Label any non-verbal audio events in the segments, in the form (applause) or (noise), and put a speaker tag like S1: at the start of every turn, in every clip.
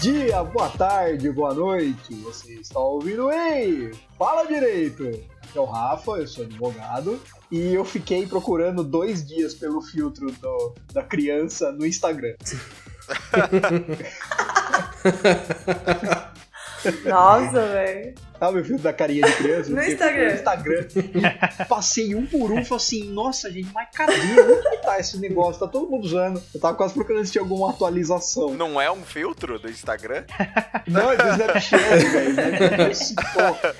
S1: dia, boa tarde, boa noite. Você está ouvindo Ei, fala direito. Aqui é o Rafa, eu sou advogado e eu fiquei procurando dois dias pelo filtro do- da criança no Instagram.
S2: (laughs)
S3: Nossa, velho.
S1: Sabe o filtro da carinha de criança?
S3: (laughs) No
S1: Eu fiquei
S3: Instagram.
S1: procurando No Instagram. E passei um por um, falei assim, nossa gente, mas cadê? Onde que tá esse negócio? Tá todo mundo usando. Eu tava quase procurando se tinha alguma atualização.
S2: Não é um filtro do Instagram?
S1: Não, é do Snapchat, velho. é Snapchat se toca.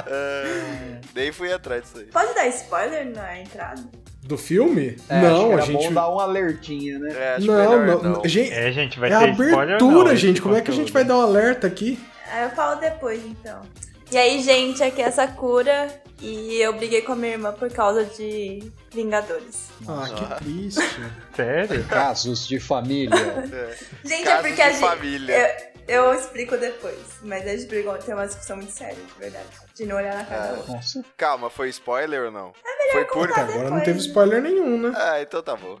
S2: Ah, nem fui atrás disso aí.
S3: Pode dar spoiler na entrada?
S4: Do filme?
S1: É, acho que
S4: não, a
S1: era
S4: gente.
S1: bom dar um alertinha, né?
S2: É, acho
S4: Não,
S2: melhor
S4: não, Gente, é,
S5: É, gente, vai
S4: a
S5: ter
S4: abertura,
S5: spoiler ou não,
S4: gente.
S5: esse
S4: Como é que a gente vai
S5: conteúdo?
S4: dar um alerta aqui?
S3: Ah, eu falo depois, então. E aí, gente, aqui é a Sakura e eu briguei com a minha irmã por causa de Vingadores.
S4: Ah,
S2: Nossa.
S4: que
S5: (laughs)
S4: triste.
S5: Sério?
S1: Casos de família.
S3: Gente,
S2: Casos
S3: é porque a
S2: de
S3: gente.
S2: família.
S3: Eu, eu explico depois, mas a gente brigou, tem uma discussão muito séria, de verdade. De não olhar na cara
S2: Ah.
S3: da outra.
S1: Nossa,
S2: Calma, foi spoiler ou não? foi por.
S3: contar.
S4: Agora não
S3: Depois.
S4: teve spoiler nenhum, né?
S2: Ah, então tá bom.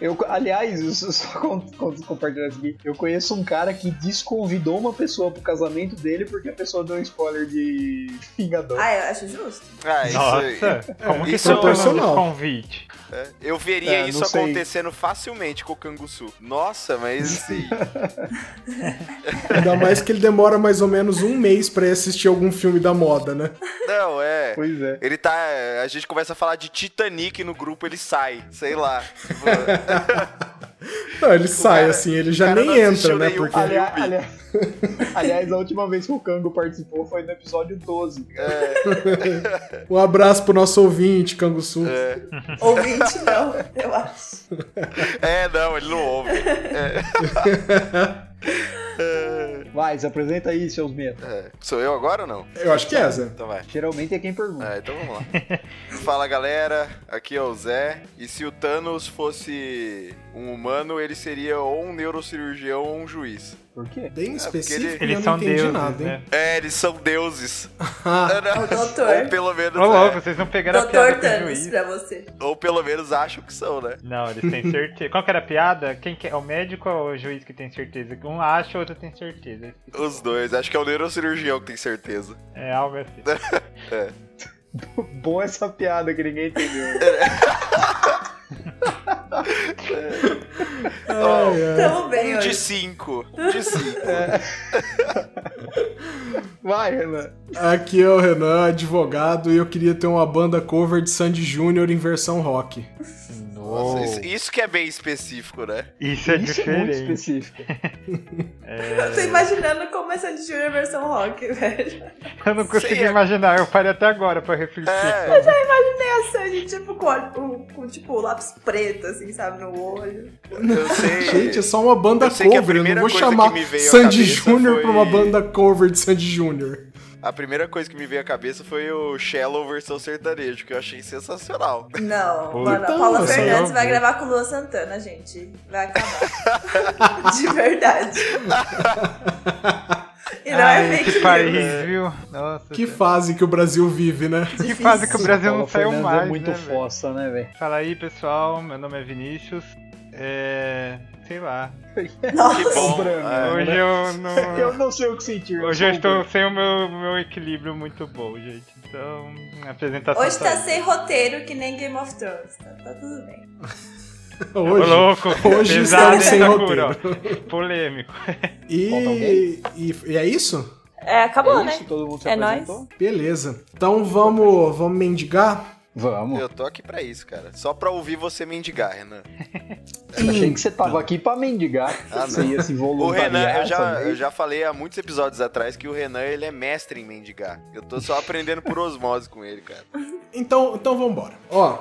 S1: eu, aliás, (laughs) isso só con- con- compartilhar isso aqui. Eu conheço um cara que desconvidou uma pessoa pro casamento dele porque a pessoa deu um spoiler de Vingador.
S3: Ah, eu acho justo.
S2: Ah, isso aí.
S5: Nossa, como que
S2: isso
S5: isso
S2: é
S5: é
S4: proporcional.
S5: um convite?
S2: É, Eu veria
S1: É, não
S2: isso
S1: sei.
S2: acontecendo facilmente com o Canguçu. Nossa, mas assim.
S4: Ainda mais que ele demora mais ou menos um mês pra ir assistir algum filme da moda, né?
S2: não, é.
S1: Pois é.
S2: Ele tá. A gente começa a falar de Titanic no grupo, ele sai. Sei lá. Tipo, (laughs)
S4: Não, ele sai
S2: cara-
S4: assim, ele já
S2: cara
S4: nem
S2: não
S4: entra,
S2: assistiu
S4: né?
S2: nenhum
S4: Porque.
S2: filme.
S1: Aliás, aliás, aliás, a última vez que o Kango participou foi no episódio tá 12.
S4: Um abraço pro nosso ouvinte, Canguçu.
S2: (laughs)
S3: Ouvinte, não, eu acho.
S2: é, não, ele não ouve.
S1: Vai, se apresenta aí, seus medos.
S2: É, Sou eu agora ou não?
S4: Eu acho que é, Zé.
S2: Então vai.
S1: Geralmente é quem pergunta.
S2: É, então vamos lá. Fala galera, aqui é o Zé. E se o Thanos fosse um humano, ele seria ou um neurocirurgião ou um juiz.
S1: Por quê? (laughs)
S4: Bem específico,
S5: Eles
S4: eu não
S5: são
S4: entendi
S5: deuses,
S4: nada, hein?
S5: né?
S2: É, eles são deuses.
S4: (laughs) Ah,
S2: Não,
S3: doutor.
S2: (laughs) Ou pelo menos.
S5: Ô, louco,
S2: é,
S5: vocês não pegaram a piada
S3: Doutor
S5: do
S3: Thanos
S5: juiz.
S3: pra você.
S2: ou pelo menos acham que são, né?
S5: Não, eles têm certeza. Qual que era a piada? Quem que é? O médico ou o juiz que tem certeza? Um acha, o outro tem certeza.
S2: Os dois, acho que é o neurocirurgião que tem certeza.
S5: É algo assim.
S1: Bom essa piada que ninguém entendeu.
S4: é,
S2: Ó,
S4: ai, ai.
S3: Tamo bem
S2: um de
S3: hoje.
S2: cinco. Um
S3: (laughs)
S2: de cinco.
S1: Vai, Renan.
S4: Aqui é o Renan, advogado, e eu queria ter uma banda cover de Sandy Júnior em versão rock.
S2: Nossa,
S5: Nossa,
S2: isso, isso que é bem específico, né?
S5: Isso é
S1: Isso é muito
S5: diferente.
S1: específico.
S3: Eu tô imaginando como essa de Júnior versão rock, velho.
S5: eu não consegui
S2: Sim, é-
S5: imaginar, eu parei até agora pra refletir.
S2: É.
S5: sobre.
S3: Essa de tipo com, olho- com, com, tipo lápis preto, assim, sabe, no olho.
S2: Eu sei.
S4: (laughs) Gente, é só uma banda
S2: Eu sei que a
S4: cover, eu
S2: primeira
S4: não vou
S2: coisa
S4: chamar
S2: que me veio à
S4: Sandy
S2: cabeça
S4: Júnior pra uma
S2: foi-
S4: banda cover de Sandy Júnior.
S2: A primeira coisa que me veio à cabeça foi o Shallow versão sertanejo, que eu achei sensacional.
S3: Não,
S5: Puta,
S3: mano, a Paula
S4: nossa,
S3: Fernandes
S5: eu
S3: vai
S5: vi.
S3: gravar com o Lua Santana, gente. Vai acabar. (laughs) de verdade. E não
S5: Ai,
S3: é
S5: que
S3: fake news.
S5: país, viu? Nossa,
S4: Que fase que o Brasil vive, né? (laughs)
S5: que fase que o Brasil
S1: Paula
S5: não saiu
S1: Fernandes
S5: mais,
S1: é muito
S5: né, velho?
S1: fossa, né, velho?
S5: Fala aí, pessoal. Meu nome é Vinícius. É. Sei lá.
S3: Nossa,
S2: Que bom.
S1: Sobrando,
S2: É.
S1: né?
S5: Hoje eu
S4: (laughs)
S5: não.
S1: Eu não sei o que sentir.
S5: Hoje eu
S1: desculpa.
S5: estou sem o meu, meu equilíbrio muito bom, gente. Então, a apresentação.
S3: hoje tá
S5: aí.
S3: sem roteiro que nem Game of Thrones. Tá, tá tudo bem.
S5: Ô,
S4: Hoje.
S5: louco,
S4: hoje
S5: pesado,
S4: estamos sem
S5: hein,
S4: roteiro.
S5: Sakura? Polêmico.
S1: Falta alguém?
S4: E, e, e é isso?
S3: É, acabou,
S1: É isso? Todo mundo se
S3: É
S1: apresentou?
S3: nóis.
S4: Beleza. Então vamos, vamos mendigar?
S1: Vamos.
S2: Eu tô aqui pra isso, cara. Só pra ouvir você mendigar, Renan.
S1: Achei que você tava
S4: Então,
S1: aqui pra mendigar.
S2: Ah,
S1: você
S2: não.
S1: ia se
S2: O
S1: voluntariar.
S2: Renan, eu já,
S1: também.
S2: eu já falei há muitos episódios atrás que o Renan, ele é mestre em mendigar. Eu tô só aprendendo por osmose com ele, cara.
S4: Então, então vambora. Ó,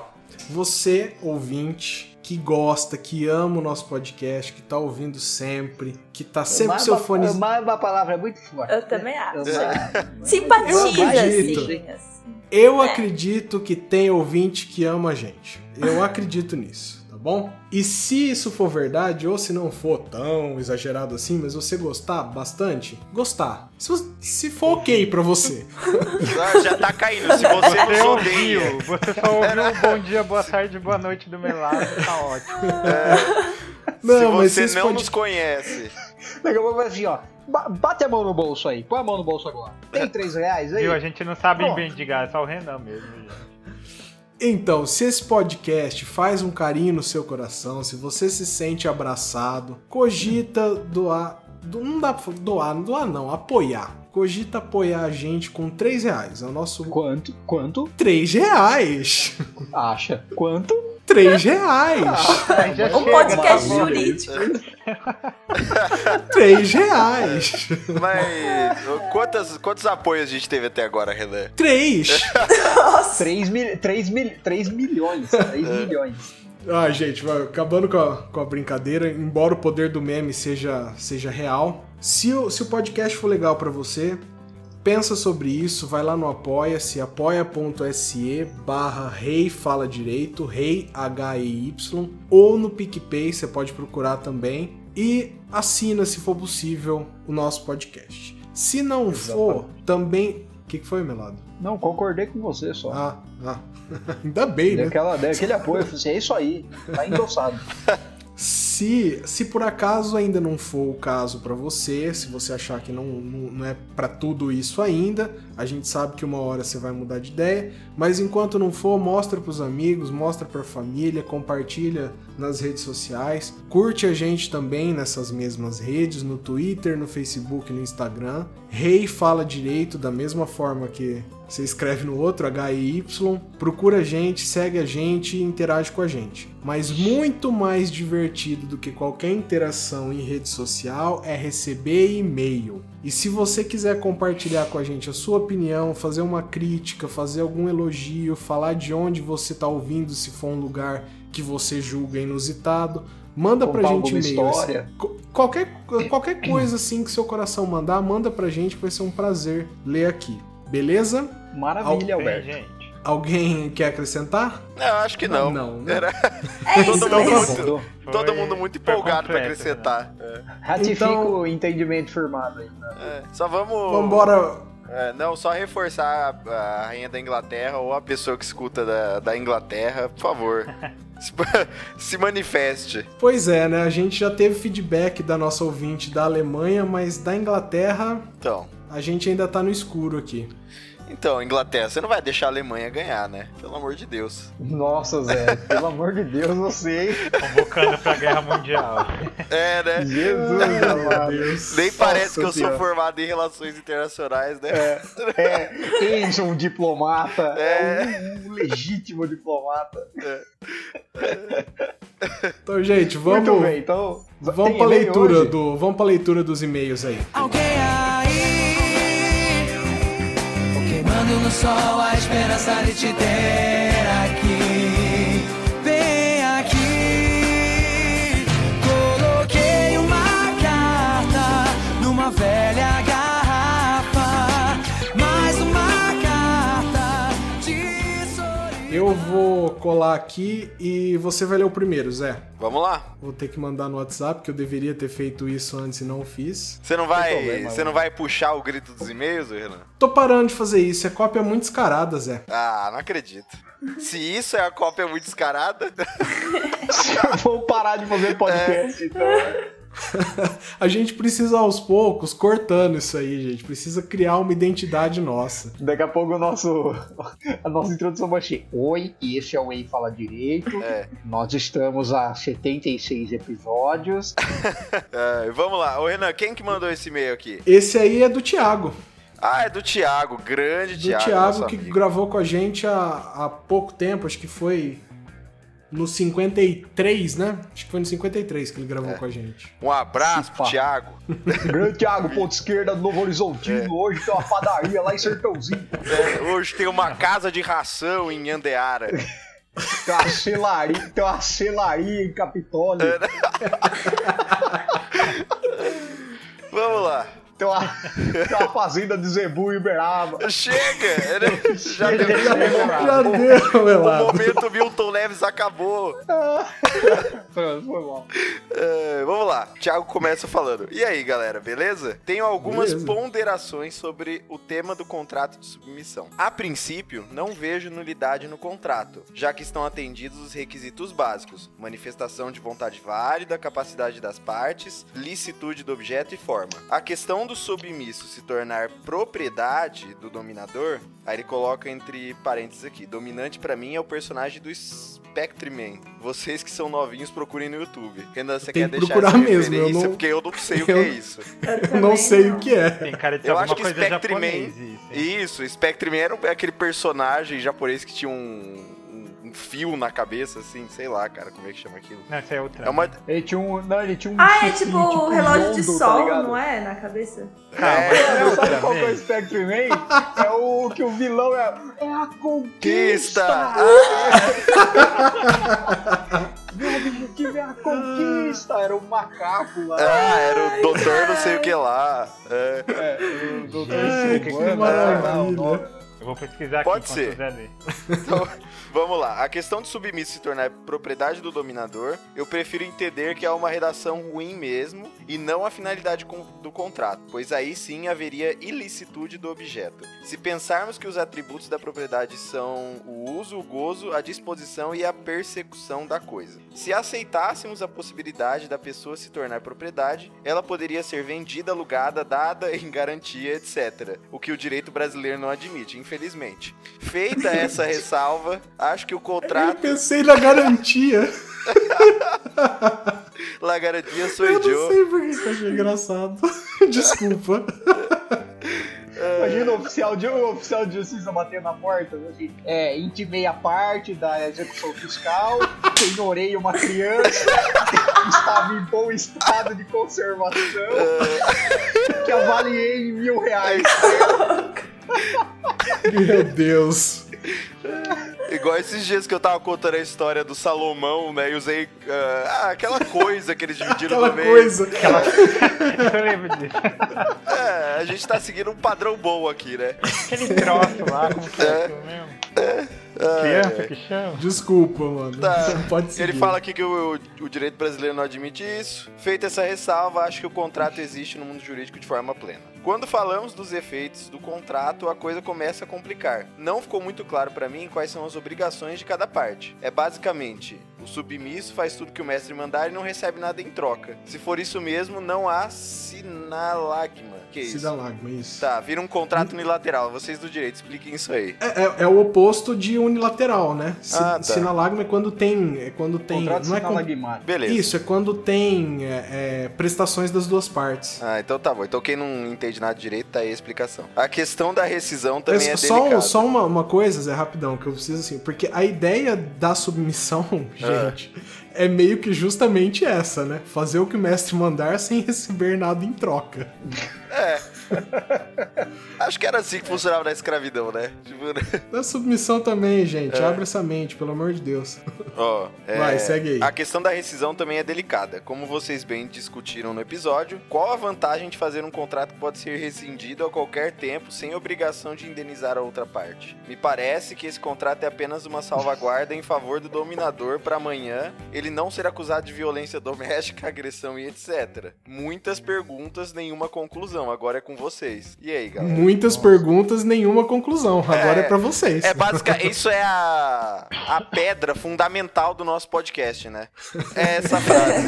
S4: você, ouvinte, que gosta, que ama o nosso podcast, que tá ouvindo sempre, que tá sempre com seu
S1: Amar-
S4: fone.
S1: amar é uma palavra muito forte. né?
S3: Eu também acho.
S1: Amar.
S4: Eu
S3: Simpatiza,
S4: acredito.
S3: assim. assim.
S4: Eu
S2: É.
S4: acredito que tem ouvinte que ama a gente.
S2: (laughs)
S4: Eu acredito nisso, tá bom? E se isso for verdade, ou se não for tão exagerado assim, mas você gostar bastante, gostar. Se, você- se for
S2: Uhum.
S4: ok pra
S2: (laughs)
S4: você.
S2: Ah, Já tá caindo. Se você
S5: Você
S2: nos
S5: ouviu.
S2: odeia,
S5: Você só ouviu o bom dia, boa tarde, boa noite do meu lado. Tá ótimo.
S2: Se
S4: Não, mas
S2: você
S4: esse
S2: não
S4: pod-
S2: nos conhece,
S1: Daqui a pouco vai assim, ó. ba- Bate a mão no bolso aí, põe a mão no bolso agora. Tem três reais aí?
S5: Viu? A gente não sabe
S1: Pronto.
S5: mendigar, é só o Renan mesmo. gente.
S4: Então, se esse podcast faz um carinho no seu coração, se você se sente abraçado, cogita doar. do- Não dá pra doar, não doar não, apoiar. Cogita apoiar a gente com 3 reais. É o nosso.
S1: Quanto? Quanto?
S4: 3 reais!
S1: Acha? Quanto?
S4: 3 reais!
S5: Aí já
S3: Um
S5: chega,
S3: podcast
S5: tá bom.
S3: jurídico.
S4: 3 reais!
S2: mas quantas, quantos apoios a gente teve até agora, Renan?
S4: 3!
S3: Nossa.
S1: 3, mil, 3, mil, 3 milhões. 3
S2: É.
S1: milhões.
S4: Ah, gente, vai, acabando com a, com a brincadeira, embora o poder do meme seja, seja real, se o, se o podcast for legal pra você, pensa sobre isso, vai lá no apoia-se, apoia.se barra rei fala direito, rei H-E-Y, ou no PicPay, você pode procurar também, e assina, se for possível, o nosso podcast. Se não for, também... O que, que foi, Melado?
S1: Não, concordei com você só.
S4: Ah, ah. (laughs) ainda bem,
S1: Dei
S4: né?
S1: aquela, dei aquele apoio, eu falei assim, é isso aí, tá endossado.
S4: Se, se por acaso ainda não for o caso pra você, se você achar que não, não, não é pra tudo isso ainda, a gente sabe que uma hora você vai mudar de ideia, mas enquanto não for, mostra pros amigos, mostra pra família, compartilha nas redes sociais, curte a gente também nessas mesmas redes, no Twitter, no Facebook, no Instagram. Rei fala direito da mesma forma que você escreve no outro, H-E-Y, procura a gente, segue a gente e interage com a gente. Mas muito mais divertido do que qualquer interação em rede social é receber e-mail. E se você quiser compartilhar com a gente a sua opinião, fazer uma crítica, fazer algum elogio, falar de onde você está ouvindo, se for um lugar que você julga inusitado, manda pra
S1: Contar
S4: gente
S1: alguma
S4: e-mail. Assim,
S1: história.
S4: Co- Qualquer, qualquer coisa assim que seu coração mandar, manda pra gente que vai ser um prazer ler aqui. Beleza?
S1: Maravilha,
S5: Bem,
S1: Alberto.
S5: gente.
S4: Alguém quer acrescentar?
S2: Não, acho que não.
S4: Não, né?
S2: Era
S3: É isso
S2: Todo mundo
S3: mesmo.
S2: muito-
S1: Mudou.
S5: Foi-
S2: todo mundo muito
S5: foi
S2: empolgado pra
S5: completo,
S2: acrescentar.
S1: Ratifico
S4: Então-
S1: o entendimento firmado aí. né?
S2: É, só vamos.
S4: Vambora.
S2: É, não, só reforçar a, a rainha da Inglaterra ou a pessoa que escuta da, da Inglaterra, por favor. se, se (laughs) manifeste.
S4: Pois é, né? A gente já teve feedback da nossa ouvinte da Alemanha, mas da Inglaterra
S2: Então,
S4: a gente ainda tá no escuro aqui.
S2: então, Inglaterra, você não vai deixar a Alemanha ganhar, né? Pelo amor de Deus.
S1: Nossa, Zé, pelo amor de Deus, você.
S5: né? Convocando pra guerra mundial.
S2: É, né?
S1: Jesus amado.
S2: Nem parece
S1: Nossa
S2: que eu sou
S1: Senhora.
S2: formado em relações internacionais, né?
S1: É, eis um diplomata.
S2: É.
S1: É. Um, um legítimo diplomata.
S4: Então, gente, vamos,
S1: Muito bem, então.
S4: vamos
S1: tem
S4: para
S1: e-mail
S4: leitura
S1: hoje? (laughs)
S4: do, vamos para leitura dos e-mails aí.
S6: Alguém aí Queimando no sol a esperança de te ter aqui Vem aqui Coloquei uma carta Numa velha garrafa Mais uma carta de sorriso
S4: Eu vou colar aqui e você vai ler o primeiro, Zé.
S2: Vamos lá.
S4: Vou ter que mandar no WhatsApp, que eu deveria ter feito isso antes e não fiz.
S2: Você não vai,
S1: problema,
S2: você não vai puxar o grito dos e-mails, Renan?
S4: Tô parando de fazer isso, é cópia muito descarada, Zé.
S2: Ah, não acredito. Se isso é a cópia muito descarada, (laughs)
S1: Vou parar de fazer
S4: É.
S1: podcast, então.
S4: A gente precisa aos poucos cortando isso aí, gente. Precisa criar uma identidade nossa.
S1: Daqui a pouco o nosso, a nossa introdução vai ser Oi, esse é o Ei Fala Direito.
S2: É.
S1: Nós estamos a 76 episódios.
S2: é, vamos lá. Ô, Renan, quem que mandou esse e-mail aqui?
S4: Esse aí é do Thiago.
S2: Ah, é do Thiago, grande
S4: Do
S2: Thiago.
S4: Thiago
S2: nosso
S4: que
S2: amigo.
S4: gravou com a gente há, há pouco tempo, acho que foi no 53, né? Acho que foi no 53 que ele gravou com a gente.
S2: Um abraço pro
S1: Ufa.
S2: Thiago.
S1: Grande Thiago, ponto esquerda do Novo
S4: É.
S1: Horizontino. Hoje tem uma padaria lá em Sertãozinho.
S2: É, hoje tem uma casa de ração em Andeara.
S1: Tem uma selaria, tem uma selaria É, né? em Capitólio.
S2: Vamos lá.
S1: Tem uma, tem uma fazenda de Zebu em Uberaba.
S2: Chega! Era- Já deu. (laughs)
S4: Já deu, meu
S2: O
S4: é lado.
S2: momento Milton Leves acabou.
S1: Foi foi mal.
S2: É, vamos lá. Thiago começa falando. E aí, galera, beleza? Tenho algumas
S4: Beleza.
S2: ponderações sobre o tema do contrato de submissão. A princípio, não vejo nulidade no contrato, já que estão atendidos os requisitos básicos: manifestação de vontade válida, capacidade das partes, licitude do objeto e forma. A questão do submisso se tornar propriedade do dominador, aí ele coloca entre parênteses aqui: dominante pra mim é o personagem do Spectreman. Vocês que são novinhos, procurem no YouTube. Renan, você
S4: Tem
S2: quer
S4: que
S2: deixar
S4: procurar
S2: essa
S4: mesmo, eu
S2: referência?
S4: não-
S2: Porque eu não sei
S4: (laughs)
S2: o
S4: eu-
S2: que é isso.
S3: Eu
S4: Não
S3: também
S4: sei
S3: não.
S4: o que é.
S5: Tem cara de ser
S2: Eu
S5: alguma
S2: acho que
S5: coisa
S2: Spectreman-
S5: japonesa. isso, hein?
S2: Isso, Spectreman era um- aquele personagem japonês que tinha um, um- um fio na cabeça, assim, sei lá, cara, como é que chama aquilo.
S5: Não, isso é outra.
S2: É uma.
S1: Ele tinha um. Não, ele tinha um.
S3: Ah, é
S1: chifre,
S3: tipo o
S1: um
S3: relógio de
S1: rondo,
S3: sol,
S1: tá
S3: não é? Na cabeça?
S5: Calma,
S2: É,
S5: isso
S1: Não,
S5: é
S1: sabe
S5: outra,
S1: qual que é o
S5: velho.
S1: Spectre Man? É o que o vilão é. É a
S2: Conquista!
S1: conquista!
S2: Ah,
S1: Viu, É, Que vem a conquista! Era o macaco lá.
S2: ah, era o doutor não sei o que lá. É.
S1: É, o doutor
S4: Ai,
S5: que
S1: Silvano,
S4: maravilha.
S1: sei lá o nome.
S5: Eu vou pesquisar
S2: Pode
S5: aqui
S2: ser.
S5: enquanto o Zé lê. (laughs)
S2: Então, vamos lá. A questão de submisso se tornar propriedade do dominador, eu prefiro entender que é uma redação ruim mesmo e não a finalidade con- do contrato, pois aí sim haveria ilicitude do objeto. Se pensarmos que os atributos da propriedade são o uso, o gozo, a disposição e a persecução da coisa. Se aceitássemos a possibilidade da pessoa se tornar propriedade, ela poderia ser vendida, alugada, dada em garantia, etc. O que o direito brasileiro não admite, infelizmente.
S4: (laughs)
S2: Feita essa ressalva, acho que o
S4: Eu
S2: contrato
S4: pensei
S2: (laughs)
S4: na garantia.
S2: La Garantia Sou
S4: Eu não
S2: Idiota.
S4: sei por que eu achei engraçado. (laughs) Desculpa.
S1: Imagina o oficial, de, o oficial de justiça batendo na porta. Assim, é, intimei a parte da execução
S4: (laughs)
S1: fiscal, penhorei uma criança, estava em bom estado de conservação,
S4: É.
S1: que avaliei em mil reais.
S4: Meu Deus.
S2: Igual esses dias que eu tava contando a história do Salomão, né? E usei ah, aquela coisa
S4: (laughs)
S2: que eles dividiram
S4: Aquela
S2: no meio.
S4: coisa.
S5: Eu lembro disso.
S2: É, a gente tá seguindo um padrão bom aqui, né?
S5: Aquele troço lá, como que é aquilo mesmo? Criança que chama.
S4: Desculpa, mano.
S2: Tá.
S4: Não pode ser.
S2: Ele fala aqui que o, o direito brasileiro não admite isso. Feita essa ressalva, acho que o contrato existe no mundo jurídico de forma plena. Quando falamos dos efeitos do contrato, a coisa começa a complicar. Não ficou muito claro pra mim quais são as obrigações de cada parte. É basicamente, o submisso faz tudo que o mestre mandar e não recebe nada em troca. Se for isso mesmo, não há sinalagma. Que
S4: Se
S2: isso?
S4: dá lágrima, isso.
S2: Tá, vira um contrato unilateral. Vocês do direito, expliquem isso aí.
S4: É, é- é o oposto de unilateral, né? Si-
S2: Ah, tá.
S4: Sinalagma é quando tem. É quando tem.
S1: Contrato
S4: não é con-
S1: sinalagmático.
S2: Beleza.
S4: Isso, é quando tem é, é, prestações das duas partes.
S2: Ah, então tá bom. Então quem não entende nada direito, tá aí a explicação. A questão da rescisão
S4: É
S2: também é
S4: só
S2: delicada.
S4: só uma, uma coisa, Zé, rapidão, que eu preciso assim, porque a ideia da submissão, (laughs)
S2: Ah.
S4: gente, é meio que justamente essa, né? Fazer o que o mestre mandar sem (laughs) receber nada em troca.
S2: Acho que era assim que funcionava na escravidão, né? Tipo, né?
S4: Da submissão também, gente.
S2: É.
S4: Abre essa mente, pelo amor de Deus.
S2: Ó, é,
S4: Vai, segue aí.
S2: A questão da rescisão também é delicada. Como vocês bem discutiram no episódio, qual a vantagem de fazer um contrato que pode ser rescindido a qualquer tempo sem obrigação de indenizar a outra parte? Me parece que esse contrato é apenas uma salvaguarda em favor do dominador para amanhã ele não ser acusado de violência doméstica, (laughs) agressão e etc. Muitas perguntas, nenhuma conclusão. Agora é com vocês. E aí, galera?
S4: Muitas perguntas, nenhuma conclusão. Agora
S2: É,
S4: é, pra vocês.
S2: É
S4: (laughs)
S2: básica, isso é a, a pedra fundamental do nosso podcast, né? É essa frase.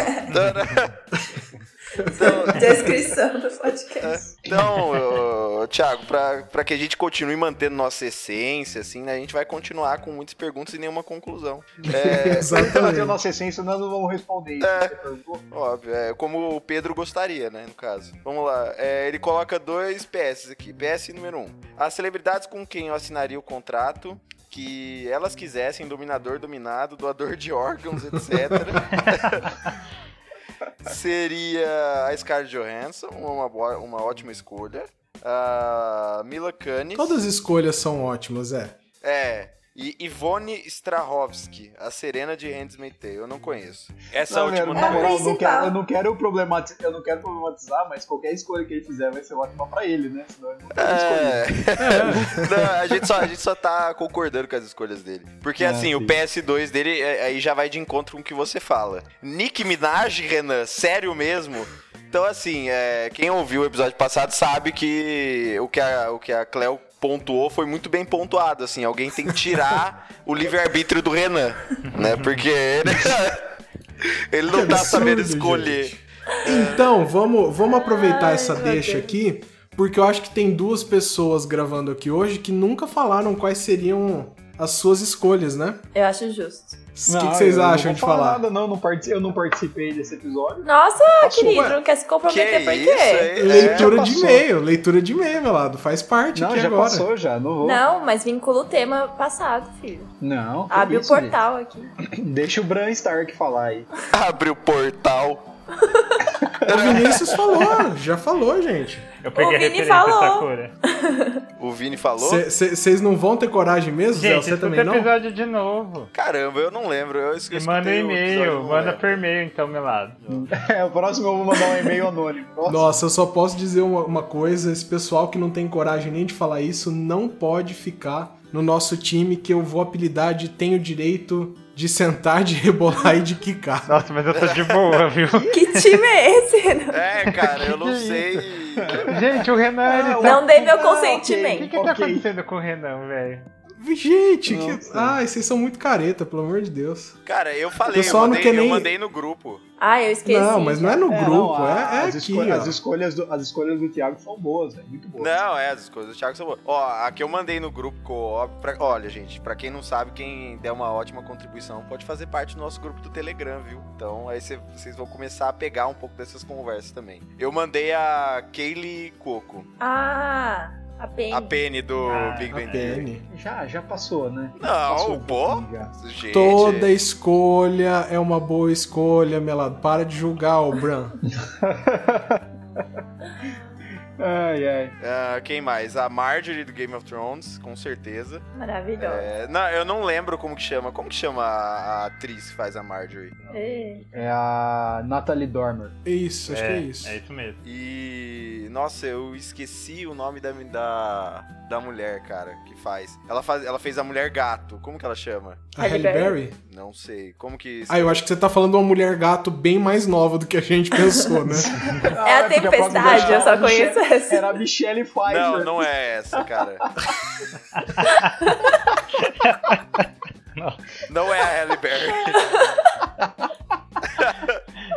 S2: Então,
S3: Descrição do podcast.
S2: então ô, Thiago, pra, pra que a gente continue mantendo nossa essência, assim, né, a gente vai continuar com muitas perguntas e nenhuma conclusão. É,
S1: Então,
S4: Exatamente.
S1: a nossa essência, nós não vamos responder isso.
S4: É.
S1: que você perguntou.
S2: Óbvio, é como o Pedro gostaria, né, no caso. Vamos lá, é, ele coloca dois PS aqui, PS número Um. As celebridades com quem eu assinaria o contrato, que elas quisessem, dominador, dominado, doador de órgãos, etc. Seria a Scarlett Johansson, uma, boa- uma ótima escolha. A Mila Kunis.
S4: Todas as escolhas são ótimas, é.
S2: É. E Ivone Strahovski, a Serena de Handmaid's Tale. Eu não conheço. Essa
S1: Não,
S2: última
S1: Leandro,
S3: É
S1: na
S3: a
S2: também.
S1: moral, eu não
S3: principal.
S1: quero, eu não quero problematizar, eu não quero problematizar, mas qualquer escolha que ele fizer vai ser ótima pra ele, né? Senão ele não tem escolha.
S2: É. Não, a, gente só, a gente só tá concordando com as escolhas dele. Porque
S1: Ah,
S2: assim, o
S1: sim.
S2: PS2 dele é, aí já vai de encontro com o que você fala. Nick Minaj, Renan, sério mesmo? Então, assim, é, quem ouviu o episódio passado sabe que o que a, o que a Cleo pontuou foi muito bem pontuado, assim. Alguém tem que tirar o livre-arbítrio do Renan, né? Porque ele, (laughs) ele não
S4: Que
S2: tá
S4: absurdo,
S2: sabendo escolher.
S4: gente. Então, vamos, vamos aproveitar
S3: Ai,
S4: essa
S3: meu
S4: deixa
S3: Deus.
S4: aqui, porque eu acho que tem duas pessoas gravando aqui hoje que nunca falaram quais seriam as suas escolhas, né?
S3: Eu acho justo.
S4: O que, que vocês
S1: eu
S4: acham
S1: não
S4: de
S1: vou falar?
S4: falar?
S1: Nada, não, não partici- eu não participei desse episódio.
S3: Nossa,
S1: Passou,
S3: querido,
S1: ué.
S3: não quer se comprometer por
S2: isso,
S3: é quê?
S2: hein?
S4: É,
S2: É,
S4: leitura
S1: já
S4: de
S1: passou.
S4: e-mail, leitura de e-mail, meu lado, faz parte
S1: Não,
S4: aqui
S1: já
S4: agora.
S1: passou já, não vou.
S3: Não, mas vincula o tema passado, filho.
S1: Não, que
S3: Abre o
S1: isso, gente.
S3: portal aqui.
S1: Deixa o Bran Stark falar aí. (laughs)
S2: Abre o portal.
S4: O Vinícius falou, já falou, gente.
S5: Eu peguei
S3: O
S5: a
S3: Vini
S5: referência
S3: falou.
S5: Sakura.
S2: O Vini falou.
S4: Vocês não vão ter coragem mesmo, Zé?
S5: Gente,
S4: Você
S5: escuta
S4: também
S5: o
S4: não?
S5: episódio de novo.
S2: Caramba, eu não lembro. Eu
S5: E
S2: esqueci.
S5: manda um e-mail, manda
S2: é.
S5: por e-mail então, meu lado.
S1: É, o próximo eu vou mandar um e-mail anônimo. Nossa.
S4: Nossa, eu só posso dizer uma, uma coisa: esse pessoal que não tem coragem nem de falar isso não pode ficar no nosso time que eu vou apelidar de tenho direito de sentar, de rebolar e de quicar.
S5: Nossa, mas eu tô
S2: (laughs)
S5: de boa, viu?
S3: Que time é esse? (laughs) Não,
S2: É, cara,
S5: (laughs)
S2: eu não
S5: Que
S2: sei.
S5: Gente, o Renan, ele tá...
S3: não dei meu
S1: Ah,
S5: O que
S3: consentimento.
S5: que tá
S1: ok.
S5: acontecendo com o Renan, velho?
S4: Gente, que...
S1: Nossa.
S4: ai, vocês são muito careta, pelo amor de Deus.
S2: Cara, eu
S4: O
S2: falei, eu
S4: pessoal não
S2: mandei,
S4: quer nem-
S2: eu mandei no grupo.
S3: Ah, eu esqueci.
S4: não, mas não é no
S1: É, não,
S4: grupo,
S1: a-
S4: é, é
S1: as,
S4: aqui.
S1: escolha-
S4: ó.
S1: as escolhas do, as escolhas do Thiago são boas, velho. Muito boas.
S2: Não, é, as coisas do Thiago são boas. Ó, a que eu mandei no grupo co-op. pra- Olha, gente, pra quem não sabe, quem der uma ótima contribuição pode fazer parte do nosso grupo do Telegram, viu? Então aí cê- vocês vão começar a pegar um pouco dessas conversas também. Eu mandei a Kaylee Coco,
S3: Ah, a Pen.
S2: a Penny do
S5: Ah,
S2: Big Bang Theory.
S4: Penny.
S1: Já, já passou, né? passou
S2: Não,
S1: um
S2: pô.
S1: pouquinho já.
S2: Gente.
S4: Toda escolha é uma boa escolha, Melado. Para de julgar o Bran.
S1: Ai, ai.
S2: Ah, quem mais? A Marjorie do Game of Thrones, com certeza.
S3: Maravilhosa.
S2: É, não, eu não lembro como que chama. Como que chama a, a atriz que faz a Marjorie?
S3: É.
S1: É a Natalie Dormer.
S4: É isso, acho que é isso.
S5: É isso mesmo.
S2: E. Nossa, eu esqueci o nome da, da, da mulher, cara, que faz. Ela, faz. ela fez a mulher gato. Como que ela chama?
S4: A
S3: Halle
S4: Halle Berry?
S2: Não sei. Como que.
S4: Ah, eu acho que você tá falando de uma mulher gato bem mais nova do que a gente
S1: (laughs)
S4: pensou, né?
S2: Ah,
S3: É
S1: Ah,
S3: a tempestade, eu só conheço assim.
S2: (laughs)
S3: essa.
S1: Era a Michelle Pfeiffer.
S2: Não, não é essa, (laughs) cara.
S5: Não.
S2: não é a Halle Berry.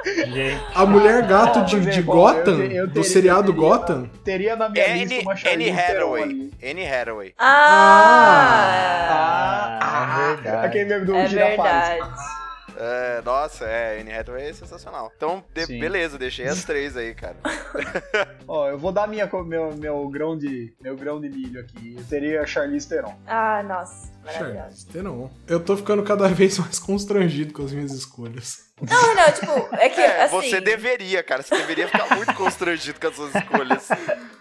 S5: Gente,
S4: A mulher gato
S1: Ah,
S4: de,
S1: mas é
S4: de
S1: bom,
S4: Gotham?
S1: eu te- eu
S4: do
S1: teria-
S4: seriado
S1: eu teria-
S4: Gotham?
S1: Teria na minha lista
S2: Anne,
S1: uma
S2: Anne
S1: Charlize Theron
S2: Hathaway.
S1: ali.
S2: Anne Hathaway.
S3: Ah!
S1: Ah,
S5: é
S1: ah,
S5: verdade.
S1: aquele meme do
S2: um
S3: é
S1: Gira faz.
S3: verdade.
S2: É, nossa, é, Anne Hathaway é sensacional. Então, de-
S1: Sim.
S2: beleza, deixei as três aí, cara.
S1: Ó, eu vou dar minha, co- meu, meu, grão de, meu grão de milho aqui. Eu teria a Charlize Theron.
S3: Ah, nossa. Maravilhosa.
S4: Charles, tem não. Eu tô ficando cada (laughs) vez mais constrangido com as minhas escolhas.
S3: Não, não, tipo, é que
S2: É,
S3: assim.
S2: você deveria, cara. Você deveria ficar muito constrangido com as suas escolhas.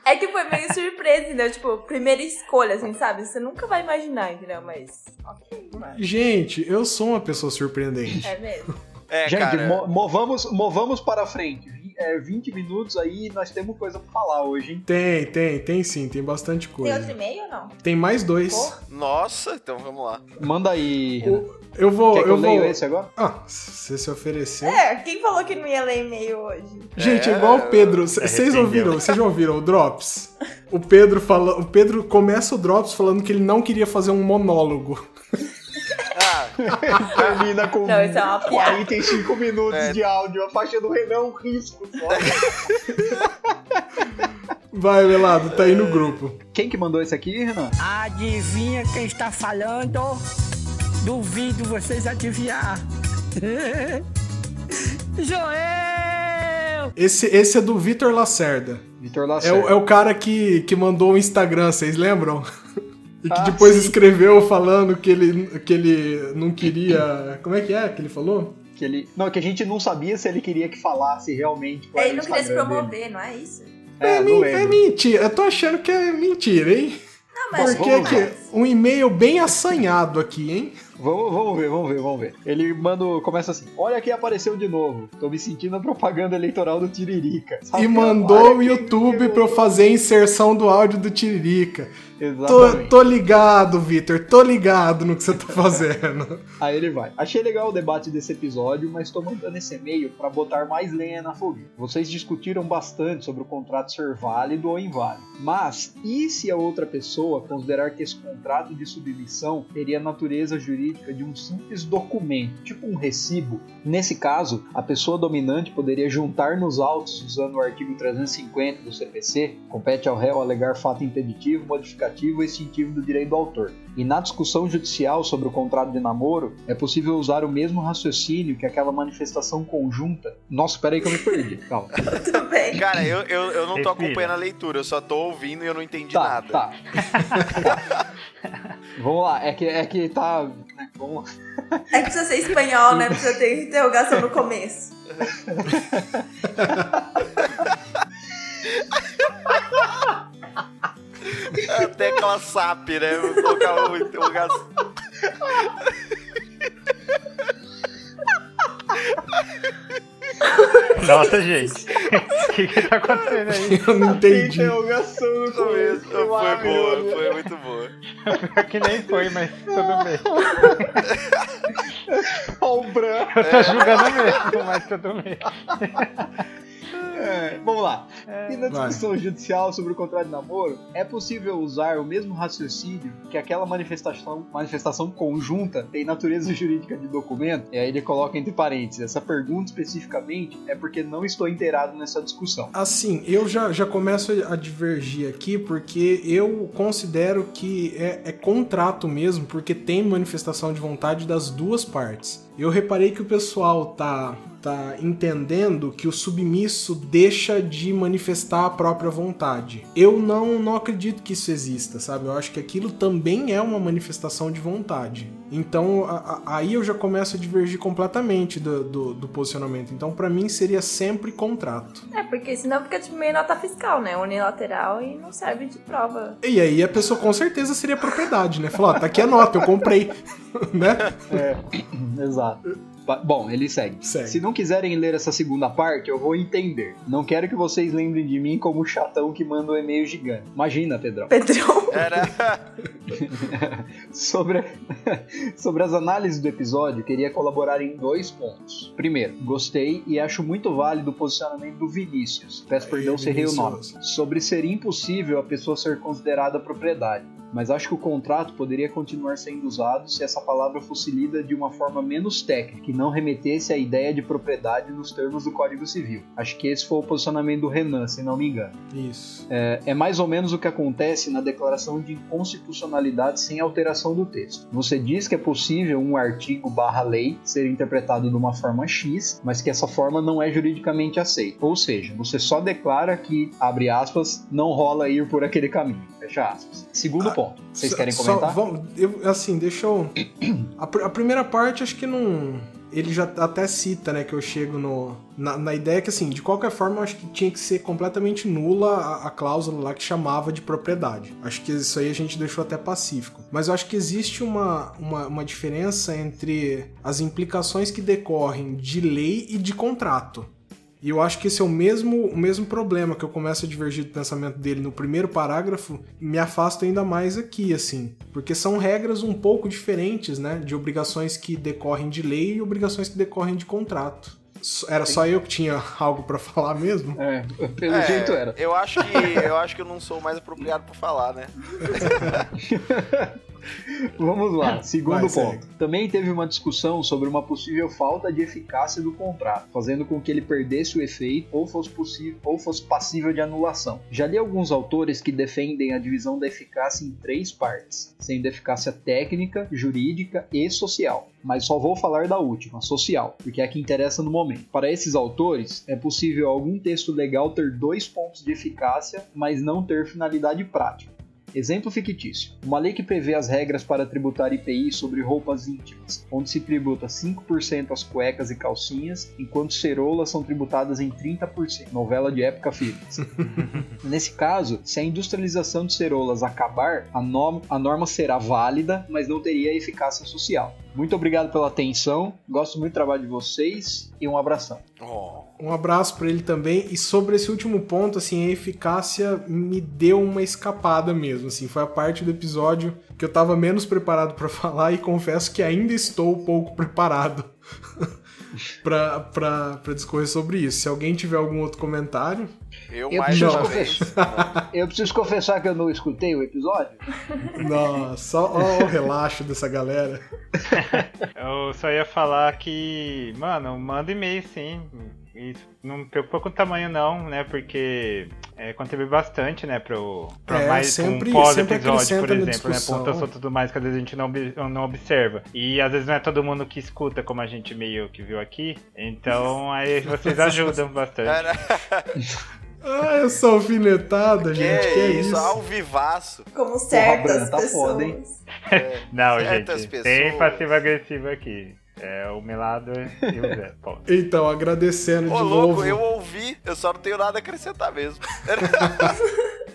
S3: É que foi meio surpresa, entendeu? Tipo, primeira escolha, assim, sabe? Você nunca vai imaginar, entendeu? Mas. Ok, mano.
S4: Gente, eu sou uma pessoa surpreendente.
S3: É mesmo.
S2: É,
S1: Gente,
S2: cara.
S1: mo- movamos, movamos para frente. Vi- É 20 minutos aí nós temos coisa pra falar hoje, hein?
S4: Tem, tem, tem sim, tem bastante
S3: Tem outro
S4: coisa.
S3: e-mail ou não?
S4: Tem mais dois.
S3: Porra.
S2: Nossa, então vamos lá.
S1: Manda aí. Renan.
S4: O- Eu vou,
S1: Quer que eu,
S4: eu,
S1: leio
S4: vou.
S1: esse agora?
S4: Ah, você se ofereceu.
S3: É, quem falou que não ia ler e-mail hoje?
S4: Gente,
S2: É,
S4: é igual o Pedro. Vocês
S5: arrependeu.
S4: ouviram? Vocês já ouviram o Drops? O Pedro fala, o Pedro começa o Drops falando que ele não queria fazer um monólogo.
S2: Ah,
S1: (laughs) Termina com
S3: Não, isso é uma piada.
S1: 45 minutos
S4: É.
S1: de áudio. A faixa do Renan é um risco. só.
S4: Vai, Melado, tá aí no grupo.
S1: Quem que mandou esse aqui, Renan?
S7: Adivinha quem está falando? Duvido vocês adivinhar. (laughs) Joel!
S4: Esse, esse é do Vitor Lacerda.
S1: Vitor
S4: É
S1: Lacerda.
S4: o, é o cara que, que mandou o Instagram, vocês lembram? E que
S1: Ah,
S4: depois
S1: sim.
S4: escreveu falando que ele, que ele não queria. Como é que é que ele falou?
S1: que ele... Não, é que a gente não sabia se ele queria que falasse realmente. qual era
S3: É Ele não
S1: o
S3: queria se
S1: Instagram
S3: promover, não é isso?
S1: dele. É, não
S4: men- é
S1: lembro.
S4: mentira. Eu tô achando que é mentira, hein?
S3: Não, mas
S4: Por que
S3: tem
S4: que
S3: mais.
S4: um e-mail bem assanhado aqui, hein?
S1: Vamos, vamos ver, vamos ver, vamos ver. Ele manda, começa assim: Olha quem apareceu de novo. Tô me sentindo a propaganda eleitoral do Tiririca. Sabe?
S4: E mandou
S1: Tá Olha
S4: o
S1: quem
S4: YouTube
S1: chegou.
S4: pra eu fazer a inserção do áudio do Tiririca. Tô,
S1: Exatamente.
S4: tô ligado, Vitor, tô ligado no que você tá fazendo. (laughs)
S1: Aí ele vai. Achei legal o debate desse episódio, mas tô mandando esse e-mail pra botar mais lenha na fogueira. Vocês discutiram bastante sobre o contrato ser válido ou inválido. Mas e se a outra pessoa considerar que esse contrato de submissão teria a natureza jurídica de um simples documento, tipo um recibo? Nesse caso, a pessoa dominante poderia juntar nos autos usando o artigo 350 do CPC, compete ao réu alegar fato impeditivo, modificativo ou extintivo do direito do autor. E na discussão judicial sobre o contrato de namoro, é possível usar o mesmo raciocínio que aquela manifestação conjunta. Nossa, peraí que eu me perdi. Calma.
S3: (laughs) Tudo bem.
S2: Cara, eu, eu, eu não tô
S5: Respira.
S2: acompanhando a leitura, eu só tô ouvindo e eu não entendi
S1: tá,
S2: nada.
S1: tá. Vamos lá, é que, é que tá. né, Vamos lá.
S3: É que precisa ser espanhol, né? Precisa ter interrogação no começo.
S2: A tecla É SAP, né? Eu vou colocar o interrogação. ah,
S5: Nossa, gente. (laughs) O que, que tá acontecendo aí?
S4: Eu não entendi.
S1: Interrogação no
S2: Isso mesmo. Foi boa, foi muito boa.
S5: Pior que nem foi, mas tudo bem.
S4: (laughs)
S5: Eu
S4: É.
S5: tô
S1: Obra.
S5: julgando mesmo, mas tudo bem.
S1: É, vamos lá. E na
S4: Vai.
S1: discussão judicial sobre o contrato de namoro, é possível usar o mesmo raciocínio que aquela manifestação, manifestação conjunta tem natureza jurídica de documento? E aí ele coloca entre parênteses. Essa pergunta especificamente é porque não estou inteirado nessa discussão.
S4: Assim, eu já, já começo a divergir aqui, porque eu considero que é, é contrato mesmo, porque tem manifestação de vontade das duas partes. Eu reparei que o pessoal tá, tá entendendo que o submisso deixa de manifestar a própria vontade. Eu não, não acredito que isso exista, sabe? Eu acho que aquilo também é uma manifestação de vontade. Então, a- a- aí eu já começo a divergir completamente do, do, do posicionamento. Então, pra mim, seria sempre contrato.
S3: É, porque senão fica tipo meio nota fiscal, né? Unilateral e não serve de prova.
S4: E aí a pessoa com certeza seria propriedade, né? Falar, ó, tá aqui a nota, eu comprei, (laughs) né?
S1: Exato. Ba- Bom, ele segue.
S4: Uhum. Segue.
S1: Se não quiserem ler essa segunda parte, eu vou entender. Não quero que vocês lembrem de mim como o chatão que manda um e-mail gigante. Imagina, Pedrão.
S3: Pedrão.
S2: Era.
S1: Sobre, (laughs) sobre as análises do episódio, queria colaborar em dois pontos. Primeiro, gostei e acho muito válido o posicionamento do Vinícius. Peço
S4: Aí,
S1: perdão se errei o nome.
S4: Vinícius.
S1: Sobre ser impossível a pessoa ser considerada propriedade. Mas acho que o contrato poderia continuar sendo usado se essa palavra fosse lida de uma forma menos técnica e não remetesse à ideia de propriedade nos termos do Código Civil. Acho que esse foi o posicionamento do Renan, se não me engano
S4: Isso.
S1: é mais ou menos o que acontece na declaração de inconstitucionalidade sem alteração do texto. Você diz que é possível um artigo barra lei ser interpretado de uma forma X, mas que essa forma não é juridicamente aceita. Ou seja, você só declara que, abre aspas, não rola ir por aquele caminho. Fecha aspas. Segundo
S4: Ah,
S1: ponto. Vocês
S4: Só-
S1: querem
S4: só
S1: comentar?
S4: vamos- eu- assim, deixa eu. A, pr- a primeira parte, acho que não. Ele já até cita, né, que eu chego no. Na, na ideia que, assim, de qualquer forma, eu acho que tinha que ser completamente nula a, a cláusula lá que chamava de propriedade. Acho que isso aí a gente deixou até pacífico. Mas eu acho que existe uma, uma, uma diferença entre as implicações que decorrem de lei e de contrato. E eu acho que esse é o mesmo, o mesmo problema que eu começo a divergir do pensamento dele no primeiro parágrafo, me afasto ainda mais aqui, assim. Porque são regras um pouco diferentes, né? De obrigações que decorrem de lei e obrigações que decorrem de contrato. S- Era só eu que tinha (laughs) algo pra falar mesmo?
S1: É, pelo
S2: É,
S1: jeito era.
S2: Eu acho que eu acho que eu não sou mais apropriado pra falar, né?
S1: (laughs) Vamos lá, segundo
S4: Vai,
S1: ponto.
S4: segue.
S1: Também teve uma discussão sobre uma possível falta de eficácia do contrato, fazendo com que ele perdesse o efeito ou fosse possível ou fosse passível de anulação. Já li alguns autores que defendem a divisão da eficácia em três partes, sendo eficácia técnica, jurídica e social. Mas só vou falar da última, social, porque é a que interessa no momento. Para esses autores, é possível algum texto legal ter dois pontos de eficácia, mas não ter finalidade prática. Exemplo fictício: uma lei que prevê as regras para tributar IPI sobre roupas íntimas, onde se tributa 5% as cuecas e calcinhas, enquanto ceroulas são tributadas em 30%. Novela de época fitness. Nesse caso, se a industrialização de ceroulas acabar, a, nom- a norma será válida, mas não teria eficácia social. Muito obrigado pela atenção, gosto muito do trabalho de vocês e um abração.
S2: Oh.
S4: Um abraço pra ele também. E sobre esse último ponto, assim, a eficácia me deu uma escapada mesmo, assim, foi a parte do episódio que eu tava menos preparado pra (laughs) falar e confesso que ainda estou um pouco preparado (laughs) pra, pra, pra discorrer sobre isso. Se alguém tiver algum outro
S2: (laughs)
S4: comentário,
S2: Eu,
S1: Eu
S2: mais
S1: não.
S2: uma vez.
S1: Eu preciso confessar que eu não escutei o episódio.
S4: nossa, ó, ó o relaxo dessa galera.
S5: Eu só ia falar que, mano, manda e-mail sim. E não me preocupa com o tamanho não, né? Porque é, contribui bastante, né? Pro, pra
S4: É,
S5: mais
S4: sempre-
S5: um
S4: sempre
S5: pós-episódio,
S4: acrescenta
S5: por
S4: na
S5: exemplo, né?
S4: discussão.
S5: Pontuação e tudo mais que às vezes a gente não, ob- não observa. E às vezes não é todo mundo que escuta, como a gente meio que viu aqui.
S4: (laughs)
S5: Então aí vocês ajudam
S4: É,
S5: bastante.
S2: Cara,
S4: Ah, essa alfinetada,
S2: que
S4: gente, que é
S2: isso,
S4: isso?
S2: ao vivaço.
S3: Como certas
S1: Brana tá
S3: pessoas.
S1: foda, hein?
S5: Não,
S2: Certas
S5: gente, tem
S2: pessoas.
S5: passivo agressivo aqui. É o Melado e o Zé. Ponto.
S4: Então, agradecendo
S2: Ô,
S4: de
S2: louco,
S4: novo.
S2: eu ouvi, eu só não tenho nada a acrescentar mesmo.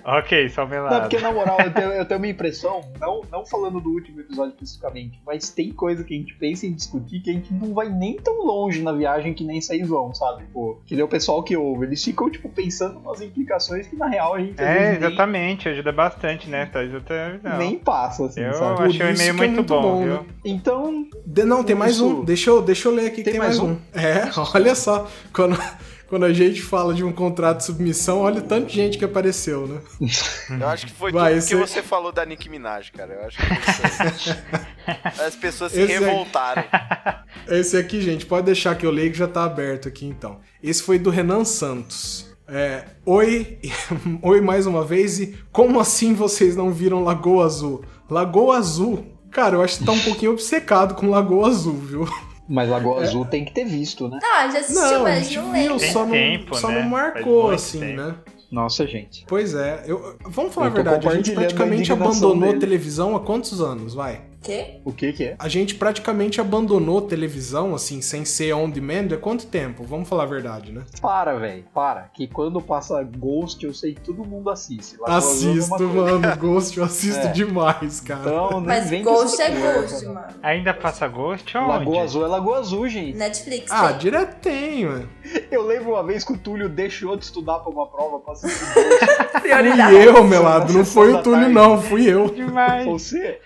S5: Ok, só o Melado.
S1: Não, porque na moral, eu tenho, eu tenho uma impressão, não, não falando do último episódio especificamente, mas tem coisa que a gente pensa em discutir que a gente não vai nem tão longe na viagem que nem vocês vão, sabe? Pô, que nem o pessoal que ouve, eles ficam, tipo, pensando nas implicações que na real a gente às
S5: É,
S1: vezes, nem-
S5: exatamente, ajuda bastante, né? Thais? Eu também não.
S1: nem passa, assim,
S5: Eu
S1: sabe?
S5: achei o
S4: Por isso que é
S5: e-mail muito,
S4: muito
S5: bom,
S4: bom,
S5: viu?
S1: Então,
S4: De- não, tem mais
S1: Isso.
S4: um. Deixa eu, deixa eu ler aqui que tem, mais, um. É, (laughs) olha só. Quando, quando a gente fala de um contrato de submissão, olha o tanto de gente que apareceu, né?
S2: Eu acho que foi
S4: Vai,
S2: tudo
S4: esse-
S2: que você falou da Nicki Minaj, cara. Eu acho que foi isso
S5: (laughs)
S2: aí. As pessoas se
S4: Esse é- (laughs)
S2: revoltaram.
S4: Esse aqui, gente, pode deixar que eu leio que já tá aberto aqui então. Esse foi do Renan Santos. É, oi, (laughs) oi mais uma vez e como assim vocês não viram Lagoa Azul? Lagoa Azul? Cara, eu acho (laughs) que tá um pouquinho obcecado com Lagoa Azul, viu?
S1: mas Lagoa
S5: É.
S1: Azul tem que ter visto, né?
S3: Ah, já assistiu,
S4: Não, a
S3: mas
S4: gente
S3: não é.
S4: viu,
S3: lembro.
S5: Tem
S4: só, não,
S5: tempo,
S4: só
S5: né?
S4: não
S5: Faz
S4: marcou
S5: muito
S4: assim,
S5: tempo.
S4: né?
S1: Nossa, gente.
S4: Pois é, eu, vamos falar a
S1: Eu tô
S4: verdade, a gente
S1: compartilhando a
S4: praticamente
S1: indignação
S4: abandonou
S1: dele.
S4: televisão há quantos anos, vai?
S3: Quê?
S1: O que que é?
S4: A gente praticamente abandonou televisão, assim, sem ser on demand, há quanto tempo? Vamos falar a verdade, né?
S1: Para, velho, para. Que quando passa Ghost, eu sei que todo mundo assiste. Lagoa Azul é uma
S4: Assisto,
S1: coisa.
S4: mano, Ghost eu
S1: (laughs)
S4: assisto
S1: É.
S4: demais, cara.
S1: Então, nem
S3: Mas
S1: vem com
S3: Ghost
S1: essa
S3: é
S1: conversa,
S3: Ghost,
S4: né?
S1: não.
S3: mano.
S5: Ainda passa Ghost ou onde?
S1: Lagoa Azul é Lagoa Azul, gente.
S3: Netflix
S4: Ah,
S3: tem.
S4: direto tem, mano.
S1: Eu lembro uma vez que o Túlio deixou de estudar pra uma prova pra assistir Ghost.
S3: (laughs)
S4: Fui eu, melado,
S1: Sessão
S4: não foi o
S1: da
S4: Túlio
S1: tarde.
S4: não, fui eu.
S5: Demais.
S1: Você?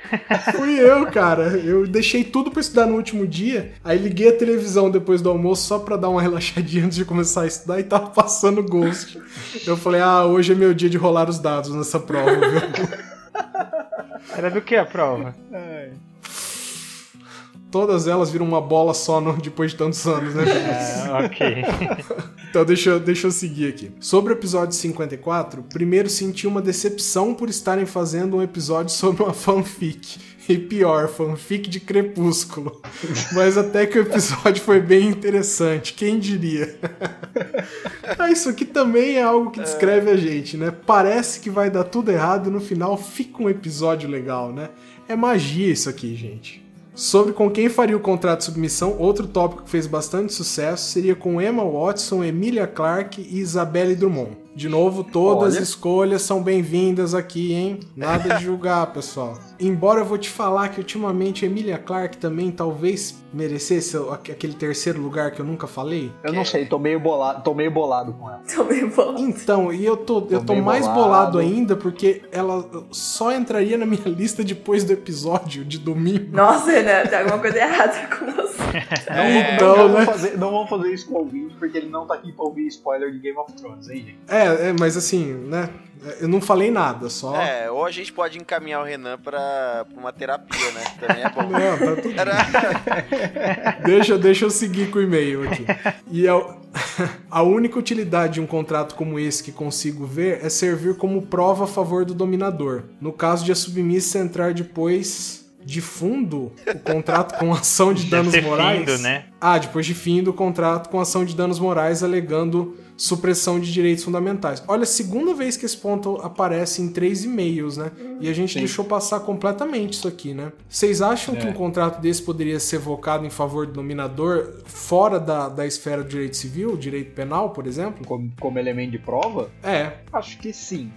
S4: Fui eu, cara. Eu deixei tudo pra estudar no último dia, aí liguei a televisão depois do almoço só pra dar uma relaxadinha (laughs) antes de começar a estudar e tava passando Ghost. Eu falei, ah, hoje é meu dia de rolar os dados nessa prova, viu?
S5: Era do que
S1: (laughs)
S5: a prova?
S4: Todas elas viram uma bola só no- depois de tantos anos, né?
S5: Ah, ok.
S4: Então deixa, eu- deixa eu seguir aqui. Sobre o episódio 54, primeiro senti uma decepção por estarem fazendo um episódio sobre uma fanfic. E pior, fanfic de Crepúsculo. Mas até que o episódio foi bem interessante, quem diria? (laughs) Ah, isso aqui também é algo que descreve a gente, né? Parece que vai dar tudo errado e no final fica um episódio legal, né? É magia isso aqui, gente. Sobre com quem faria o contrato de submissão, outro tópico que fez bastante sucesso seria com Emma Watson, Emilia Clarke e Isabelle Drummond. De novo, todas
S1: Olha.
S4: as escolhas são bem-vindas aqui, hein? Nada de julgar, pessoal. Embora eu vou te falar que ultimamente Emilia Clarke também talvez merecesse a- aquele terceiro lugar que eu nunca falei.
S1: Eu não sei, tô meio bolado, tô meio bolado com ela.
S3: Tô bem bom.
S4: Então, e eu tô, eu tô
S1: bem
S4: mais bolado.
S1: bolado.
S4: ainda porque ela só entraria na minha (laughs) lista depois do episódio de domingo.
S3: Nossa, Renan, tem alguma coisa errada com você.
S2: É,
S4: Não,
S1: não, vamos
S4: né?
S1: fazer, não vamos fazer isso com o ouvinte, porque ele não tá aqui pra ouvir spoiler de Game of Thrones, hein, gente?
S4: É, é, mas assim, né? Eu não falei nada, só.
S2: é, ou a gente pode encaminhar o Renan pra, pra uma terapia, né? Também é bom.
S4: Não, tá tudo
S2: Era...
S4: deixa, deixa eu seguir com o e-mail aqui. E a, (laughs) a única utilidade de um contrato como esse que consigo ver é servir como prova a favor do dominador. No caso de a submissa entrar depois de fundo o contrato com ação
S5: (laughs)
S4: de
S5: Deve
S4: danos
S5: ser
S4: morais.
S5: findo, né?
S4: Ah, depois de fim do contrato com ação de danos morais alegando supressão de direitos fundamentais. Olha, segunda vez que esse ponto aparece em três e-mails, né? E a gente
S1: Sim.
S4: deixou passar completamente isso aqui, né? Vocês acham que
S5: É.
S4: um contrato desse poderia ser evocado em favor do dominador fora da, da esfera do direito civil, direito penal, por exemplo?
S1: Como, como elemento de prova?
S4: É,
S1: Acho que sim.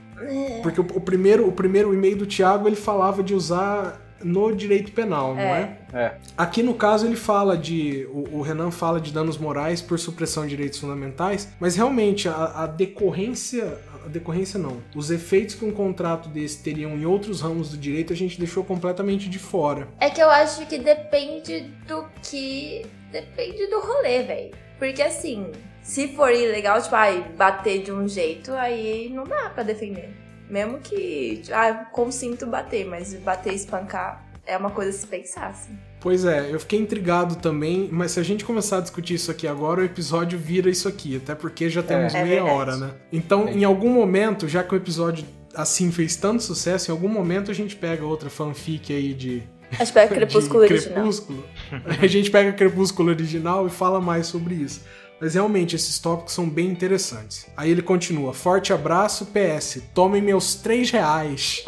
S4: porque o, o primeiro o primeiro e-mail do Tiago ele falava de usar no direito penal, não é?
S1: É.
S4: Aqui no caso ele fala de. O, o Renan fala de danos morais por supressão de direitos fundamentais, mas realmente a, a decorrência. A decorrência não. Os efeitos que um contrato desse teriam em outros ramos do direito a gente deixou completamente de fora.
S3: (laughs) É que eu acho que depende do que. Depende do rolê, velho. Porque assim, se for ilegal, tipo, ai, bater de um jeito, aí não dá pra defender. Mesmo que. Ah, consinto bater, mas bater e espancar é uma coisa a se pensar, assim.
S4: Pois é, eu fiquei intrigado também, mas se a gente começar a discutir isso aqui agora, o episódio vira isso aqui, até porque já temos
S3: É. É
S4: meia
S3: verdade.
S4: hora, né? Então, em algum momento, já que o episódio assim fez tanto sucesso, em algum momento a gente pega outra fanfic aí (laughs) de,
S3: Acho que é crepúsculo
S4: de
S3: original.
S4: Crepúsculo. (laughs) A gente pega Crepúsculo original e fala mais sobre isso. Mas realmente, esses tópicos são bem interessantes. Aí ele continua: forte abraço, PS. Tomem meus
S3: (laughs)
S4: três reais.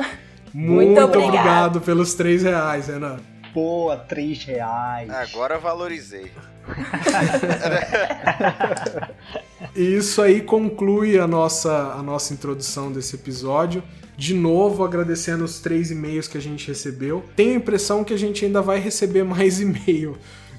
S4: Muito,
S3: Muito
S4: obrigado.
S3: obrigado.
S4: pelos três reais, Renan.
S1: Boa, 3 reais.
S2: É, Agora valorizei.
S4: E isso aí conclui a nossa, a nossa introdução desse episódio. De novo, agradecendo os três e-mails que a gente recebeu. Tenho a impressão que a gente ainda vai receber (laughs) mais e-mail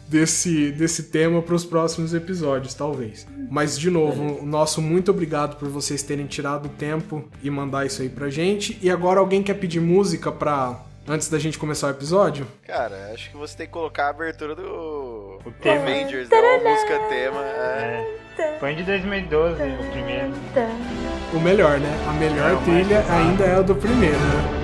S4: desse, desse tema para os próximos episódios, talvez. Mas, de novo,
S5: É.
S4: o nosso muito obrigado por vocês terem tirado o tempo e mandar isso aí pra gente. E agora, alguém quer pedir música pra. antes da gente começar o episódio?
S2: Cara, acho que você tem que colocar a abertura do.
S5: O tema.
S2: Avengers, né? Uma música tema. É.
S5: É. Foi de 2012, o primeiro.
S4: O melhor, né? A
S5: É,
S4: melhor
S5: o mais
S4: trilha
S5: exato.
S4: ainda é a do primeiro, né?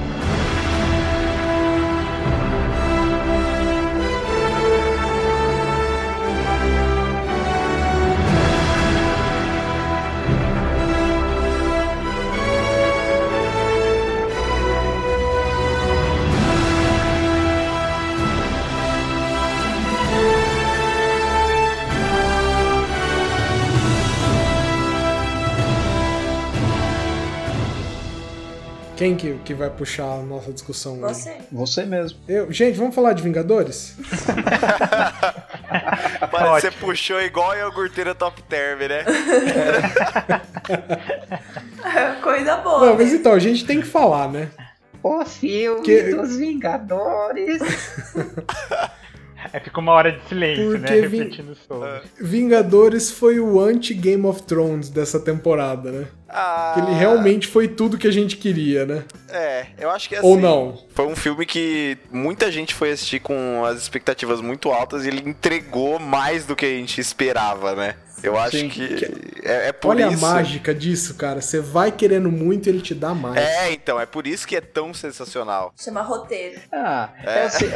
S4: Quem que, que vai puxar a nossa discussão? hoje?
S3: Você.
S1: Você mesmo.
S4: Eu, gente, vamos falar de Vingadores?
S5: É.
S2: Parece que você puxou igual a iogurteira top term, né?
S3: (laughs) coisa boa.
S4: Não, mas
S3: né?
S4: então, a gente tem que falar, né?
S1: O filme
S4: Que-
S1: dos Vingadores.
S5: É, ficou uma hora de silêncio, né?
S4: Porque vi-
S5: Repetindo
S1: (laughs)
S5: o som.
S4: Vingadores foi o anti-Game of Thrones dessa temporada, né?
S2: Ah,
S4: Que ele realmente foi tudo que a gente queria, né?
S2: É, eu acho que é assim.
S4: Ou não?
S2: Foi um filme que muita gente foi assistir com as expectativas muito altas e ele entregou mais do que a gente esperava, né? Eu acho
S1: Sim.
S2: que é, é por
S4: Olha
S2: isso.
S4: a mágica disso, cara. Você vai querendo muito e ele te dá mais.
S1: né?
S2: É, então, é por isso que é tão sensacional.
S3: Chama roteiro.
S1: Ah, é assim,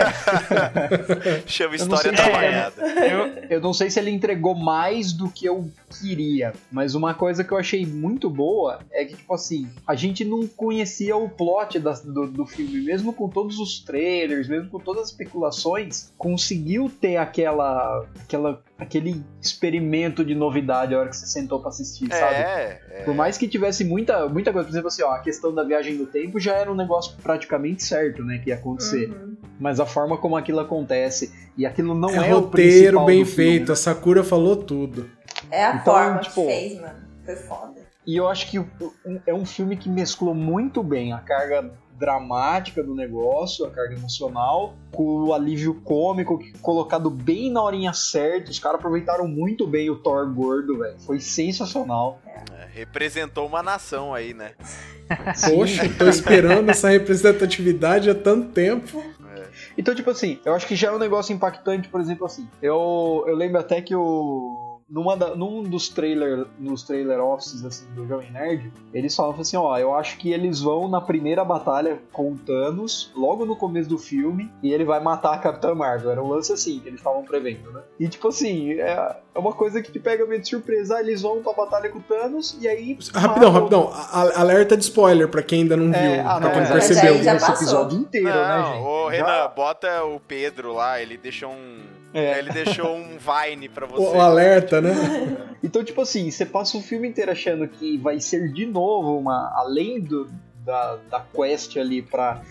S2: Chama
S1: Eu não sei né?
S2: história
S5: se é.
S2: trabalhada.
S5: Eu,
S1: eu não sei se ele entregou mais do que eu queria, mas uma coisa que eu achei muito boa é que, tipo assim, a gente não conhecia o plot das- do, do filme, mesmo com todos os trailers, mesmo com todas as especulações, conseguiu ter aquela, aquela aquele experimento de novidade a hora que você sentou pra assistir, sabe?
S2: É,
S1: Por mais que tivesse muita, muita coisa, por exemplo, assim, ó, a questão da viagem do tempo já era um negócio praticamente certo, né, que ia acontecer.
S3: Uhum.
S1: Mas a forma como aquilo acontece, e aquilo não
S4: É
S1: é, o
S4: roteiro
S1: principal
S4: bem
S1: do filme.
S4: feito, a Sakura falou
S1: (laughs)
S4: tudo.
S3: É a
S1: Então,
S3: forma
S1: tipo-
S3: que fez, mano. Foi foda.
S1: E eu acho que o- um- é um filme que mesclou muito bem a carga dramática do negócio, a carga emocional, com o alívio cômico que colocado bem na horinha certa. Os caras aproveitaram muito bem o Thor gordo, velho. Foi sensacional.
S2: é. Representou uma nação aí, né?
S1: Sim.
S4: Poxa, eu tô esperando essa representatividade há tanto tempo.
S1: Então, tipo assim, eu acho que já é um negócio impactante, por exemplo, assim. Eu, eu lembro até que o numa da- num dos trailer, nos trailer offices assim, do Jovem Nerd, eles falavam assim, ó, eu acho que eles vão na primeira batalha com o Thanos, logo no começo do filme, e ele vai matar a Capitã Marvel. Era um lance assim que eles estavam prevendo, né? E tipo assim, é, é uma coisa que te pega meio de surpresa, ah, eles vão pra batalha com o Thanos e aí. matam-
S4: Rapidão, rapidão. a- a- alerta de spoiler pra quem ainda não viu,
S1: É, ah,
S4: pra
S1: não,
S4: quem
S1: mas
S4: não
S1: aí
S4: percebeu.
S3: já
S1: esse
S3: passou.
S1: episódio inteiro, né,
S2: Não,
S1: gente?
S2: ô
S1: Já-
S2: Renan, bota o Pedro lá, ele deixou um.
S1: É.
S2: Ele deixou
S1: (laughs)
S2: um Vine pra
S4: O,
S2: você.
S4: o alerta, né?
S1: Então, tipo assim, você passa o filme inteiro achando que vai ser de novo uma. Além do, da, da quest ali pra,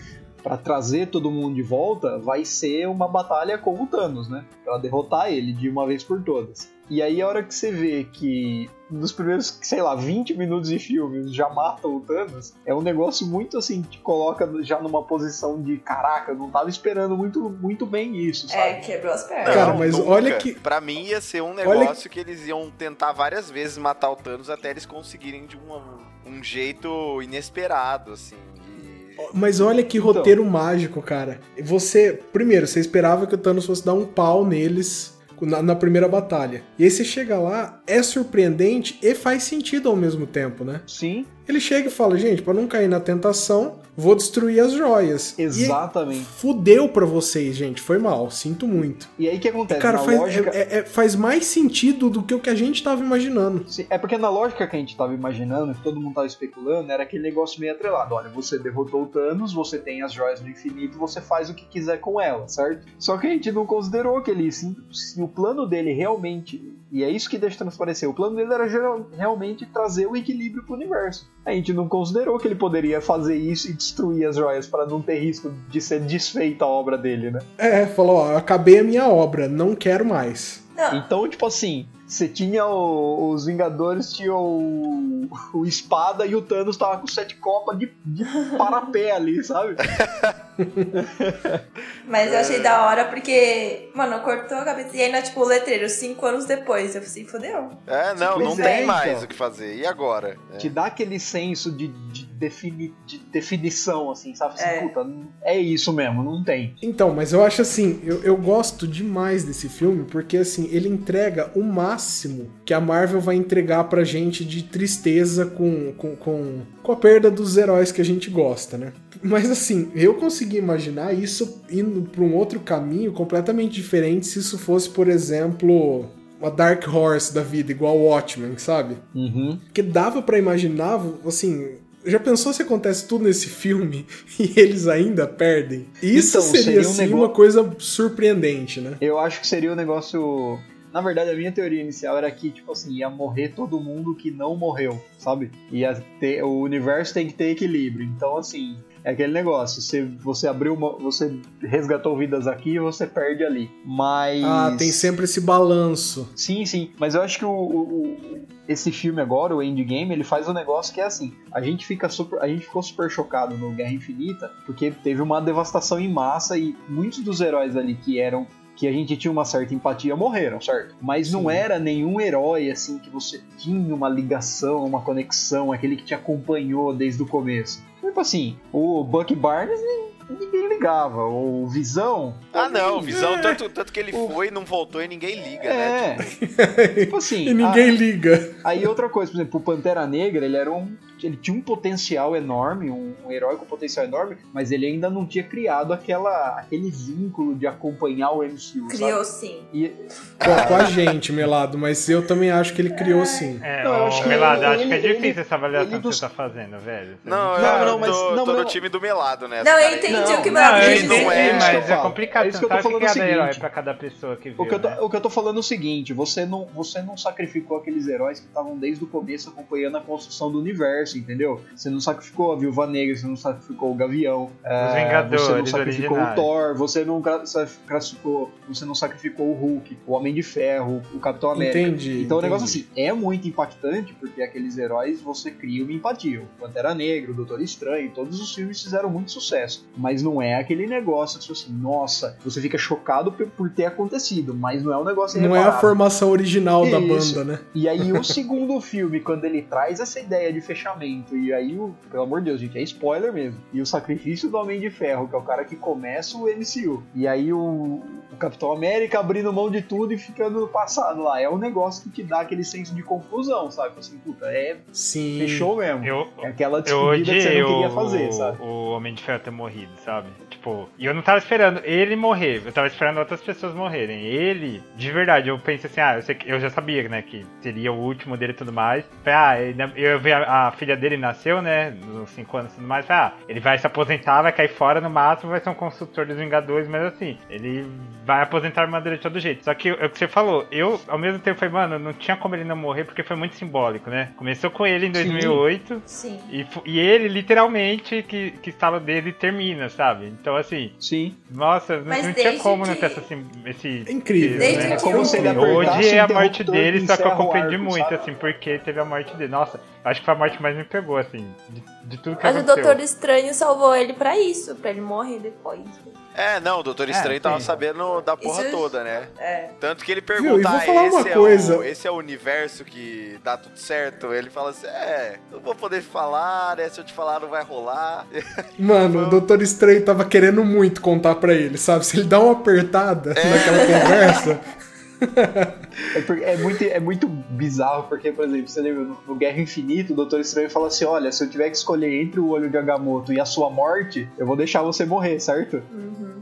S1: pra trazer todo mundo de volta, vai ser uma batalha com o Thanos, né? Pra derrotar ele de uma vez por todas. E aí, a hora que você vê que nos primeiros, sei lá, 20 minutos de filme já matam o Thanos, é um negócio muito assim que te coloca já numa posição de caraca, eu não tava esperando muito, muito bem isso, sabe?
S3: É, quebrou as
S2: Não,
S3: pernas.
S4: Cara, mas
S2: nunca.
S4: olha que-
S2: Pra mim ia ser um
S4: Olha-
S2: negócio que eles iam tentar várias vezes matar o Thanos até eles conseguirem de um, um jeito inesperado, assim. E...
S4: Mas olha que
S1: Então.
S4: roteiro mágico, cara. Você, primeiro, você esperava que o Thanos fosse dar um pau neles na, na primeira batalha. E aí você chega lá, é surpreendente e faz sentido ao mesmo tempo, né?
S1: Sim,
S4: Ele chega e fala, gente, pra não cair na tentação, vou destruir as joias. E
S1: exatamente.
S4: Fudeu pra vocês, gente. Foi mal. Sinto muito.
S1: E, aí o que acontece?
S4: Cara,
S1: Na
S4: faz,
S1: lógica...
S4: é- é- é- faz mais sentido do que o que a gente tava imaginando.
S1: Sim, é porque na lógica que a gente tava imaginando, que todo mundo tava especulando, era aquele negócio meio atrelado. Olha, você derrotou o Thanos, você tem as joias do infinito, você faz o que quiser com elas, certo? Só que a gente não considerou que ele, se, se o plano dele realmente. E é isso que deixa transparecer. O plano dele era geral- realmente trazer o equilíbrio pro universo. A gente não considerou que ele poderia fazer isso e destruir as joias para não ter risco de ser desfeita a obra dele, né?
S4: É, falou, ó, acabei a minha obra, não quero mais.
S3: Não,
S1: Então, tipo assim, você tinha o- os Vingadores, tinha o, o Espada e o Thanos tava com sete copas de, de parapé ali, sabe?
S3: mas eu
S5: é.
S3: achei da hora porque, mano, cortou a cabeça. E ainda, tipo, o letreiro, cinco anos depois. Eu falei, fodeu.
S2: É, não, não
S1: Pois é,
S2: tem
S1: então.
S2: mais o que fazer. E agora? É.
S1: Te dá aquele senso de, de, defini- de definição, assim, sabe? Assim,
S3: É.
S1: Puta, é isso mesmo, não tem.
S4: Então, mas eu acho assim, eu, eu gosto demais desse filme, porque assim, ele entrega o máximo que a Marvel vai entregar pra gente de tristeza com, com, com, com a perda dos heróis que a gente gosta, né? Mas assim, eu consegui imaginar isso indo pra um outro caminho completamente diferente se isso fosse, por exemplo, uma Dark Horse da vida, igual o Watchmen, sabe? Porque dava pra imaginar, assim. Já pensou se acontece tudo nesse filme (laughs) e eles ainda perdem? Isso
S1: Então,
S4: seria,
S1: seria um
S4: assim,
S1: negócio-
S4: uma coisa surpreendente, né?
S1: (laughs) Eu acho que seria um negócio. Na verdade, a minha teoria inicial era que, tipo assim, ia morrer todo mundo que não morreu, sabe? Ia ter, o universo tem que ter equilíbrio. Então, assim, é aquele negócio. Se você abriu uma. Você resgatou vidas aqui, você perde ali. Mas.
S4: Ah, tem sempre esse balanço.
S1: Sim, sim. Mas eu acho que o, o- o- esse filme agora, o Endgame, ele faz um negócio que é assim. A gente fica super, a gente ficou super chocado no Guerra Infinita porque teve uma devastação em massa e muitos dos heróis ali que eram que a gente tinha uma certa empatia morreram, certo? Mas não
S4: Sim.
S1: era nenhum herói assim que você tinha uma ligação, uma conexão, aquele que te acompanhou desde o começo. Tipo assim, o Buck Barnes ni- ninguém ligava, o Visão.
S2: Ah, não, visão,
S4: É.
S2: tanto, tanto que ele
S1: O-
S2: foi, não voltou e ninguém liga, né?
S1: É. Tipo assim,
S4: (laughs) E ninguém
S1: a-
S4: liga.
S1: Aí outra coisa, por exemplo, o Pantera Negra, ele era um. Ele tinha um potencial enorme, um, um herói com potencial enorme, mas ele ainda não tinha criado aquela, aquele vínculo de acompanhar o MCU.
S3: Criou
S1: sabe?
S3: sim.
S1: E,
S4: Com, com a gente, Melado, mas eu também acho que ele criou sim.
S5: É,
S1: Não, eu
S5: ô,
S1: acho que
S5: Melado,
S1: ele-
S5: acho que é
S1: ele-
S5: difícil
S1: ele-
S5: essa avaliação
S1: ele
S5: que
S1: dos-
S5: você tá fazendo, velho.
S2: Não,
S1: Não,
S2: eu
S1: não,
S2: tô,
S1: mas- não,
S2: tô
S1: mas
S2: no
S1: eu-
S2: time do melado, né?
S3: Não, eu
S2: cara?
S3: entendi
S1: Não,
S3: o que
S1: não,
S3: o Brasil
S5: eu
S1: é
S3: quis
S1: isso que
S5: entendi,
S1: eu
S3: dizer.
S1: falo.
S5: mas é
S1: falo.
S5: complicado
S1: É isso que eu tô
S5: tentar
S1: falando é o
S5: cada herói
S1: seguinte.
S5: pra cada pessoa que viu,
S1: o, que eu tô,
S5: né?
S1: o que eu tô falando é o seguinte: você não, você não sacrificou aqueles heróis que estavam desde o começo acompanhando a construção do universo, entendeu? Você não sacrificou a Viúva Negra, você não sacrificou o Gavião,
S5: Os
S1: Ah, você não
S5: Vingadores
S1: sacrificou
S5: originais.
S1: o Thor, você não cra- sa- classificou, você não sacrificou o Hulk, o Homem de Ferro, o Capitão América.
S4: Entendi.
S1: Então o negócio
S4: entendi.
S1: assim, é muito impactante, porque aqueles heróis você cria uma empatia. O Pantera Negra, o Doutor Estranho, todos os filmes fizeram muito sucesso. Mas não é aquele negócio que você assim, nossa, você fica chocado por, por ter acontecido, mas não é um negócio
S4: Não é a
S1: irreparável.
S4: formação original da
S1: Isso.
S4: banda, né?
S1: E aí o segundo filme, quando ele traz essa ideia de fechamento, e aí, o, pelo amor de Deus, gente, é spoiler mesmo. E o sacrifício do Homem de Ferro, que é o cara que começa o MCU. E aí o, o Capitão América abrindo mão de tudo e ficando no passado lá. É um negócio que te dá aquele senso de conclusão, sabe? Assim, puta, é
S4: Sim.
S1: fechou mesmo.
S5: Eu,
S1: É aquela
S5: eu
S1: despedida que você
S5: odiei
S1: não queria
S5: o,
S1: fazer, sabe?
S5: o Homem de Ferro ter morrido, sabe? Tipo, e eu não tava esperando ele morrer, eu tava esperando outras pessoas morrerem. Ele, de verdade, eu pensei assim, ah, eu, sei que- eu já sabia, né, que seria o último dele e tudo mais. Falei, ah, ele- eu vi a, a filha dele nasceu, né, nos 5 anos e tudo mais. Falei, ah, ele vai se aposentar, vai cair fora no máximo, vai ser um consultor dos Vingadores, mas assim, ele vai aposentar a irmã dele de todo jeito. Só que é o que você falou, eu, ao mesmo tempo, falei, mano, não tinha como ele não morrer, porque foi muito simbólico, né? Começou com ele em 2008,
S3: Sim.
S5: e, fu- e ele, literalmente, que, que estava dele termina, sabe? Então, assim,
S1: Sim.
S5: nossa, não-
S3: Mas
S5: não tinha
S3: desde
S5: como não
S3: que-
S5: ter essa, assim, esse.
S4: É incrível.
S3: Desde
S4: né?
S1: É como se ele
S4: Incrível.
S1: apertasse
S5: Hoje é a
S1: o
S4: um
S5: morte
S1: interruptor
S5: dele,
S1: e
S5: só que eu
S1: encerra o
S5: compreendi
S1: arco,
S5: muito,
S1: sabe?
S5: assim, porque teve a morte dele. Nossa, acho que foi a morte que mais me pegou, assim, de, de tudo que
S3: Mas o
S5: aconteceu.
S3: Doutor Estranho salvou ele pra isso, pra ele morrer depois.
S2: É, não, o Doutor Estranho tava
S5: sim.
S2: sabendo da porra
S3: Isso-
S2: toda, né?
S3: É.
S2: Tanto que ele
S4: Viu, e
S2: pergunta,
S4: vou
S2: ah,
S4: falar uma
S2: esse, é o,
S4: coisa.
S2: esse é o universo que dá tudo certo? Ele fala assim, é, não vou poder falar, né? Se eu te falar não vai rolar. (laughs)
S4: Mano, o Doutor Estranho tava querendo muito contar pra ele, sabe? Se ele dá uma apertada naquela conversa.
S1: É, por- é muito, é muito bizarro, porque, por exemplo, você lembra no, no Guerra Infinita, o Doutor Estranho fala assim: olha, se eu tiver que escolher entre o olho de Agamotto e a sua morte, eu vou deixar você morrer, certo?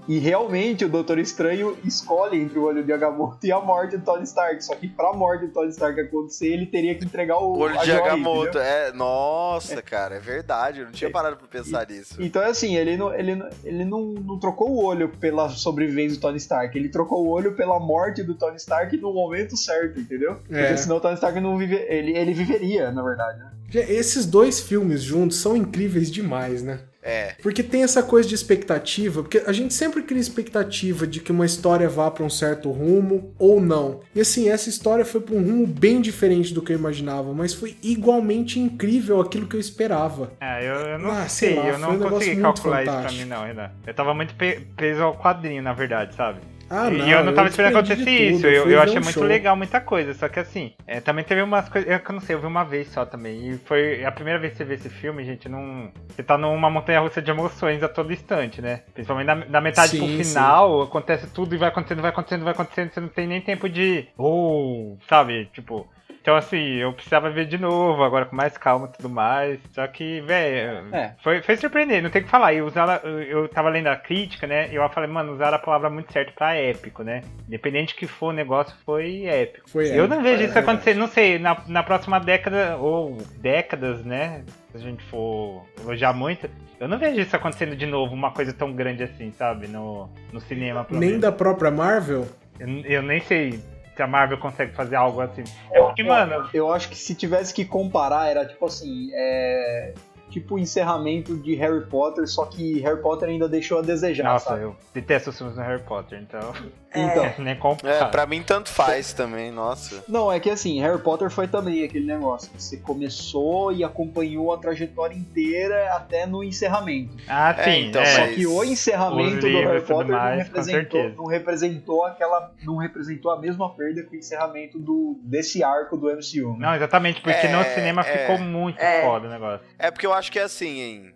S1: E realmente o Doutor Estranho escolhe entre o olho de Agamotto e a morte do Tony Stark. Só que pra morte do Tony Stark acontecer, ele teria que entregar o
S2: O olho
S1: a
S2: de
S1: joia,
S2: Agamotto,
S1: entendeu?
S2: é, nossa, cara, é verdade, eu não tinha parado pra pensar nisso.
S1: Então é assim, ele, não, ele, não- ele não, não trocou o olho pela sobrevivência do Tony Stark, ele trocou o olho pela morte do Tony Stark no momento certo, entendeu?
S4: É.
S1: Porque senão o Tony Stark não vive, ele, ele viveria, na verdade, né?
S4: Gente, Esses dois filmes juntos são incríveis demais, né?
S2: É,
S4: Porque tem essa coisa de expectativa, porque a gente sempre cria expectativa de que uma história vá pra um certo rumo ou não. E assim, essa história foi pra um rumo bem diferente do que eu imaginava, mas foi igualmente incrível aquilo que eu esperava.
S5: É, eu, eu não
S4: Ah, sei
S5: sei,
S4: lá,
S5: eu
S4: foi
S5: não
S4: um negócio
S5: consegui
S4: muito
S5: calcular
S4: fantástico.
S5: isso pra mim, não, Renan. Eu tava muito pe- preso ao quadrinho, na verdade, sabe?
S4: Ah,
S5: E-
S4: não,
S5: e eu não tava esperando
S4: desprendi de
S5: acontecer
S4: tudo,
S5: isso. Eu,
S4: fui
S5: eu
S4: ver
S5: achei
S4: um
S5: muito
S4: show.
S5: legal muita coisa. Só que assim, é, também teve umas coisas. Eu que não sei, eu vi uma vez só também. E foi a primeira vez que você vê esse filme, gente. Não, você tá numa montanha russa de emoções a todo instante, né? Principalmente da, da metade pro
S4: Sim, sim.
S5: final, acontece tudo e vai acontecendo, vai acontecendo, vai acontecendo. Você não tem nem tempo de. Ou, sabe? Tipo. Então, assim, eu precisava ver de novo, agora com mais calma e tudo mais. Só que, velho,
S1: É.
S5: foi, foi surpreendente, não tem o que falar. E usaram, eu, eu tava lendo a crítica, né? E eu falei, mano, usaram a palavra muito certa pra épico, né? Independente que for o negócio, foi épico.
S4: Foi
S5: eu não
S4: épico,
S5: vejo
S4: é
S5: isso acontecer, não sei, na, na próxima década, ou décadas, né? Se a gente for elogiar muito, eu não vejo isso acontecendo de novo, uma coisa tão grande assim, sabe? No, no cinema, pelo
S4: Nem
S5: menos.
S4: da própria Marvel?
S5: Eu, eu nem sei se a Marvel consegue fazer algo assim. É porque, mano,
S1: Eu acho que se tivesse que comparar, era tipo assim, é... Tipo o encerramento de Harry Potter, só que Harry Potter ainda deixou a desejar,
S5: Nossa,
S1: sabe?
S5: eu detesto os filmes do Harry Potter, então.
S1: Então,
S5: (laughs) Nem comprar.
S2: é, pra mim tanto faz também, nossa.
S1: Não, é que assim, Harry Potter foi também aquele negócio que você começou e acompanhou a trajetória inteira até no encerramento.
S5: Ah, sim.
S2: É, então,
S5: é.
S1: Só
S2: mas-
S1: que o
S5: Os
S1: encerramento do
S5: livros e
S1: Harry
S5: tudo
S1: Potter não,
S5: mais, com
S1: representou,
S5: certeza.
S1: não representou aquela. não representou a mesma perda que o encerramento do, desse arco do MCU. né?
S5: Não, exatamente, porque
S2: É,
S5: no cinema
S2: é.
S5: ficou muito
S3: É.
S5: foda o negócio.
S2: É porque eu acho que é assim, hein?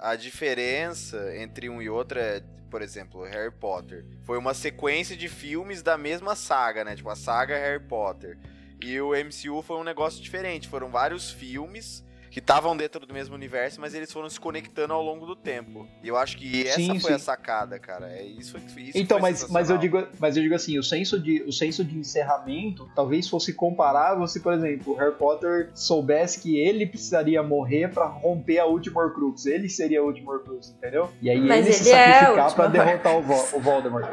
S2: A diferença entre um e outro é, por exemplo, Harry Potter. Foi uma sequência de filmes da mesma saga, né? Tipo, a saga Harry Potter. E o MCU foi um negócio diferente. Foram vários filmes que estavam dentro do mesmo universo, mas eles foram se conectando ao longo do tempo. E eu acho que essa
S1: Sim,
S2: foi
S1: sim.
S2: a sacada, cara. É isso que isso
S1: Então,
S2: foi
S1: mas, mas eu
S2: sensacional.
S1: digo, mas eu digo assim, o senso de o senso de encerramento talvez fosse comparável se, por exemplo, o Harry Potter soubesse que ele precisaria morrer pra romper a última Horcrux. Ele seria a última Horcrux, entendeu? E aí
S3: Mas
S1: ele se
S3: ele é a
S1: sacrificar pra
S3: última
S1: derrotar o, Vo- o Voldemort.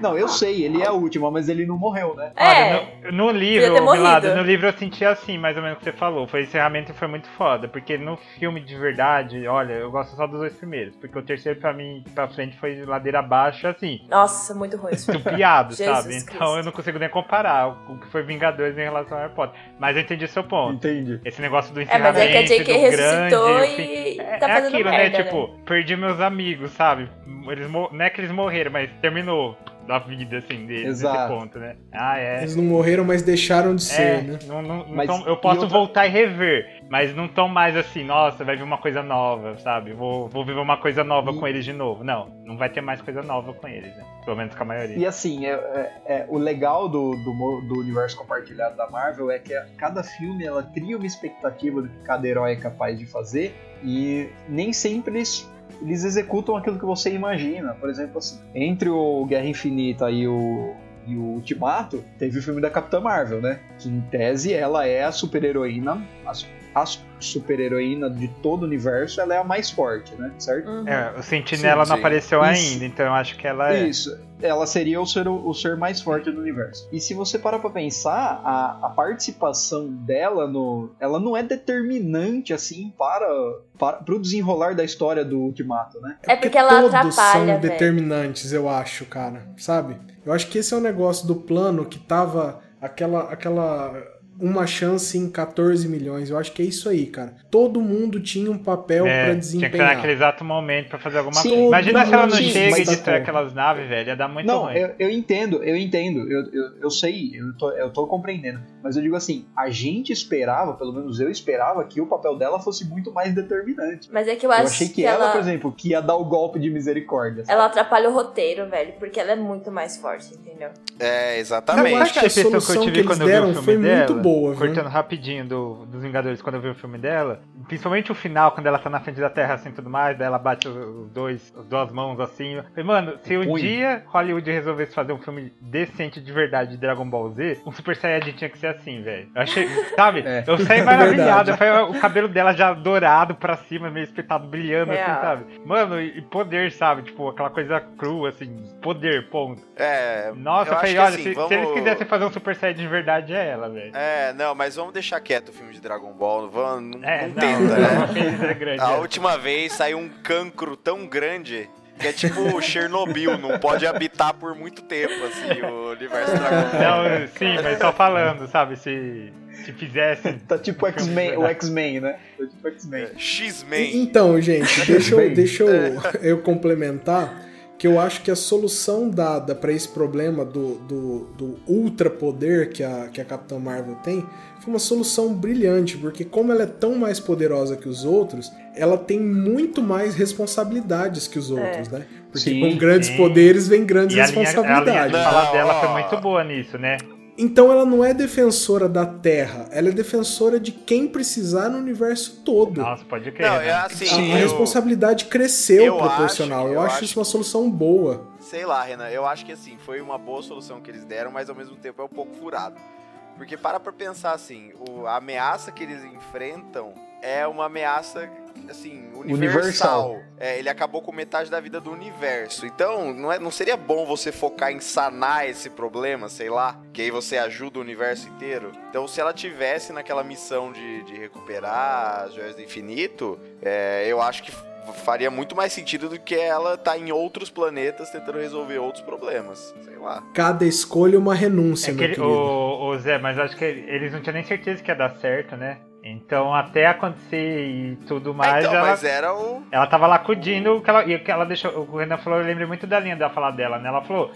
S1: Não, eu sei, ele é a última, mas ele não morreu, né?
S3: É,
S5: Olha, no, no
S3: devia ter
S5: livro,
S3: morrido.
S5: Milado, no livro eu senti assim, mais ou menos o que você falou. Foi encerramento e foi muito foda. Porque no filme de verdade, olha, eu gosto só dos dois primeiros. Porque o terceiro, pra mim, pra frente, foi ladeira abaixo, assim.
S3: nossa, muito
S5: (laughs)
S3: ruim isso. (laughs)
S5: piado,
S3: Jesus
S5: sabe?
S3: Cristo.
S5: Então eu não consigo nem comparar o que foi Vingadores em relação ao Harry Potter. Mas eu entendi o seu ponto.
S1: Entendi.
S5: Esse negócio do
S3: É,
S5: encerramento,
S3: mas é que a JK
S5: do
S3: ressuscitou
S5: grande, o fim-
S3: e
S5: É,
S3: tá
S5: é
S3: fazendo
S5: aquilo,
S3: merda,
S5: né? Tipo, perdi meus amigos, sabe? Eles mor- Não é que eles morreram, mas terminou. da vida, assim, deles
S1: Exato.
S5: nesse ponto, né? Ah, é.
S4: Eles não morreram, mas deixaram de
S5: É,
S4: ser, né?
S5: não, não- não
S1: Mas
S5: tão- eu
S1: e
S5: posso
S1: outra-
S5: voltar e rever, mas não tão mais assim, nossa, vai vir uma coisa nova, sabe? Vou, vou viver uma coisa nova
S1: E-
S5: com eles de novo. Não, não vai ter mais coisa nova com eles, né? Pelo menos com a maioria.
S1: E assim, é, é- é- o legal do, do, mo- do universo compartilhado da Marvel é que a- cada filme ela cria uma expectativa do que cada herói é capaz de fazer e nem sempre eles, eles executam aquilo que você imagina. Por exemplo, assim, entre o Guerra Infinita e o, e o Ultimato, teve o filme da Capitã Marvel, né? Que em tese ela é a super-heroína, a, su- a su- super-heroína de todo o universo, ela é a mais forte, né? Certo?
S3: Uhum.
S5: É, o Sentinela
S2: Sim,
S5: não
S2: sim.
S5: apareceu
S1: Isso.
S5: ainda, então eu acho que ela é.
S1: Isso. Ela seria o ser, o ser mais forte do universo. E se você parar pra pensar, a, a participação dela no. Ela não é determinante, assim, para, para pro desenrolar da história do Ultimato, né?
S3: É porque ela
S4: todos
S3: atrapalha,
S4: são
S3: velho.
S4: determinantes, eu acho, cara. Sabe? Eu acho que esse é o negócio do plano que tava aquela aquela uma chance em 14 milhões. Eu acho que é isso aí, cara. Todo mundo tinha um papel pra
S5: É, tinha que estar
S4: desempenhar.
S5: naquele exato momento pra fazer alguma
S1: Sim,
S5: coisa. Imagina se ela não
S1: sim,
S5: chega e
S1: mas- é.
S5: destrói aquelas naves, velho. Ia dar muito
S1: não, é
S5: ruim.
S1: eu, eu entendo, eu entendo, eu, eu, eu sei, eu tô, eu tô compreendendo. Mas eu digo assim, a gente esperava, pelo menos eu esperava, que o papel dela fosse muito mais determinante.
S3: Mas é que eu
S1: Eu
S3: acho
S1: achei que,
S3: que
S1: ela,
S3: ela,
S1: por exemplo, que ia dar o golpe de misericórdia. sabe?
S3: ela atrapalha o roteiro, velho, porque ela é muito mais forte, entendeu?
S2: É,
S4: Eu
S2: exatamente.
S4: acho que a solução que eles deram foi muito boa,
S1: Uhum.
S4: viu?
S5: Cortando rapidinho do, dos Vingadores quando eu vi o filme dela. Principalmente o final, quando ela tá na frente da Terra assim e tudo mais, daí ela bate os os dois, as duas mãos assim. Eu falei, mano, se um
S1: Ui.
S5: dia Hollywood resolvesse fazer um filme decente de verdade de Dragon Ball Z, um Super Saiyajin tinha que ser assim, velho. Eu achei, sabe?
S1: (laughs) É.
S5: Eu
S1: (laughs)
S5: saí maravilhado. Eu falei, o cabelo dela já dourado pra cima, meio espetado, brilhando, assim,
S2: É.
S3: Real.
S5: sabe? Mano, e poder, sabe? Tipo, aquela coisa crua, assim, poder, ponto.
S2: É,
S5: Nossa,
S2: eu acho
S5: eu falei,
S2: que
S5: olha,
S2: assim,
S5: se, se
S2: vamos-
S5: eles quisessem fazer um Super Saiyajin de verdade, é ela, velho.
S2: É, não, mas vamos deixar quieto o filme de Dragon Ball. Vamos, não,
S5: É,
S2: não
S5: não,
S2: tenta,
S5: não,
S2: né?
S5: uma ferida grande.
S2: A
S5: é.
S2: última vez saiu um cancro tão grande que é tipo Chernobyl, não pode habitar por muito tempo, assim, o universo Dragon Ball.
S5: (laughs) Não, sim, mas só falando, sabe? Se, se fizesse.
S1: Tá tipo o X-Men, o X-Men, né? Tá tipo o X-Men.
S2: X-Men.
S4: Então, gente,
S5: Tá
S4: deixa
S1: Bem.
S4: eu, deixa eu, (laughs) eu complementar que eu acho que a solução dada para esse problema do, do, do ultrapoder que a, que a Capitã Marvel tem foi uma solução brilhante, porque como ela é tão mais poderosa que os outros, ela tem muito mais responsabilidades que os outros, né? Porque
S1: Sim,
S4: com grandes
S5: sim.
S4: poderes vem grandes
S5: E a linha, a linha de
S4: responsabilidades.
S2: Não,
S5: fala dela foi
S2: ó.
S5: muito boa nisso, né?
S4: Então ela não é defensora da Terra, ela é defensora de quem precisar no universo todo.
S5: Nossa, pode crer.
S2: Não,
S5: né?
S2: é assim,
S1: Sim.
S4: A
S2: eu-
S4: responsabilidade cresceu
S2: eu
S4: proporcional.
S2: acho-
S4: eu,
S2: eu
S4: acho
S2: acho
S4: isso uma solução boa.
S2: sei lá, Renan, eu acho que assim, foi uma boa solução que eles deram, mas ao mesmo tempo é um pouco furado. Porque para pra pensar assim, o- a ameaça que eles enfrentam é uma ameaça, assim, universal.
S1: Universal.
S2: É, ele acabou com metade da vida do universo. Então, não, é- não seria bom você focar em sanar esse problema, sei lá? Que aí você ajuda o universo inteiro? Então, se ela tivesse naquela missão de, de recuperar as joias do infinito, é, eu acho que faria muito mais sentido do que ela tá em outros planetas tentando resolver outros problemas. Sei lá.
S4: Cada escolha uma renúncia,
S5: É que
S4: meu
S5: ele,
S4: querido.
S5: o, o Zé, mas acho que eles não tinham nem certeza que ia dar certo, né? Então, até acontecer e tudo
S2: Ah,
S5: mais,
S2: então,
S5: ela
S2: mas era o.
S5: Ela tava lacudindo o que ela, e o que ela deixou. O que o Renan falou, eu lembrei muito da linha da fala dela, né? Ela falou: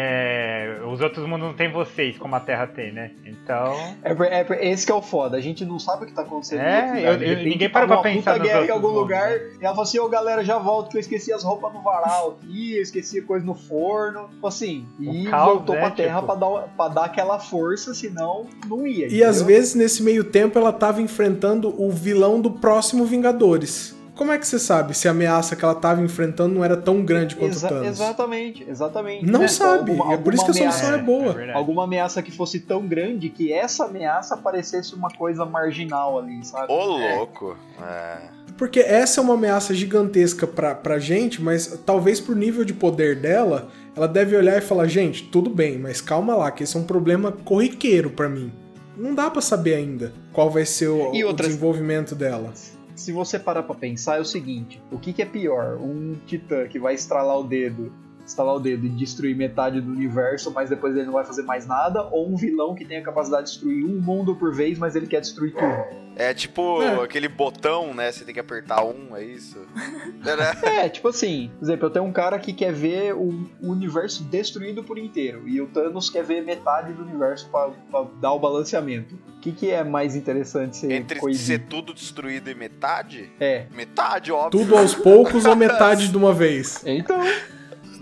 S5: é, os outros mundos não têm vocês, como a Terra tem, né? Então.
S1: É, por- é, por- esse que é o foda, a gente não sabe o que tá acontecendo.
S5: É,
S1: aqui,
S5: eu-
S1: De
S5: eu-
S1: repente,
S5: ninguém parou
S1: tá
S5: pra
S1: uma
S5: pensar
S1: puta
S5: nos
S1: guerra em
S5: outros
S1: algum
S5: mundos,
S1: lugar.
S5: né?
S1: E ela falou assim: ô galera, já volto que eu esqueci as roupas no varal aqui, eu esqueci coisa no forno. Tipo assim, e
S5: O caos,
S1: voltou
S5: né,
S1: pra terra
S5: tipo?
S1: pra, dar, pra dar aquela força, senão não ia.
S4: E às
S1: entendeu?
S4: vezes, nesse meio tempo, ela tava enfrentando o vilão do próximo Vingadores. Como é que você sabe se a ameaça que ela tava enfrentando não era tão grande quanto
S1: Exa-
S4: o Thanos?
S1: Exatamente, exatamente.
S4: Não
S1: Então,
S4: sabe.
S1: alguma-
S4: é por isso que a
S1: alguma
S4: solução é,
S5: ameaça. É
S4: boa.
S5: verdade.
S1: Alguma ameaça que fosse tão grande que essa ameaça parecesse uma coisa marginal ali, sabe?
S2: Ô, louco. É.
S4: Porque essa é uma ameaça gigantesca pra, pra gente, mas talvez pro nível de poder dela, ela deve olhar e falar: gente, tudo bem, mas calma lá, que esse é um problema corriqueiro pra mim. Não dá pra saber ainda qual vai ser o,
S1: E
S4: o
S1: outras-
S4: desenvolvimento dela.
S1: se você parar pra pensar, é o seguinte: o que, que é pior? Um titã que vai estralar o dedo estalar o dedo e destruir metade do universo, mas depois ele não vai fazer mais nada, ou um vilão que tem a capacidade de destruir um mundo por vez, mas ele quer destruir
S2: (laughs)
S1: tudo.
S2: É tipo
S4: É.
S2: aquele botão, né? Você tem que apertar um,
S1: (laughs)
S2: é isso? É, né?
S1: É, tipo assim, por exemplo, eu tenho um cara que quer ver o o universo destruído por inteiro, e o Thanos quer ver metade do universo pra pra dar o balanceamento. O que, que é mais interessante ser
S2: Entre
S1: coibido?
S2: ser tudo destruído e metade?
S1: É.
S2: Metade, óbvio.
S4: Tudo aos poucos ou metade de uma vez?
S1: Então,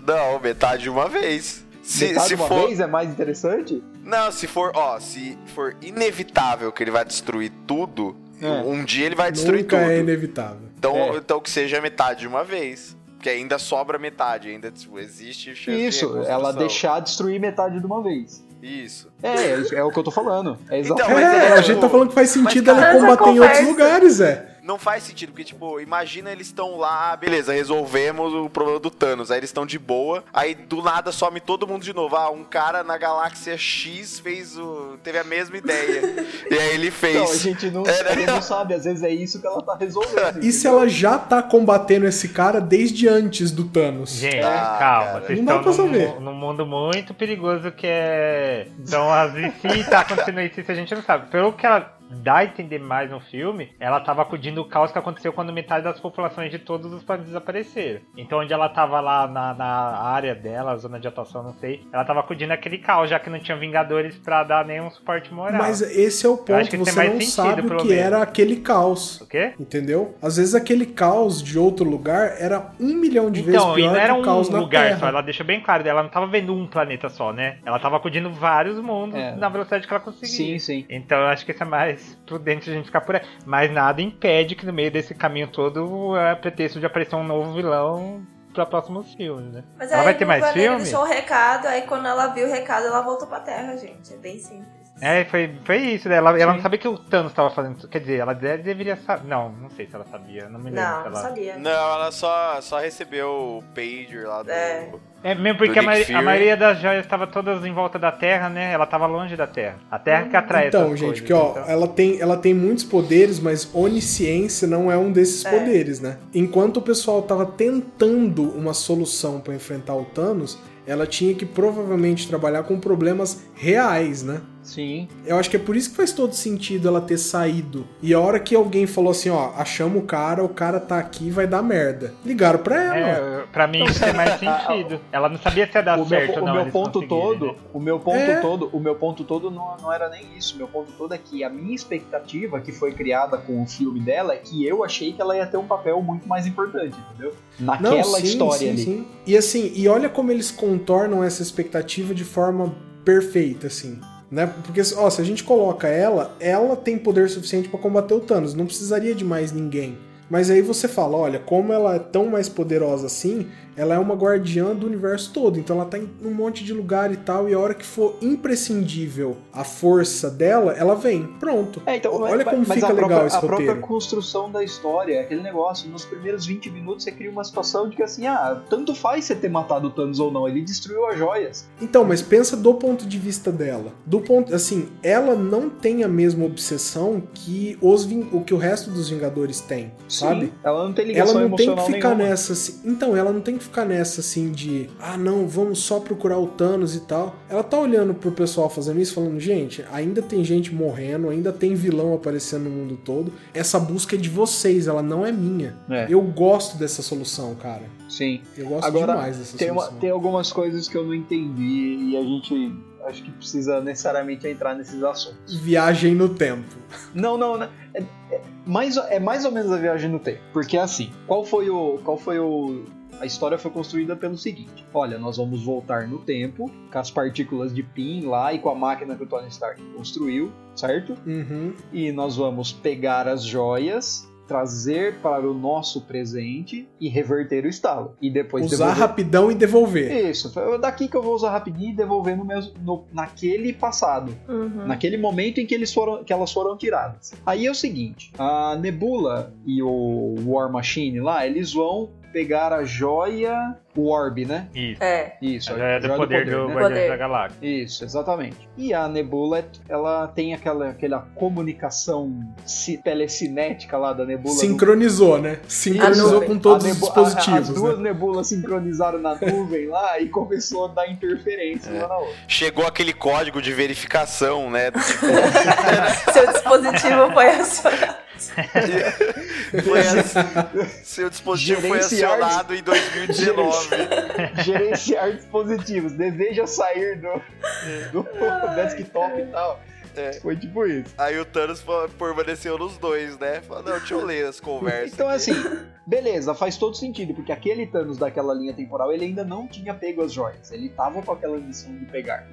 S2: Não, metade de uma vez. (laughs) Se,
S1: metade
S2: se
S1: uma
S2: for.
S1: vez é mais interessante?
S2: Não, se for, ó, se for inevitável que ele vai destruir tudo,
S1: É.
S2: um dia ele vai destruir
S4: Nunca
S2: tudo.
S4: é inevitável.
S2: Então,
S1: É.
S2: então que seja metade de uma vez. Porque ainda sobra metade, ainda tipo, existe chance de
S1: Isso,
S2: reconstrução.
S1: ela deixar destruir metade de uma vez.
S2: Isso.
S1: É, é, isso- é o que eu tô falando. É
S2: Então,
S1: exatamente.
S2: mas
S4: é,
S2: é,
S4: a gente
S2: tipo,
S4: tá falando que faz sentido
S2: mas,
S4: ela
S3: cara,
S4: combater em outros
S3: conversa.
S4: lugares, é.
S2: Não faz sentido, porque, tipo, imagina eles estão lá, "Ah, beleza, resolvemos o problema do Thanos. Aí eles estão de boa, aí do nada some todo mundo de novo. Ah, um cara na galáxia X fez o. teve a mesma
S1: (laughs)
S2: ideia. e aí ele fez.
S1: Então, a gente não, a gente não sabe, às vezes é isso que ela tá resolvendo.
S4: (laughs) E se ela já tá combatendo esse cara desde antes do Thanos?
S5: Gente,
S2: Ah,
S5: calma,
S2: cara.
S5: vocês
S4: Não dá
S5: estão
S4: pra
S5: num,
S4: saber.
S5: mu- num mundo muito perigoso que é. Então, as e se tá acontecendo isso, isso a gente não sabe. Pelo que ela dá a entender mais no filme, ela tava acudindo o caos que aconteceu quando metade das populações de todos os planetas desapareceram. Então, onde ela tava lá na, na área dela, zona de atuação, não sei, ela tava acudindo aquele caos, já que não tinha Vingadores pra dar nenhum suporte moral.
S4: Mas esse é o
S5: acho
S4: ponto,
S5: que tem
S4: você
S5: mais
S4: não
S5: sentido,
S4: sabe o
S5: pelo
S4: que
S5: menos.
S4: era aquele caos.
S5: O quê?
S4: Entendeu? Às vezes aquele caos de outro lugar era um milhão de vezes
S5: Então, e
S4: pior
S5: não era
S4: que
S5: um
S4: o caos na
S5: lugar
S4: Terra.
S5: só, ela deixa bem claro, ela não tava vendo um planeta só, né? Ela tava acudindo vários mundos
S1: É.
S5: na velocidade que ela conseguia.
S1: Sim, sim.
S5: Então eu acho que isso é mais prudente a gente ficar por aí. Mas nada impede que no meio desse caminho todo é pretexto de aparecer um novo vilão pra próximos filmes, né?
S3: Mas
S5: Ela
S3: aí
S5: vai ter
S3: o
S5: mais
S3: Vanessa
S5: filme?
S3: deixou o recado, aí quando ela viu o recado, ela voltou pra terra, gente. É bem simples.
S5: É, foi, foi isso, né? Ela, ela
S1: Sim.
S5: não sabia que o Thanos tava fazendo isso. Quer dizer, ela de- deveria saber. Não, não sei se ela sabia, não me lembro se
S3: Não, não
S5: ela.
S3: sabia.
S2: Não, ela só, só recebeu o pager lá do.
S3: É.
S5: É mesmo porque
S2: Do
S5: a,
S2: Nick
S5: mai- a
S2: Fury.
S5: maioria das joias estava todas em volta da Terra, né? Ela tava longe da Terra. A Terra que atrai
S4: Então,
S5: essas
S4: gente,
S5: coisas,
S4: que ó,
S5: então.
S1: é-
S4: ela tem, ela tem muitos poderes, mas onisciência não é um desses
S3: É.
S4: poderes, né? Enquanto o pessoal tava tentando uma solução pra enfrentar o Thanos, ela tinha que provavelmente trabalhar com problemas reais, né?
S1: Sim.
S4: Eu acho que é por isso que faz todo sentido ela ter saído. E a hora que alguém falou assim, ó, achamos o cara, o cara tá aqui, vai dar merda. Ligaram pra ela.
S5: É, pra mim isso tem
S1: (laughs)
S5: mais sentido. Ela não sabia se ia
S4: Tá
S5: dar
S1: O meu,
S5: certo
S1: o
S5: ou não.
S1: meu
S5: eles
S1: ponto
S5: conseguirem,
S1: todo,
S5: né?
S1: o meu ponto
S4: É.
S1: todo, o meu ponto todo não, não era nem isso. O meu ponto todo é que a minha expectativa que foi criada com o filme dela é que eu achei que ela ia ter um papel muito mais importante, entendeu? Naquela história ali.
S4: sim. E assim, e olha como eles contornam essa expectativa de forma perfeita, assim. Né? Porque, ó, se a gente coloca ela, ela tem poder suficiente pra combater o Thanos, não precisaria de mais ninguém. Mas aí você fala, olha, como ela é tão mais poderosa assim, ela é uma guardiã do universo todo, então ela tá em um monte de lugar e tal, e a hora que for imprescindível a força dela, ela vem. Pronto.
S1: É, então,
S4: Olha
S1: mas-
S4: como
S1: mas
S4: fica
S1: a
S4: legal
S1: própria,
S4: esse
S1: A própria
S4: roteiro.
S1: construção da história, aquele negócio, nos primeiros 20 minutos você cria uma situação de que assim, ah, tanto faz você ter matado o Thanos ou não, ele destruiu as joias.
S4: Então, mas pensa do ponto de vista dela. Do ponto, assim, ela não tem a mesma obsessão que os vin- o que o resto dos Vingadores tem, sabe?
S1: Sim, ela não tem ligação
S4: Ela não tem
S1: emocional
S4: que ficar
S1: nenhuma.
S4: nessa assim. Então, ela não tem que ficar nessa assim de, ah, não, vamos só procurar o Thanos e tal. Ela tá olhando pro pessoal fazendo isso, falando, gente, ainda tem gente morrendo, ainda tem vilão aparecendo no mundo todo. Essa busca é de vocês, ela não é minha.
S1: É.
S4: Eu gosto dessa solução, cara.
S1: Sim.
S4: Eu gosto
S1: Agora,
S4: demais dessa
S1: Tem, uma-
S4: solução.
S1: tem algumas coisas que eu não entendi e a gente acho que precisa necessariamente entrar nesses assuntos.
S4: Viagem no tempo.
S1: Não, não, né? É, é mais, é mais ou menos a viagem no tempo. Porque assim, qual foi o. Qual foi o. A história foi construída pelo seguinte: olha, nós vamos voltar no tempo, com as partículas de PIN lá e com a máquina que o Tony Stark construiu, certo?
S4: Uhum.
S1: E nós vamos pegar as joias, trazer para o nosso presente e reverter o estalo. E depois
S4: Usar
S1: devolver- É,
S4: rapidão e devolver.
S1: Isso, foi daqui que eu vou usar rapidinho e devolver no mesmo, no- naquele passado,
S3: Uhum.
S1: Ah. naquele momento em que, eles foram, que elas foram tiradas. Aí é o seguinte, a Nebula e o War Machine lá, eles vão pegar a joia, o orb, né?
S5: Isso.
S3: É. (laughs)
S1: Isso,
S5: Ela é do poder, do
S1: né?
S5: Guardiões
S3: Poder.
S5: da Galáxia.
S1: Isso, exatamente. E a Nebula, ela tem aquela, aquela comunicação ci- telecinética lá da Nebula.
S4: Sincronizou, né? Sincronizou
S3: A
S1: Isso,
S4: com todos
S1: a
S4: os
S1: nebu- a-
S4: dispositivos.
S1: As
S4: né?
S1: duas nebulas sincronizaram na nuvem lá e (laughs) começou a dar interferência uma na outra.
S2: Chegou aquele código de
S1: (laughs)
S2: verificação, né?
S3: Seu dispositivo foi acionado.
S2: Foi aci- Seu dispositivo foi
S1: assim. Gerenciar-
S2: acionado em 2019.
S1: (laughs) Gerenciar dispositivos, deseja sair do, do desktop e tal.
S2: É.
S1: Foi tipo isso.
S2: Aí o Thanos fa- permaneceu nos dois, né? Falou, não, deixa eu ler as conversas.
S1: Então, assim, beleza, faz todo sentido, porque aquele Thanos daquela linha temporal, ele ainda não tinha pego as joias. Ele tava com aquela missão de pegar.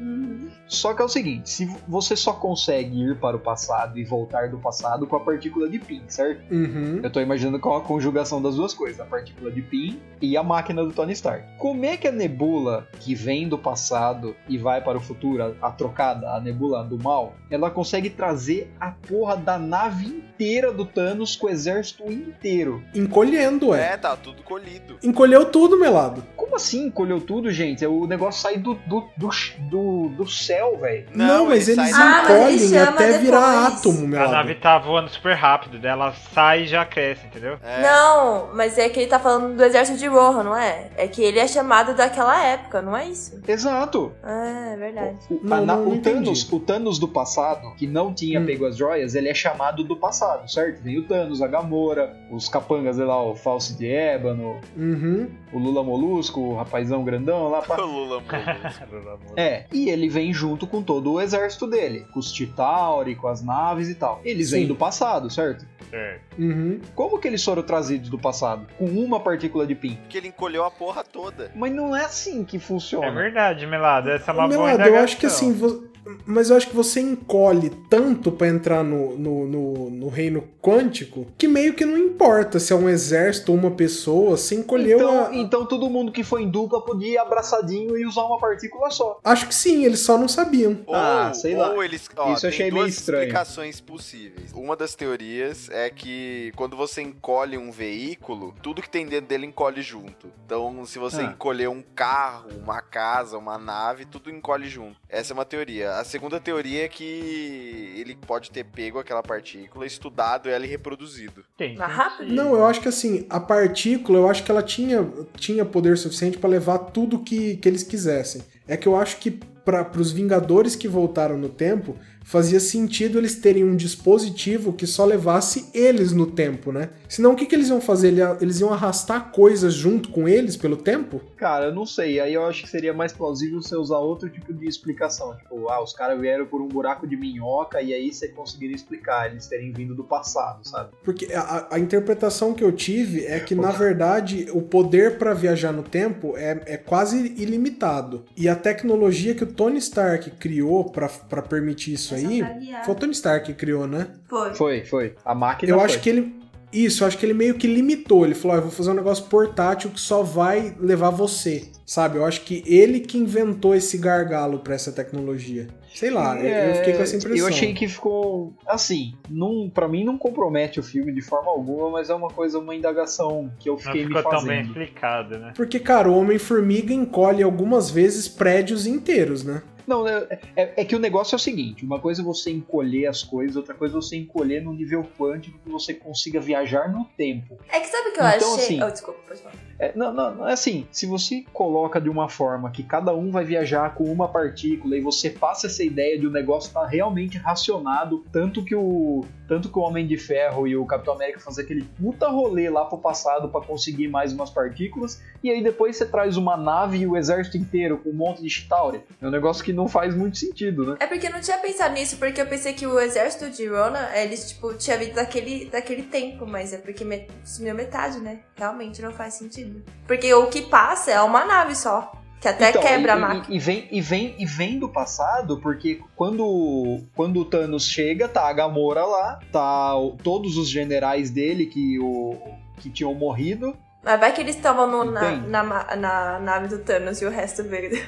S1: Só que é o seguinte, se você só consegue ir para o passado e voltar do passado com a partícula de pin, certo?
S4: Uhum.
S1: Eu tô imaginando qual a conjugação das duas coisas, a partícula de pin e a máquina do Tony Stark. Como é que a nebula que vem do passado e vai para o futuro, a, a trocada, a nebula do mal, ela consegue trazer a porra da nave inteira do Thanos com o exército inteiro?
S4: Encolhendo, é.
S2: É, tá tudo colhido.
S1: É.
S4: Encolheu tudo, melado.
S1: Como assim colheu tudo, gente? O negócio sai do, do, do, do, do céu, velho.
S4: Não, mas
S2: ele
S4: eles
S2: sai-
S3: Ah, mas ele
S4: encolhem
S3: chama
S4: até virar
S3: depois.
S4: átomo,
S5: A
S4: melado.
S5: nave tá voando super rápido, daí ela sai e já cresce, entendeu?
S2: É.
S3: Não, mas é que ele tá falando do exército de Rohan, não é? É que ele é chamado daquela época, não é isso?
S1: Exato.
S3: Ah, é verdade.
S1: O,
S4: Não,
S1: a na-
S4: não
S1: o
S4: entendi.
S1: Thanos, o Thanos do passado, que não tinha
S4: Hum.
S1: pego as joias, ele é chamado do passado, certo? Vem o Thanos, a Gamora, os capangas, sei lá, o Falso de Ébano,
S4: Uhum.
S1: o Lula Molusco, o rapazão grandão lá.
S2: O
S1: Pá. (laughs)
S2: Lula morreu.
S1: É, e ele vem junto com todo o exército dele, com os Titauri, com as naves e tal. Eles
S4: Sim.
S1: vêm do passado, certo?
S5: Certo.
S4: Uhum.
S1: Como que eles foram trazidos do passado? Com uma partícula de pin.
S2: Porque ele encolheu a porra toda.
S1: Mas não é assim que funciona.
S5: É verdade, Melado. Essa é uma boa
S4: Melado, eu
S5: indagação.
S4: acho que assim. vo- Mas eu acho que você encolhe tanto pra entrar no, no, no, no reino quântico que meio que não importa se é um exército ou uma pessoa, você encolheu
S1: então,
S4: a.
S1: então todo mundo que foi em dupla podia ir abraçadinho e usar uma partícula só.
S4: Acho que sim, eles só não sabiam.
S2: Ou,
S1: Ah, sei lá.
S2: ou eles. Ó,
S1: Isso eu
S2: tem
S1: achei meio
S2: duas
S1: estranho.
S2: explicações possíveis. Uma das teorias é que quando você encolhe um veículo, tudo que tem dentro dele encolhe junto. Então, se você
S1: Ah.
S2: encolher um carro, uma casa, uma nave, tudo encolhe junto. Essa é uma teoria. A segunda teoria é que ele pode ter pego aquela partícula, estudado ela e reproduzido.
S5: Tem
S3: Mas rápido?
S5: sentido.
S4: Não, eu acho que assim, a partícula, eu acho que ela tinha, tinha poder suficiente pra levar tudo que, que eles quisessem. É que eu acho que para os Vingadores que voltaram no tempo, fazia sentido eles terem um dispositivo que só levasse eles no tempo, né? Senão o que, que eles iam fazer? Ele- Eles iam arrastar coisas junto com eles pelo tempo?
S1: Cara, eu não sei. Aí eu acho que seria mais plausível você usar outro tipo de explicação. Tipo, ah, os caras vieram por um buraco de minhoca e aí você conseguiria explicar eles terem vindo do passado, sabe?
S4: Porque a, a interpretação que eu tive é que, na verdade, o poder para viajar no tempo é, é quase ilimitado. E a tecnologia que o Tony Stark criou para permitir isso aí. Foi o Tony Stark que criou, né?
S3: Foi.
S1: Foi, foi. A máquina
S4: Eu
S1: foi.
S4: acho que ele. Isso, eu acho que ele meio que limitou. Ele falou: "Ó, eu vou fazer um negócio portátil que só vai levar você. Sabe? Eu acho que ele que inventou esse gargalo para essa tecnologia. Sei lá, eu- eu fiquei com essa
S1: É,
S4: impressão.
S1: Eu achei que ficou assim, não, para mim não compromete o filme de forma alguma, mas é uma coisa, uma indagação que eu
S5: Não
S1: fiquei me
S5: ficou tão bem
S1: fazendo.
S5: explicado, né?
S4: Porque, cara, o Homem-Formiga encolhe algumas vezes prédios inteiros, né?
S1: Não, né, é, é que o negócio é o seguinte: uma coisa é você encolher as coisas, outra coisa é você encolher no nível quântico que você consiga viajar no tempo.
S3: É que sabe o que eu
S1: Então,
S3: achei?
S1: assim-
S3: Oh, desculpa, pode falar.
S1: É, não, não, não, é assim: se você coloca de uma forma que cada um vai viajar com uma partícula e você passa essa ideia de o negócio estar realmente racionado, tanto que o tanto que o Homem de Ferro e o Capitão América fazem aquele puta rolê lá pro passado pra conseguir mais umas partículas, e aí depois você traz uma nave e o exército inteiro com um monte de Chitauri. É um negócio que não faz muito sentido, né?
S3: É porque eu não tinha pensado nisso, porque eu pensei que o exército de Rona, eles, tipo, tinha vindo daquele, daquele tempo, mas é porque me- sumiu metade, né? Realmente não faz sentido. Porque o que passa é uma nave só, que até
S1: Então,
S3: quebra
S1: e,
S3: a máquina.
S1: E, e vem, e, vem, e vem do passado, porque quando, quando o Thanos chega, tá a Gamora lá, tá o- todos os generais dele que, o, que tinham morrido.
S3: Mas vai que eles estavam no- na,
S1: Entende?
S3: na, ma- na nave do Thanos e o resto veio.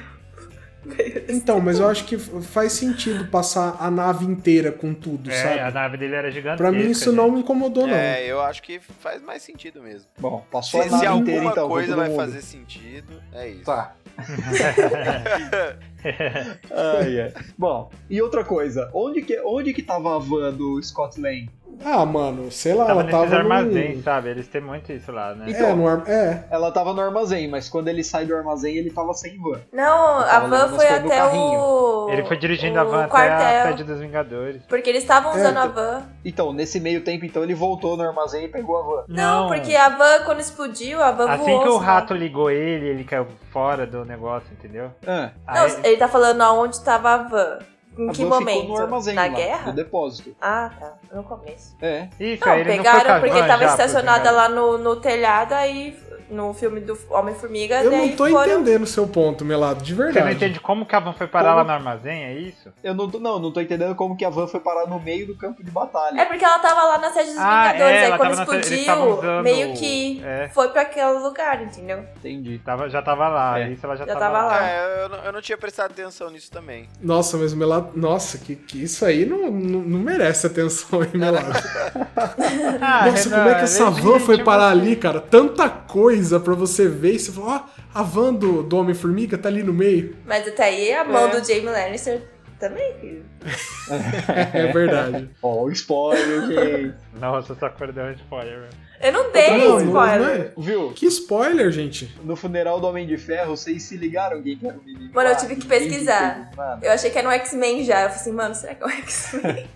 S4: Então, mas eu acho que faz sentido passar a nave inteira com tudo,
S5: É, a
S4: sabe?
S5: nave dele era gigantesca.
S4: Pra mim isso
S5: né?
S4: não me incomodou, não.
S2: É, eu acho que faz mais sentido mesmo.
S1: Bom, passou
S2: Se,
S1: a
S2: se
S1: nave
S2: alguma
S1: inteira então. com
S2: coisa
S1: todo
S2: vai
S1: mundo.
S2: fazer sentido, é isso.
S1: Tá. (laughs) Ai, ai. Bom, e outra coisa, onde que, onde que tava a van do Scott Lang?
S4: Ah, mano, sei lá,
S5: Tava
S4: ela
S5: nesses
S4: tava
S5: armazéns,
S4: num...
S5: sabe? Eles têm muito isso lá, né?
S4: É, no ar... é.
S1: Ela tava no armazém, mas quando ele sai do armazém, ele tava sem van.
S3: (laughs) Não,
S1: Ele
S3: a
S1: tava
S3: van
S1: levando
S3: foi
S1: as coisas no
S3: até
S1: carrinho.
S3: o.
S5: Ele foi dirigindo
S3: o
S5: a van até a
S3: quartel,
S5: sede dos Vingadores.
S3: Porque eles estavam
S4: É,
S3: usando a
S4: então.
S3: van.
S1: Então, nesse meio tempo, então, ele voltou no armazém e pegou a van.
S3: Não, porque a van, quando explodiu, a van
S5: Assim
S3: voou.
S5: que o
S3: sei lá.
S5: rato ligou ele, ele caiu fora do negócio, entendeu?
S1: Ah,
S3: Não,
S5: Aí-
S3: ele tá falando aonde tava a van. Em
S1: a
S3: que
S1: van
S3: momento?
S1: ficou no armazém
S3: Na
S1: lá,
S3: guerra?
S1: no depósito.
S3: Ah, tá. No começo.
S1: É.
S5: Isso,
S3: Não,
S5: aí ele não foi
S3: pegaram
S5: com a
S3: porque
S5: van
S3: tava
S5: já,
S3: estacionada
S5: pros
S3: lá no, no telhado, aí no filme do Homem-Formiga.
S4: Eu
S3: daí
S4: não tô
S3: foram...
S4: entendendo seu ponto, Melado, de
S5: Vingadores. Você não
S4: verdade.
S5: entende como que a van foi parar
S1: Como?
S5: lá no armazém, é isso?
S1: Eu não tô, não, não tô entendendo como que a van foi parar no meio do campo de batalha.
S3: É porque ela tava lá na sede dos
S5: Ah,
S3: Vingadores,
S5: é,
S3: aí
S5: ela
S3: quando
S5: tava na sede- eles
S3: explodiu,
S5: estavam usando-
S3: meio que
S5: É.
S3: foi pra aquele lugar, entendeu?
S1: Entendi.
S5: Tava, já tava lá,
S1: É.
S5: isso ela já,
S3: Já tava lá.
S5: Tá.
S2: É, eu, não- eu não tinha prestado atenção nisso também.
S4: Nossa, mas o Melado... Nossa, que, que isso aí não, não, não merece atenção, hein, Melado?
S5: (laughs) Ah,
S4: Nossa,
S5: Renan,
S4: como é que essa
S5: ele-
S4: van foi
S5: ele-
S4: parar ali, cara? Tanta coisa pra você ver e você falou, ó, a van do, do Homem-Formiga tá ali no meio. (laughs)
S3: Mas até aí a
S5: É.
S3: mão do Jamie Lannister também. filho.
S4: É, verdade.
S1: Ó, o spoiler, (laughs) gente.
S5: Nossa, essa cor deu um spoiler.
S3: Eu não dei
S4: Não, não,
S3: spoiler.
S5: né?
S4: não é.
S1: Viu?
S4: Que spoiler, gente.
S1: No funeral do Homem de Ferro, vocês se ligaram quem que era o menino?
S3: Mano, eu
S1: lá?
S3: tive que
S1: Ninguém
S3: pesquisar.
S1: entende nada.
S3: Eu achei que era um X-Men já. Eu falei assim, mano, será que é um X-Men?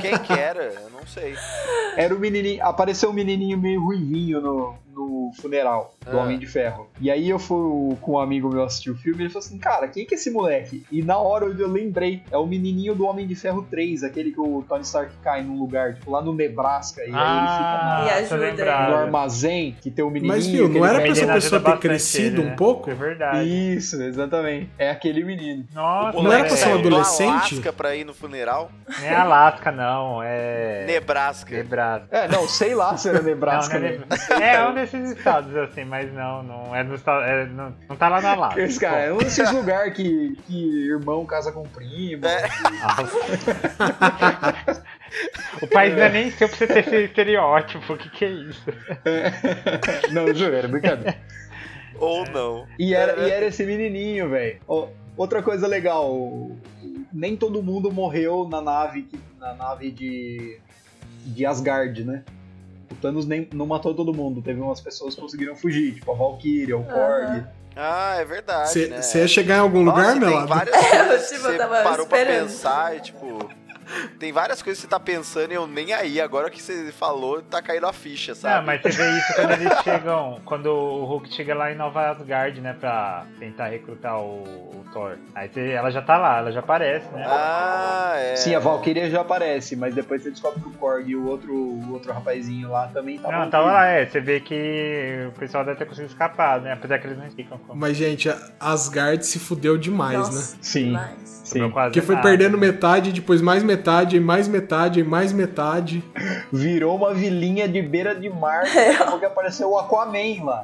S2: Quem que era? Eu não sei.
S1: Era o menininho, apareceu um menininho meio ruivinho no, no funeral do
S2: Ah.
S1: Homem de Ferro. E aí eu fui com um amigo meu assistir o filme e ele falou assim, cara, quem que é esse moleque? E na hora eu lembrei, é o menininho do Homem de Ferro 3, aquele que o Tony Stark cai num lugar, tipo lá no Nebraska, e
S5: Ah,
S3: E
S1: aí ele fica
S3: ajuda.
S5: tô
S1: na- no
S5: lembrado.
S1: armazém, que tem o menininho...
S4: Mas, viu,
S1: que
S4: não
S1: ele
S4: era pra
S5: Ele
S4: essa
S5: ajuda
S4: pessoa ter
S5: bastante
S4: crescido
S5: ele,
S4: um
S5: né?
S4: pouco?
S5: É
S1: vai-
S5: verdade.
S1: Isso, exatamente. É aquele menino.
S5: Nossa,
S4: Não era pra ser um
S5: velho.
S2: saiu do
S4: adolescente?
S2: Alasca pra ir no funeral?
S5: Nem é Alasca, não, é.
S2: Nebraska.
S5: Nebrado.
S1: É, não, sei lá
S5: (laughs)
S1: se era
S5: Não,
S1: Nebraska.
S5: não é,
S1: né?
S5: Nebra- é um desses estados, assim, mas não, não é no estado. é, não, não tá lá na Alasca.
S1: Esse cara, é um desses lugar que, que irmão casa com primo.
S5: É. O país não é nem seu pra você ter esse estereótipo. O que, que é isso?
S1: Não, juro, era brincadeira.
S2: Ou não.
S1: E era,
S5: É.
S1: e era esse menininho, velho. Ó, Outra coisa legal, o- nem todo mundo morreu na nave que- na nave de de Asgard, né? O Thanos nem, não matou todo mundo, teve umas pessoas que conseguiram fugir, tipo a Valkyria, o Korg.
S2: Ah, é verdade,
S4: Você
S2: né?
S4: você ia chegar em algum
S2: Nossa,
S4: um lugar,
S2: e tem
S4: Melado?
S2: várias coisas que
S3: tipo, eu
S2: você
S3: tava
S2: parou pra
S3: esperando.
S2: pensar e, tipo... Tem várias coisas que você tá pensando e eu nem aí. Agora que você falou, tá caindo a ficha, sabe?
S5: Não, É, mas você vê isso quando eles (laughs) chegam. Quando o Hulk chega lá em Nova Asgard, né? Pra tentar recrutar o, o Thor. Aí você- ela já tá lá, ela já aparece, né?
S2: Ah, é.
S1: Sim, a Valkyria já aparece, mas depois você descobre que o Korg e o outro, o outro rapazinho lá também tava.
S5: Não, tava lá, é. Você vê que o pessoal deve ter conseguido escapar, né? Apesar que eles não explicam como.
S4: Mas, gente, a- Asgard se fudeu demais,
S3: Nossa,
S4: né?
S1: Sim.
S3: demais.
S1: Sim.
S5: Quase
S4: Porque foi
S5: nada.
S4: perdendo metade, depois mais metade, e mais metade, e mais metade.
S1: Virou uma vilinha de beira de mar, acabou que apareceu o Aquaman lá.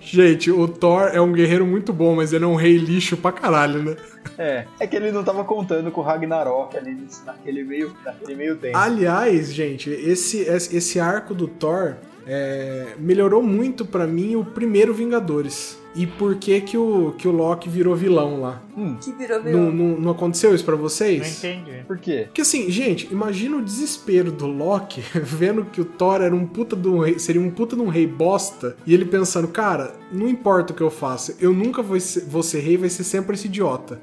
S4: Gente, o Thor é um guerreiro muito bom, mas ele é um rei lixo pra caralho, né?
S1: É. É que ele não tava contando com o Ragnarok ali nesse- naquele meio, naquele meio tempo.
S4: Aliás, gente, esse, esse esse arco do Thor é, melhorou muito pra mim o primeiro Vingadores. E por que que o, que o Loki virou vilão lá?
S3: Que virou
S4: Não,
S3: vilão.
S4: não- não aconteceu isso pra
S5: Não
S4: vocês?
S5: entendi.
S1: Por quê?
S4: Porque assim, gente, imagina o desespero do Loki (laughs) vendo que o Thor era um puta de um rei, seria um puta de um rei bosta, e ele pensando, cara, não importa o que eu faça, eu nunca vou ser, vou ser rei, vai ser sempre esse idiota.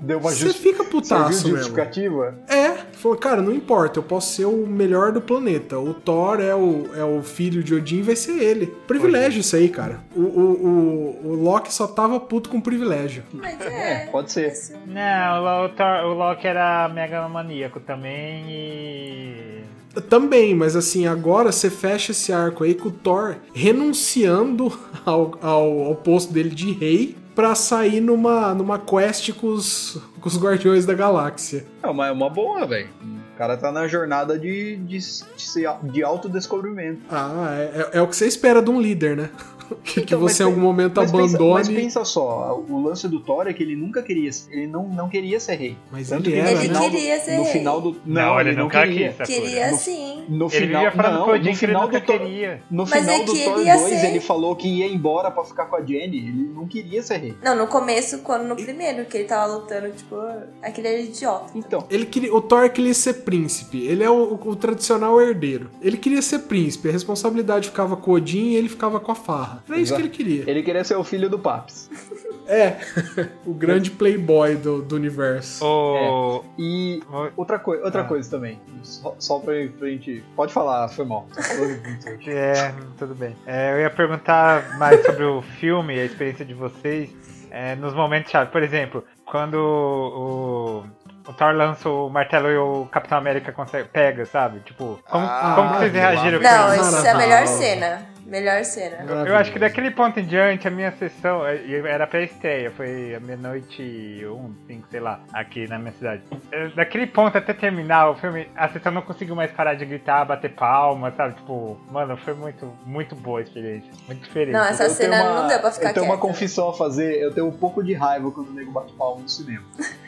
S1: Deu uma
S4: Você
S1: justificativa.
S4: fica putaço mesmo.
S1: justificativa?
S4: É, falou, cara, não importa, eu posso ser o melhor do planeta. O Thor é o, é o filho de Odin, vai ser ele. Privilégio isso aí, cara. O, o, o, o Loki só tava puto com privilégio.
S3: Mas
S1: É,
S3: é.
S1: pode ser.
S3: isso.
S5: Não, o, Lo- o Thor- o Loki era megalomaníaco também e.
S4: Também, mas assim, agora você fecha esse arco aí com o Thor renunciando (laughs) ao, ao, ao posto dele de rei pra sair numa, numa quest com os, com os Guardiões da Galáxia.
S1: Não, mas é uma boa, velho. O cara tá na jornada de, de, de, se- de autodescobrimento.
S4: Ah, é, é- é o que você espera de um líder, né? (laughs) Que, que
S1: Então, mas
S4: você em algum momento
S1: Mas pensa, mas
S4: abandone.
S1: pensa só, o lance do Thor é que ele nunca queria, ele não, não queria ser rei.
S4: Mas
S1: Tanto
S4: ele
S1: que no
S4: era,
S3: Ele
S4: né?
S1: final
S3: queria
S1: do,
S3: ser
S1: no
S3: rei.
S1: final do
S5: Não, ele
S1: não
S5: nunca
S1: queria.
S5: quis. Sakura.
S3: Queria
S1: Tá No-
S3: sim.
S1: No
S5: Ele
S1: final,
S5: vivia falando
S1: não,
S5: pro
S1: no
S5: Odin que ele
S1: final
S5: nunca
S1: do Thor,
S5: queria.
S1: no
S3: Mas
S1: final
S3: é
S1: do
S3: que
S1: Thor
S3: ele ia
S1: 2
S3: ser-
S1: ele falou que ia embora pra ficar com a Jenny, ele não queria ser rei.
S3: Não, no começo, quando no primeiro, que ele tava lutando, tipo, aquele era idiota.
S1: Então,
S4: Ele queria, o Thor queria ser príncipe. Ele é o, o tradicional herdeiro. Ele queria ser príncipe. A responsabilidade ficava com o Odin e ele ficava com a farra. Era isso
S1: Exato.
S4: que ele queria.
S1: ele queria ser o filho do Paps.
S4: É, o grande playboy do, do universo.
S3: É.
S5: O...
S1: E
S5: o-
S1: outra, coi outra
S5: Ah.
S1: coisa também, só, só pra, pra gente... Pode falar, foi mal. Tô falando muito hoje.
S5: É, tudo bem. É, eu ia perguntar mais sobre o filme, a experiência de vocês, é, nos momentos chave. Por exemplo, quando o, o Thor lança o martelo e o Capitão América consegue, pega, sabe? Tipo, como,
S2: Ah,
S5: como que vocês reagiram com
S3: Não,
S5: isso?
S3: isso é a
S4: Maravilhoso.
S3: melhor cena. Melhor cena.
S5: Eu acho que daquele ponto em diante, a minha sessão eh, e era pra estreia, foi a meia-noite, um, cinco, sei lá, aqui na minha cidade. Eh, Daquele ponto até terminar o filme, a sessão não conseguiu mais parar de gritar, bater palma, sabe? Tipo, mano, foi muito, muito boa a experiência. Muito diferente.
S3: Não, essa
S1: Eu tenho
S3: cena não deu pra ficar
S1: Eu tenho uma
S3: quieta.
S1: confissão a fazer, eu tenho um pouco de raiva quando o nego bate palma no cinema.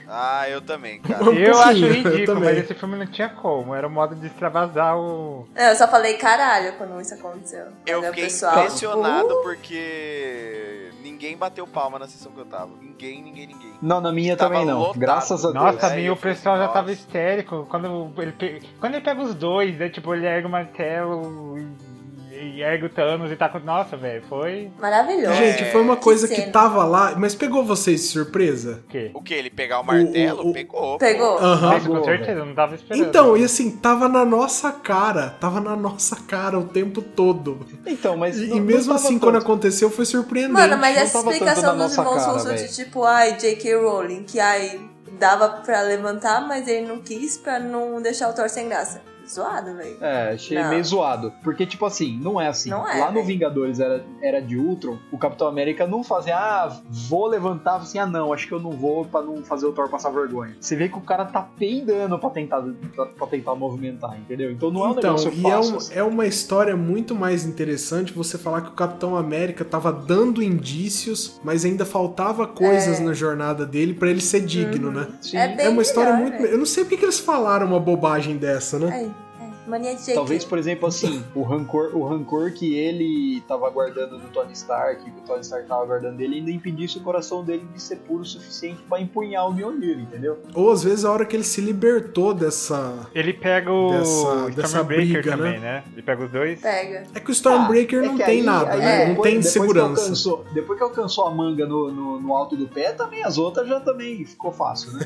S2: Ah, eu também, cara.
S4: Um
S5: Eu acho
S4: pouquinho, eu
S5: ridículo,
S4: também.
S5: mas esse filme não tinha como. Era um modo de extravasar o.
S3: Não, eu só falei caralho quando isso aconteceu.
S2: Eu
S3: Mas o
S2: fiquei
S3: pessoal,
S2: impressionado
S3: "Uh".
S2: porque ninguém bateu palma na sessão que eu tava. Ninguém, ninguém, ninguém.
S1: Não, na minha
S2: Tava
S1: também não,
S2: lotado.
S1: graças a Deus.
S5: Nossa,
S2: Deus.
S5: meu, o pessoal já tava
S2: Nossa.
S5: histérico. Quando ele, pe- quando ele pega os dois, né? Tipo, ele ergue o martelo e, e ergue o Thanos e tá com. Nossa, velho, foi.
S3: Maravilhoso.
S4: Gente, foi uma
S3: É, Que
S4: coisa que
S3: cena.
S4: tava lá, mas pegou vocês de surpresa?
S5: O quê?
S2: O que? Ele pegar o martelo?
S4: o-
S2: Pegou.
S1: um
S3: Pegou.
S4: Aham.
S5: Nossa, com certeza, eu não tava esperando.
S4: Então, e assim, tava na nossa cara. Tava na nossa cara o tempo todo.
S1: Então, mas
S4: E,
S1: não-
S4: e
S1: não
S4: mesmo
S1: tava
S4: assim,
S1: tanto.
S4: quando aconteceu, foi surpreendente.
S3: Mano, mas é
S1: não
S3: essa
S1: tava tanto
S3: explicação
S1: na
S3: dos
S1: nossa
S3: irmãos
S1: cara,
S3: Russo de
S1: velho.
S3: tipo, ai, J.K. Rowling, que ai, dava pra levantar, mas ele não quis pra não deixar o Thor sem graça. Zoado, velho.
S1: É, achei
S3: Não.
S1: meio zoado. Porque, tipo assim, não é assim.
S3: Não é,
S1: Lá no
S3: velho.
S1: Vingadores era, era de Ultron, o Capitão América não fazia, ah, vou levantar, assim, ah, não, acho que eu não vou pra não fazer o Thor passar vergonha. Você vê que o cara tá peidando pra tentar, pra, pra tentar movimentar, entendeu? Então não é um
S4: Então,
S1: negócio
S4: e é,
S1: fácil.
S4: um-
S1: assim.
S4: é uma história muito mais interessante você falar que o Capitão América tava dando indícios, mas ainda faltava coisas
S3: É.
S4: na jornada dele pra ele ser digno, né?
S1: Sim.
S3: É bem
S4: é uma história
S3: melhor,
S4: muito.
S3: velho.
S4: Eu não sei porque que eles falaram uma bobagem dessa, né?
S3: Ai, ai, mania de J.K.
S1: Talvez, por exemplo, assim, o rancor, o rancor que ele tava guardando do Tony Stark, que o Tony Stark tava guardando dele, ainda impedisse o coração dele de ser puro o suficiente pra empunhar o Mjolnir, entendeu?
S4: Ou às vezes a hora que ele se libertou dessa.
S5: Ele pega o
S4: Dessa- dessa
S5: Stormbreaker
S4: briga, né?
S5: também, né? Ele pega os dois.
S3: Pega.
S4: É que o Stormbreaker
S1: Ah, é
S4: não
S1: que
S4: tem
S1: aí-
S4: nada,
S1: aí
S4: né? não
S1: depois-
S4: tem
S1: depois que
S4: segurança.
S1: alcançou- depois que alcançou a manga no, no- no alto do pé, também as outras já também ficou fácil, né?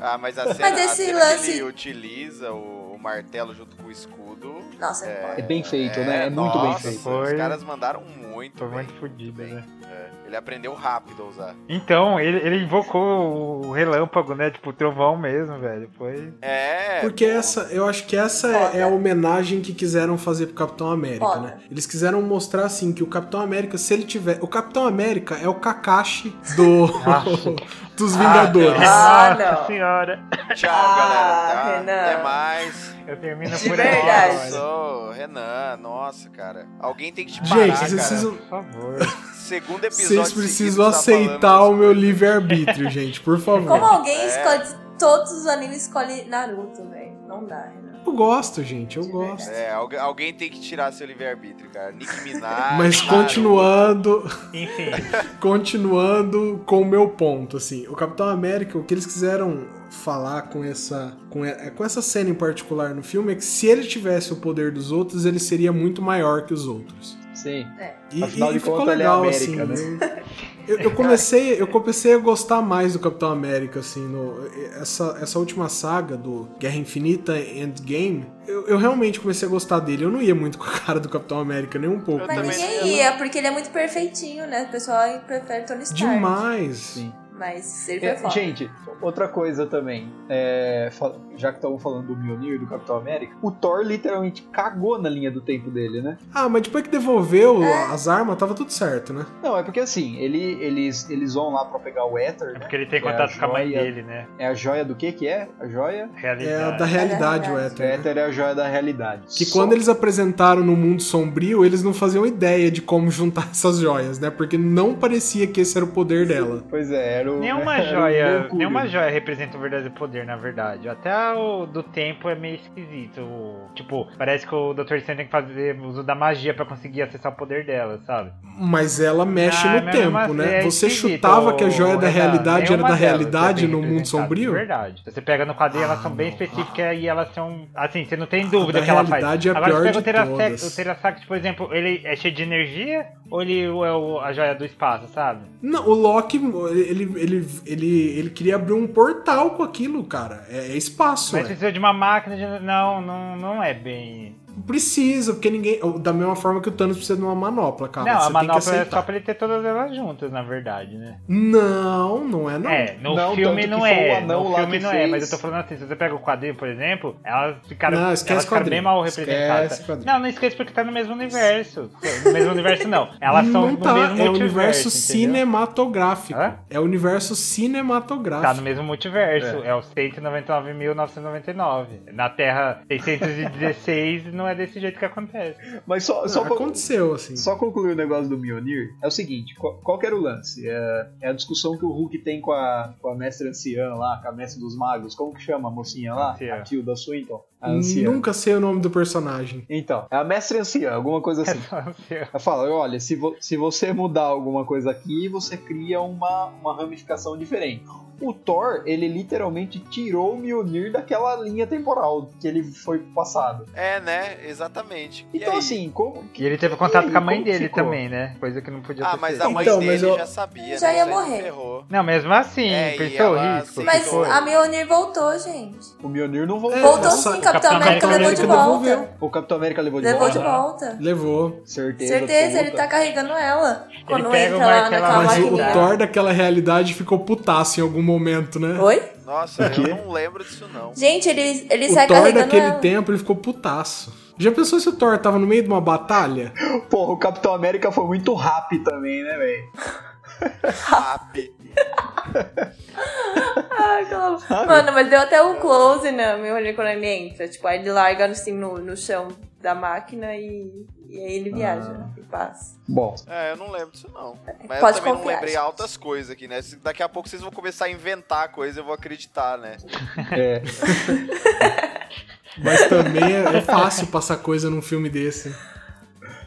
S2: Ah, mas a cena, a
S3: esse
S2: cena
S3: lance-
S2: que ele utiliza o, o martelo junto com o escudo.
S3: Nossa,
S1: É bem feito, né? É muito
S2: nossa,
S1: bem feito.
S5: Foi-
S2: Os caras mandaram muito.
S5: Foi
S2: bem.
S5: muito fodido,
S2: bem.
S5: né?
S2: É, ele aprendeu rápido a usar.
S5: Então, ele, ele invocou o relâmpago, né? Tipo, o trovão mesmo, velho. Foi.
S2: É.
S4: Porque essa, eu acho que essa
S3: Foda.
S4: é, é a homenagem que quiseram fazer pro Capitão América,
S3: Foda.
S4: né? Eles quiseram mostrar assim que o Capitão América, se ele tiver, o Capitão América é o Kakashi do dos Vingadores.
S3: Ah,
S5: Nossa
S3: não.
S5: senhora.
S2: Tchau,
S3: Ah,
S2: galera. Tá?
S3: Renan.
S2: Até mais.
S5: Eu termino
S3: De
S5: por
S3: verdade.
S5: agora.
S2: Sou Renan, nossa, cara. Alguém tem que te parar,
S4: Gente, vocês
S2: cara.
S4: precisam,
S5: Ah, Por favor.
S2: Segundo episódio
S4: vocês precisam
S2: seguido, tá falando
S4: aceitar
S2: isso.
S4: o meu livre arbítrio, gente, por
S3: Como
S4: favor.
S3: alguém
S2: É.
S3: escolhe. Todos os animes escolhem Naruto, velho. Não dá, né? Renan.
S4: Eu gosto, gente, eu
S3: De
S4: gosto.
S2: É, algu- alguém tem que tirar seu livre-arbítrio, cara. Nick
S5: (laughs)
S2: Minaj.
S4: Mas
S2: Naruto.
S4: continuando,
S5: Enfim,
S4: (laughs) continuando com o meu ponto, assim, o Capitão América, o que eles quiseram falar com essa com, e- com essa cena em particular no filme é que se ele tivesse o poder dos outros, ele seria muito maior que os outros.
S1: Sim.
S4: E,
S1: Afinal
S4: e
S1: de
S4: ficou
S1: contas, ele é
S4: legal,
S1: América,
S4: assim.
S1: né?
S4: Eu, eu comecei, eu comecei a gostar mais do Capitão América, assim, no- essa, essa última saga do Guerra Infinita Endgame, eu, eu realmente comecei a gostar dele. Eu não ia muito com a cara do Capitão América, nem um pouco.
S2: Eu
S3: Mas
S2: também
S3: ninguém
S2: não.
S3: ia, porque ele é muito perfeitinho, né? O pessoal prefere Tony Stark.
S4: Demais!
S1: Sim.
S3: Mas, mas se ele
S1: É,
S3: foi foda.
S1: gente, outra coisa também, é, fa- já que estamos falando do Mjolnir e do Capitão América, o Thor literalmente cagou na linha do tempo dele, né?
S4: Ah, mas depois que devolveu as armas, tava tudo certo, né?
S1: Não, é porque assim, ele, eles, eles vão lá pra pegar o Éter,
S5: É
S1: né?
S5: porque ele tem
S1: Que é a
S5: contato com a mãe
S1: joia-
S5: dele, né?
S1: É a joia do que que é? A joia?
S4: É a
S5: Realidade.
S4: da realidade, o
S1: O
S4: Éter. né?
S1: Éter é a joia da realidade.
S4: Que
S1: Só-
S4: quando eles apresentaram no mundo sombrio, eles não faziam ideia de como juntar (laughs) essas joias, né? Porque não parecia que esse era o poder dela.
S1: Pois é, era o... (laughs)
S5: Nenhuma
S1: era o
S4: é um
S5: joia,
S1: Mercúrio.
S4: né?
S5: nenhuma joia representa o verdadeiro poder, na verdade. Até o do tempo é meio esquisito. O- Tipo, parece que o Dr. Strange tem que fazer uso da magia pra conseguir acessar o poder dela, sabe?
S4: Mas ela mexe
S5: Ah,
S4: no
S5: mas
S4: tempo,
S5: mesmo
S4: né?
S5: assim é
S4: Você
S5: esquisito, é
S4: chutava que a joia da
S5: Renato.
S4: realidade era
S5: Nenhuma
S4: da
S5: delas
S4: realidade
S5: é bem
S4: no mundo
S5: representada,
S4: sombrio?
S5: de Verdade. Você pega no quadrinho, elas são bem
S4: não.
S5: específicas e elas são. Assim, você não tem dúvida
S4: da
S5: que ela faz.
S4: realidade é a
S5: Agora
S4: pior
S5: você pega o
S4: de
S5: Terasax,
S4: todas.
S5: o Terasax, por exemplo, ele é cheio de energia ou ele é o- a joia do espaço, sabe?
S4: Não, o Loki, ele, ele, ele, ele queria abrir um portal com aquilo, cara. É, é espaço,
S5: Mas
S4: né?
S5: precisa de uma máquina de. Não, não, não é bem.
S4: Precisa, porque ninguém. Da mesma forma que o Thanos precisa de uma manopla, cara.
S5: não,
S4: Ah, Você
S5: a manopla
S4: tem que
S5: é só
S4: aceitar.
S5: pra ele ter todas elas juntas, na verdade, né?
S4: Não, não é não.
S5: é, no
S1: Não,
S5: filme
S1: tanto que
S5: não
S1: foi o
S5: é.
S1: anão
S5: No
S1: lá
S5: filme
S1: que
S5: não é,
S1: fez.
S5: mas eu tô falando assim, se você pega o quadrinho, por exemplo, elas ficaram,
S4: Não, esquece
S5: elas ficaram bem
S4: quadrinho.
S5: mal
S4: Esquece
S5: representadas.
S4: quadrinho.
S5: Não, não esquece porque tá no mesmo universo. No mesmo universo, não. Elas são
S4: não
S5: no
S4: tá, é
S5: mesmo
S4: o
S5: multiverso.
S4: universo
S5: entendeu?
S4: cinematográfico.
S5: Hã?
S4: É o universo cinematográfico.
S5: Tá no mesmo multiverso, é, o 199.999. Na Terra 616 não é desse jeito que acontece.
S1: Mas só, só
S4: Ah,
S1: pra-
S4: aconteceu, assim.
S1: Só concluir o negócio do Mjolnir, é o seguinte, qual, qual que era o lance? É, é a discussão que o Hulk tem com a, com a mestre anciã lá, com a mestre dos magos, como que chama a mocinha lá?
S5: Anciã.
S1: A Tilda Swinton? então? A
S4: Hum,
S1: anciã.
S4: Nunca sei o nome do personagem.
S1: Então, é a mestre anciã, alguma coisa
S5: (laughs)
S1: assim. Ela fala, olha, se, vo- se você mudar alguma coisa aqui, você cria uma, uma ramificação diferente. O Thor, ele literalmente tirou o Mjolnir daquela linha temporal que ele foi passado.
S2: É, né? Exatamente. E
S1: Então
S2: aí?
S1: assim, como...
S5: E ele teve
S1: e
S5: contato
S1: aí,
S5: com a mãe
S1: como
S5: dele
S1: ficou?
S5: também, né? Coisa que não podia
S2: Ah,
S5: ter
S2: mas
S5: feito.
S2: a mãe
S4: Então,
S2: dele
S4: mas eu-
S2: já sabia,
S3: Já
S2: né?
S3: ia
S2: Isso aí
S3: morrer.
S2: ferrou.
S5: Não, mesmo assim,
S2: É, e
S5: pensou o
S2: ela
S5: risco. que
S2: aceitou.
S3: Mas
S5: foi.
S3: a Mjolnir voltou, gente.
S1: O Mjolnir não voltou.
S3: Voltou
S4: É, Nossa,
S3: sim,
S4: o
S3: Capitão
S5: Capitão
S3: América
S5: América
S3: levou de
S4: devolveu.
S3: volta.
S1: O Capitão América levou de
S3: Levou
S1: volta?
S3: de volta.
S4: Levou.
S1: Certeza.
S3: Certeza, ele
S1: absoluta.
S3: tá carregando ela. Quando
S5: pega o
S3: entra lá
S5: martelo
S1: Ah,
S3: naquela
S4: Mas o,
S5: lá,
S4: o
S5: Maravilha.
S3: maquininha.
S4: Thor daquela realidade ficou putaço em algum momento, né?
S3: Oi?
S2: Nossa,
S1: quê?
S2: eu não lembro disso, não.
S3: Gente, ele, ele
S4: O
S3: sai
S4: Thor
S3: carregando
S4: daquele
S3: ela.
S4: tempo, ele ficou putaço. Já pensou se o Thor tava no meio de uma batalha?
S1: Porra, o Capitão América foi muito rápido também, né, velho?
S2: Sabe.
S3: Ai, aquela- Mano, mas deu até um close na minha olhando quando ele entra. Tipo, aí ele larga assim no, no chão da máquina e, e aí ele viaja e passa.
S1: Bom,
S2: É, eu não lembro disso, não. Mas
S3: Pode
S2: eu também não
S3: confiar,
S2: lembrei
S3: gente.
S2: altas coisas aqui, né? Se- Daqui a pouco vocês vão começar a inventar coisa, eu vou acreditar, né?
S1: é.
S4: Mas também é, é fácil passar coisa num filme desse.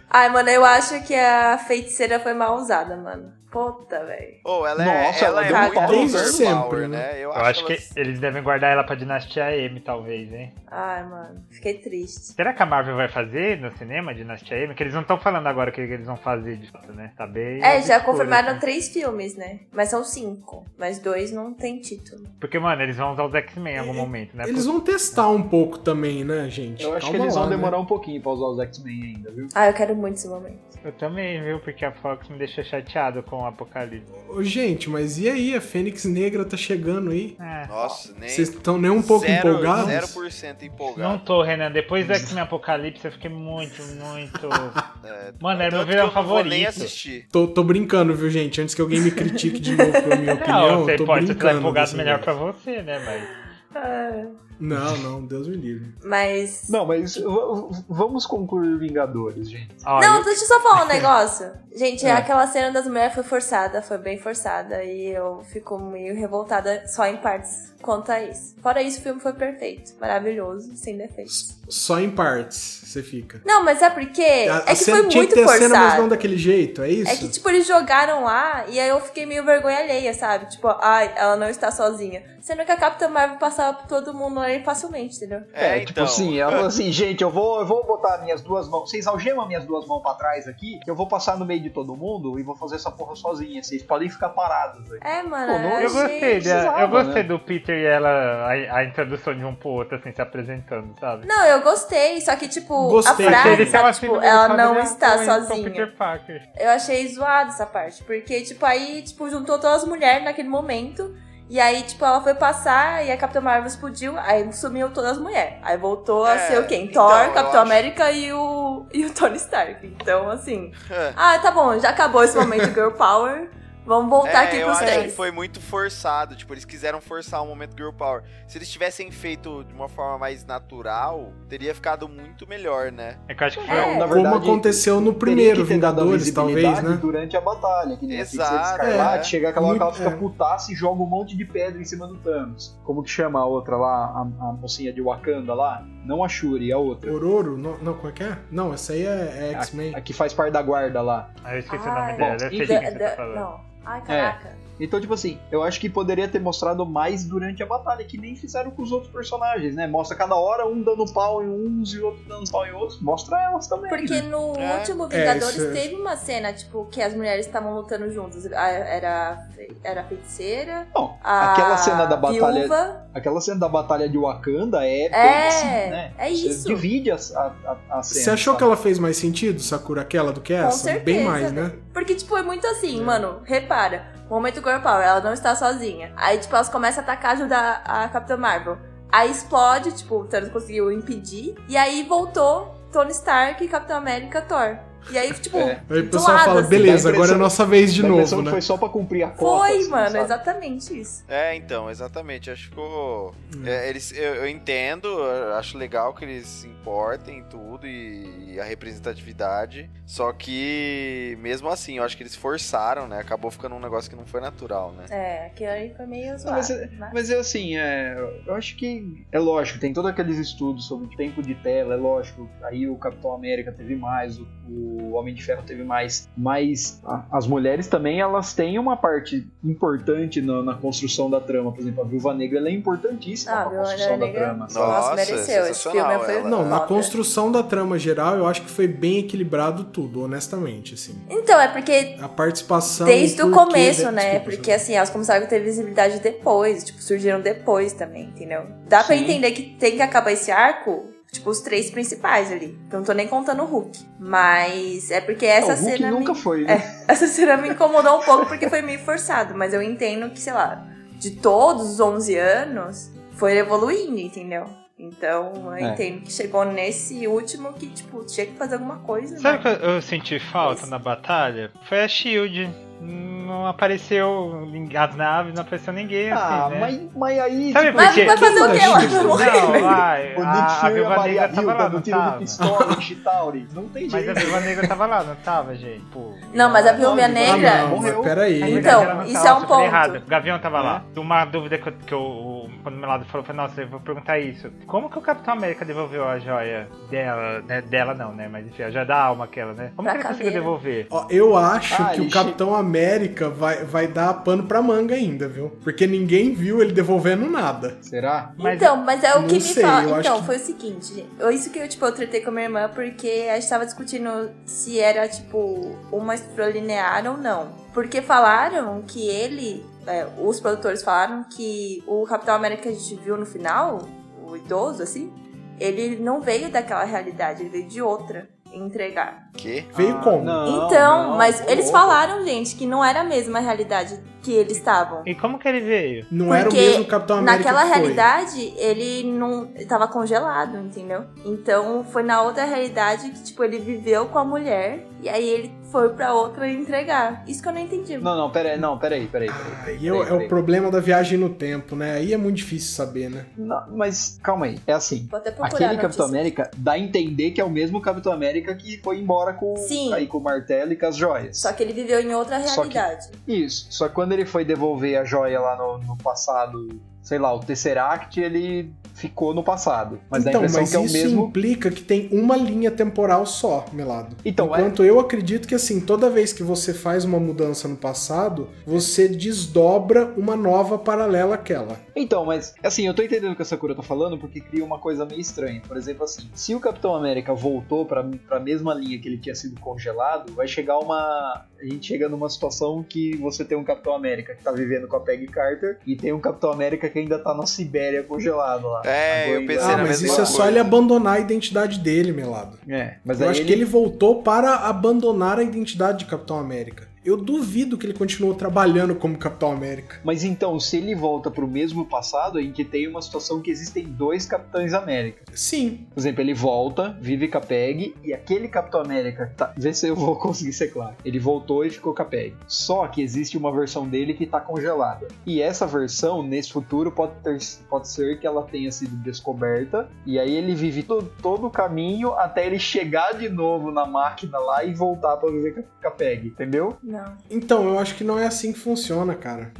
S3: Ai, mano, eu acho que a feiticeira foi mal usada, mano. Puta, velho.
S2: Ou ela
S1: Nossa,
S2: é,
S1: ela
S2: ela é
S3: deu um
S2: muito
S3: pau.
S4: Desde
S2: overpower,
S4: sempre,
S2: né?
S5: Eu acho que eles devem guardar ela pra Dinastia M, talvez, hein?
S3: Ai, mano, fiquei triste.
S5: Será que a Marvel vai fazer no cinema Dinastia M? Que eles não estão falando agora o que eles vão fazer de fato, né? Tá bem.
S3: É, já
S5: obscuro,
S3: confirmaram
S5: assim.
S3: três filmes, né? Mas são cinco. Mas dois não tem título.
S5: assim. Porque, mano, eles vão usar os X-Men em algum momento, né?
S4: Eles vão testar um pouco também, né, gente?
S1: Eu acho que
S4: Calma
S1: eles
S4: lá,
S1: vão
S4: né?
S1: demorar um pouquinho pra usar os X-Men ainda, viu?
S3: Ah, eu quero muito esse momento.
S5: Eu também, viu? Porque a Fox me deixou chateado com o Apocalipse.
S4: Ô, Gente, mas e aí? A Fênix Negra tá chegando aí.
S5: É.
S2: Nossa, nem.
S4: Vocês estão nem um pouco
S2: zero,
S4: empolgados?
S2: 0%
S5: Não
S2: empolgado.
S5: tô, Renan. Depois do X-Men Apocalipse, eu fiquei muito, muito.
S2: (laughs) É,
S5: Mano, era meu
S2: tanto que eu
S5: vilão
S2: não vou nem
S5: favorito.
S2: assistir.
S4: Tô, tô brincando, viu, gente? Antes que alguém me critique de novo pela minha opinião,
S5: (laughs) Não, você
S4: tô
S5: pode estar
S4: brincando.
S5: empolgado
S4: dessa
S5: melhor
S4: vez.
S5: pra você, né? Mas.
S3: Ah,
S4: Não, não, Deus me livre.
S3: Mas.
S1: Não, mas v- v- vamos concluir Vingadores, gente.
S5: Ó,
S3: Não,
S5: eu-
S3: deixa eu só falar
S4: (laughs)
S3: um negócio.
S4: É.
S3: Gente, aquela cena das mulheres foi forçada, foi bem forçada. E eu fico meio revoltada só em partes quanto a isso. Fora isso, o filme foi perfeito, maravilhoso, sem defeitos.
S4: Só em partes você fica.
S3: Não, mas é porque. é que
S4: cena-
S3: foi
S4: tinha
S3: muito
S4: que ter a cena, mas não
S3: forçado.
S4: daquele jeito, é isso?
S3: É que, tipo, eles jogaram lá e aí eu fiquei meio vergonha alheia, sabe? Tipo, ai, ela não está sozinha. Sendo que a Capitã Marvel passava por todo mundo ele facilmente, entendeu?
S1: É, tipo
S2: então.
S1: assim,
S4: (laughs)
S1: ela falou assim, gente, eu vou, eu vou botar minhas duas mãos, vocês algemam minhas duas mãos pra trás aqui, eu vou passar no meio de todo mundo e vou fazer essa porra sozinha, vocês podem ficar parados aí.
S3: É, mano.
S1: Pô, não-
S3: a
S5: Eu
S3: gente-
S5: gostei, da-
S1: precisava,
S5: eu
S1: né?
S5: gostei do Peter e ela, a, a introdução de um pro outro, assim, se apresentando, sabe?
S3: Não, eu gostei, só que, tipo,
S4: Gostei.
S3: a frase,
S5: Ele tem uma
S3: tipo,
S5: síndrome
S3: ela
S5: de
S3: não
S5: Fabian
S3: está
S5: Cohen com o
S3: sozinha.
S5: Peter Parker.
S3: Eu achei zoado essa parte, porque, tipo, aí, tipo, juntou todas as mulheres naquele momento, e aí, tipo, ela foi passar e a Capitã Marvel explodiu, aí sumiu todas as mulheres. Aí voltou a
S2: É,
S3: ser o quem?
S2: então,
S3: Thor,
S2: eu
S3: Capitão
S2: acho-
S3: América e o, e o Tony Stark. Então, assim, ah, tá bom, já acabou esse momento de Girl Power, vamos voltar
S2: é,
S3: aqui
S2: eu
S3: pros
S2: acho que
S3: três.
S2: foi muito forçado. Tipo, eles quiseram forçar o momento Girl Power. Se eles tivessem feito de uma forma mais natural, teria ficado muito melhor, né?
S5: É que eu acho que foi
S3: É.
S1: Na
S4: Como aconteceu no primeiro
S1: teria que ter dado a
S4: Vingadores, talvez,
S1: visibilidade
S4: né?
S1: Durante a batalha, que nem a Feiticeira
S2: Exato,
S1: Escarlate,
S2: é.
S1: chega aquela hora que ela
S4: Muito-
S1: fica
S4: é.
S1: putaça e joga um monte de pedra em cima do Thanos. Como que chama a outra lá, a, a mocinha de Wakanda lá? Não a Shuri, a outra.
S4: Ororo? Não, não, como é que é? Não, essa aí é, é X-Men.
S1: A, a que faz parte da guarda lá.
S5: Ah, eu esqueci o
S3: Ai.
S5: nome dela, eu sei de
S3: Da-
S5: quem você
S3: da-
S5: tá falando. É.
S3: não. Ai, caraca.
S1: Então, tipo assim, eu acho que poderia ter mostrado mais durante a batalha, que nem fizeram com os outros personagens, né? Mostra cada hora um dando pau em uns e outro dando pau em outros. Mostra elas também.
S3: Porque
S1: né?
S3: no
S2: É.
S3: último
S4: É,
S3: Vingadores
S4: isso é-
S3: teve uma cena, tipo, que as mulheres estavam lutando juntas. A- Era, era a feiticeira.
S1: Não,
S3: A
S1: aquela cena da batalha.
S3: Viúva.
S1: Aquela cena da batalha de Wakanda é, bem
S3: É,
S1: assim, né?
S3: é
S1: Você
S3: isso.
S1: divide a, a, a- a cena.
S4: Você achou
S1: sabe?
S4: que ela fez mais sentido, Sakura, aquela do que
S3: Com
S4: essa?
S3: certeza.
S4: Bem mais, né?
S3: Porque, tipo, é muito assim, mano. Repara. Momento Girl Power, ela não está sozinha. Aí, tipo, elas começam a atacar, ajudar a Capitã Marvel. Aí explode, tipo, o Thanos conseguiu impedir. E aí voltou Tony Stark, Capitão América, Thor. E aí, tipo,
S1: É.
S4: Aí o
S3: do
S4: pessoal
S3: lado,
S4: fala,
S3: assim.
S4: beleza,
S1: Dá a
S4: agora é
S1: impressão-
S4: a nossa vez de
S1: Dá a impressão
S4: novo,
S1: que
S4: né?
S1: Foi só pra cumprir a cota.
S3: Foi,
S1: assim,
S3: mano,
S1: sabe?
S3: exatamente isso.
S2: É, então, exatamente. Acho que ficou.
S4: Hum.
S2: É, eles, eu, eu entendo, eu acho legal que eles se importem e tudo e, e a representatividade. Só que, mesmo assim, eu acho que eles forçaram, né? Acabou ficando um negócio que não foi natural, né?
S3: É, aquilo ali foi meio zoado.
S1: mas é-
S3: mas-
S1: Mas é assim, é, eu acho que é lógico, tem todos aqueles estudos sobre tempo de tela, é lógico. Aí o Capitão América teve mais, o, o Homem de Ferro teve mais. Mas a- as mulheres também, elas têm uma parte importante na, na construção da trama. Por exemplo, a Viúva Negra ela é importantíssima
S3: Ah,
S1: na
S3: Viúva
S1: construção da
S3: Negra.
S1: trama.
S2: Nossa,
S1: sabe?
S3: Nossa, mereceu. Esse
S2: sensacional
S3: filme é foi né?
S2: ela.
S4: Não, na
S3: foda.
S4: construção da trama geral, eu acho que foi bem equilibrado tudo, honestamente, assim.
S3: Então, é porque
S4: A
S1: Então,
S4: participação...
S3: desde o
S4: por quê,
S3: começo,
S4: né?
S3: né?
S4: Desculpa,
S3: Porque
S4: Sakura.
S3: assim, elas começaram a ter visibilidade depois, tipo, surgiram depois também, entendeu? Dá pra
S1: Sim.
S3: entender que tem que acabar esse arco, tipo, os três principais ali. Então não tô nem contando o Hulk. Mas é porque essa
S1: Não, o Hulk
S3: cena.
S1: nunca
S3: me...
S1: foi, né?
S3: (laughs) Essa cena me incomodou um pouco porque foi meio forçado, mas eu entendo que, sei lá, de todos os 11 anos, foi evoluindo, entendeu? Então, eu
S1: É.
S3: entendo que chegou nesse último que, tipo, tinha que fazer alguma coisa.
S5: Sabe o
S3: né?
S5: que eu eu senti falta na batalha? Foi a Shield. Não apareceu ninguém- as naves, não apareceu ninguém
S1: Ah,
S5: assim, né?
S1: mas, mas aí.
S5: Sabe
S1: tipo,
S5: por
S3: Mas
S5: quê?
S3: vai fazer o
S4: Quem
S3: que
S4: tá
S3: lá?
S4: achando
S3: Vai
S5: Não,
S4: isso?
S3: morrer, né? velho.
S5: vai.
S1: O Nick
S5: A, a
S1: Fury e a
S5: Viúva
S1: Maria
S5: Negra tava
S1: Hill
S5: lá, não
S1: dando tiro
S5: tava?
S1: de pistola, de Chitauri. Não tem
S5: Mas é- a
S1: jeito.
S5: Viúva Negra tava lá, não tava, gente? Pô.
S3: Não, mas a Viúva
S1: Ah,
S3: Negra.
S4: Ah, não,
S1: Morreu.
S4: mas peraí.
S5: Na
S3: Então,
S5: verdade, ela não
S3: isso
S5: tava,
S3: é um
S5: eu falei
S3: ponto.
S5: errado. O Gavião tava lá. Uma dúvida que eu, que eu- o- quando meu lado falou, eu falei, nossa, eu vou perguntar isso. Como que o Capitão América devolveu a joia dela, né? Dela não, né? Mas enfim, a joia da alma aquela, né? Como
S3: Pra
S5: que ele conseguiu
S3: caveira.
S5: devolver?
S4: Ó, eu acho
S1: Ah,
S4: que o
S1: ele
S4: Capitão América vai, vai dar pano pra manga ainda, viu? Porque ninguém viu ele devolvendo nada.
S1: Será?
S5: Mas-
S3: então, mas é o que
S4: Não
S3: me
S4: sei, eu
S3: fala.
S4: acho
S3: Então,
S4: que-
S3: foi o seguinte, gente. Eu- isso que eu, tipo, eu tretei com a minha irmã porque a gente tava discutindo se era, tipo, uma estrutura linear ou não. Porque falaram que ele, é, os produtores falaram que o Capitão América que a gente viu no final, o idoso, assim, ele não veio daquela realidade, ele veio de outra entregar.
S2: Que?
S4: Veio
S1: Ah,
S4: como?
S1: não,
S3: então,
S1: não,
S3: mas
S1: ô,
S3: eles
S1: louco.
S3: falaram, gente, que não era a mesma realidade que eles estavam.
S5: E como que ele veio?
S4: Não era o
S3: Porque
S4: mesmo Capitão América
S3: Naquela
S4: que foi.
S3: realidade, ele não ele tava congelado, entendeu? Então foi na outra realidade que, tipo, ele viveu com a mulher e aí ele foi pra outra entregar. Isso que eu não entendi.
S1: Não, não, peraí, não, peraí, peraí. peraí, peraí,
S4: Aí é, o-
S1: peraí,
S4: é o
S1: peraí.
S4: problema da viagem no tempo, né? Aí é muito difícil saber, né?
S1: Não, mas calma aí, é assim.
S3: Vou até procurar.
S1: Aquele
S3: a
S1: Capitão
S3: notícia.
S1: América dá a entender que é o mesmo Capitão América que foi embora com,
S3: Sim.
S1: aí, com o martelo e com as joias.
S3: Só que ele viveu em outra
S1: Só que-
S3: realidade.
S1: Isso. Só que quando ele foi devolver a joia lá no, no passado, sei lá, o Tesseract, ele ficou no passado. Mas dá a
S4: então,
S1: impressão
S4: mas
S1: que é o
S4: isso
S1: mesmo.
S4: implica que tem uma linha temporal só, Melado.
S1: Então, é-
S4: Enquanto eu acredito que, assim, toda vez que você faz uma mudança no passado, você desdobra uma nova paralela àquela.
S1: Então, mas assim, eu tô entendendo o que a Sakura tá falando porque cria uma coisa meio estranha. Por exemplo, assim, se o Capitão América voltou pra, pra mesma linha que ele tinha sido congelado, vai chegar uma. A gente chega numa situação que você tem um Capitão América que tá vivendo com a Peggy Carter e tem um Capitão América que ainda tá na Sibéria congelado lá.
S2: É,
S1: Agora-
S2: eu pensei
S4: Ah,
S2: na
S4: mas
S2: mesma
S4: isso é só
S2: coisa.
S4: ele abandonar a identidade dele, Melado.
S1: É, mas
S4: eu
S1: aí
S4: acho que ele voltou para abandonar a identidade de Capitão América. Eu duvido que ele continuou trabalhando como Capitão América.
S1: Mas então, se ele volta pro mesmo passado, a gente tem uma situação que existem dois Capitães América.
S4: Sim,
S1: Por exemplo, ele volta, vive com a Peg, e aquele Capitão América, tá, vê se eu vou (laughs) conseguir ser claro. Ele voltou e ficou com a Peg. Só que existe uma versão dele que tá congelada. E essa versão, nesse futuro, pode, ter, pode ser que ela tenha sido descoberta. E aí ele vive to- todo o caminho até ele chegar de novo na máquina lá e voltar pra viver com a- com a Peg, entendeu?
S3: Não.
S4: então eu acho que não é assim que funciona, cara.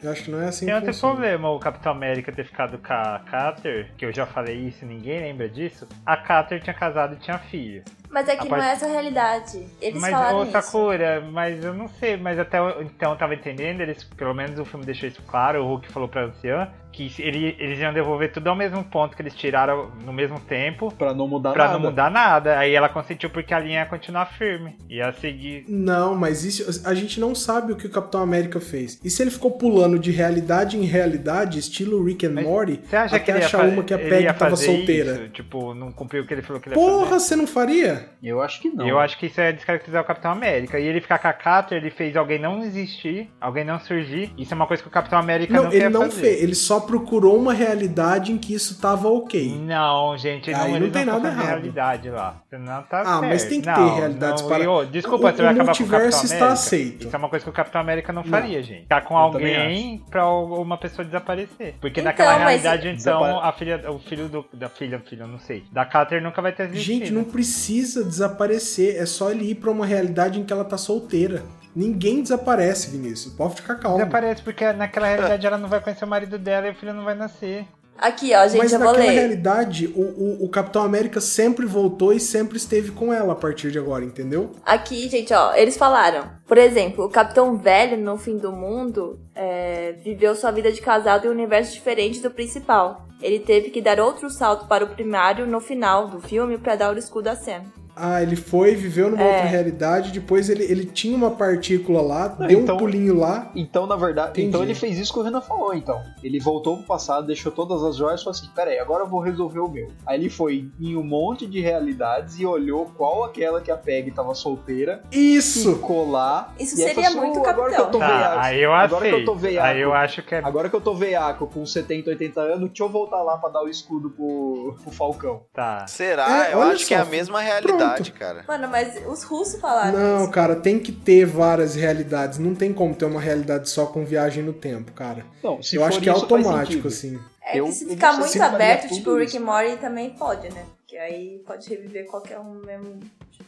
S4: Eu acho que não é assim
S5: Tem
S4: que
S5: outro
S4: funciona.
S5: problema, o Capitão América ter ficado com a Carter, que eu já falei isso e ninguém lembra disso. A Carter tinha casado e tinha filho.
S3: Mas é que
S5: A
S3: não
S5: parte-
S3: é essa a realidade. Eles
S5: mas,
S3: falaram
S5: ô tá
S3: isso.
S5: Sakura, mas eu não sei, mas até o- então eu tava entendendo, eles, pelo menos o filme deixou isso claro, o Hulk falou pra anciã, que se- ele- eles iam devolver tudo ao mesmo ponto que eles tiraram no mesmo tempo,
S1: Pra não mudar
S5: pra
S1: nada.
S5: não mudar nada. Aí ela consentiu porque a linha ia continuar firme. Ia seguir.
S4: Não, mas isso a gente não sabe o que o Capitão América fez. E se ele ficou pulando de realidade em realidade, estilo Rick and
S5: Mas
S4: Morty,
S5: Você acha
S4: até
S5: que ele ia
S4: achar
S5: fa-
S4: uma que a
S5: ele
S4: Peggy
S5: ia
S4: tava
S5: fazer
S4: solteira?
S5: isso? Tipo, não cumpriu o que ele falou que ele ia fazer?
S4: Porra, você não faria?
S1: Eu acho que não.
S5: Eu acho que isso é descaracterizar o Capitão América. E ele ficar com a Carter, ele fez alguém não existir, alguém não surgir. Isso é uma coisa que o Capitão América não,
S4: Não, ele
S5: quer
S4: não
S5: fazer.
S4: fez. Ele só procurou uma realidade em que isso tava
S5: Hum,
S4: ok.
S5: Não, gente,
S4: Aí
S5: não,
S4: não
S5: eles
S4: tem
S5: não
S4: nada
S5: fazem
S4: errado.
S5: realidade lá. Você Não tá
S4: Ah, mas
S5: certo.
S4: tem que
S5: Não,
S4: ter realidades
S5: não,
S4: para-
S5: e, ô, desculpa,
S4: O-
S5: você vai
S4: o
S5: acabar com o Capitão
S4: multiverso está
S5: América.
S4: aceito.
S5: Isso é uma coisa que o Capitão América não
S4: Não.
S5: faria, gente. Ficar com
S1: Eu também
S5: alguém pra o- uma pessoa desaparecer. Porque
S3: Então,
S5: naquela
S3: mas-
S5: realidade, então,
S1: Desapare-
S5: a filha, o filho do, da filha, filho, eu não sei, da Carter nunca vai ter existido.
S4: Gente, não precisa desaparecer. É só ele ir pra uma realidade em que ela tá solteira. Ninguém desaparece, Vinícius. Pode ficar calmo.
S5: Desaparece porque
S4: Ah.
S5: naquela realidade ela não vai conhecer o marido dela e o filho não vai nascer.
S3: Aqui, ó, gente,
S4: Mas
S3: eu vou
S4: naquela
S3: ler.
S4: realidade, o, o- o Capitão América sempre voltou e sempre esteve com ela a partir de agora, entendeu?
S3: Aqui, gente, ó, eles falaram. Por exemplo, o Capitão Velho, no fim do mundo, é, viveu sua vida de casado em um universo diferente do principal. Ele teve que dar outro salto para o primário no final do filme para dar o escudo a Sam.
S4: Ah, ele foi, viveu numa outra realidade, depois ele, ele tinha uma partícula lá,
S1: Não,
S4: deu
S1: então-
S4: um pulinho lá.
S1: Então, na verdade,
S4: Entendi.
S1: então ele fez isso que o Renan falou, então. Ele voltou pro passado, deixou todas as joias e falou assim: peraí, agora eu vou resolver o meu. Aí ele foi em um monte de realidades e olhou qual aquela que a Peg tava solteira,
S4: Isso!
S1: ficou lá.
S3: Isso
S1: e aí
S3: seria
S1: falou assim,
S3: muito
S1: "Oh, agora que eu tô
S3: capitão."
S5: Tá,
S1: veiaco,
S5: aí eu aceito.
S1: agora que eu tô veiaco.
S5: Aí eu acho que é.
S1: Agora que eu tô veiaco com 70, 80 anos, deixa eu voltar lá pra dar o escudo pro, pro Falcão.
S5: Tá.
S2: Será?
S4: É,
S2: eu
S4: olha
S2: acho que é
S4: só.
S2: a mesma realidade, cara.
S3: Mano, mas os russos falaram
S4: Não,
S3: isso.
S4: cara, tem que ter várias realidades. Não tem como ter uma realidade só com viagem no tempo, cara.
S1: Não, se
S4: eu
S1: for
S4: acho que é
S1: isso, faz
S4: automático,
S1: sentido.
S4: assim.
S3: É
S1: eu-
S3: que se ficar
S1: eu
S3: muito
S1: faria
S3: aberto,
S1: tudo
S3: tipo, o Rick
S1: isso.
S3: and Morty também pode, né? Porque aí pode reviver qualquer um mesmo tipo,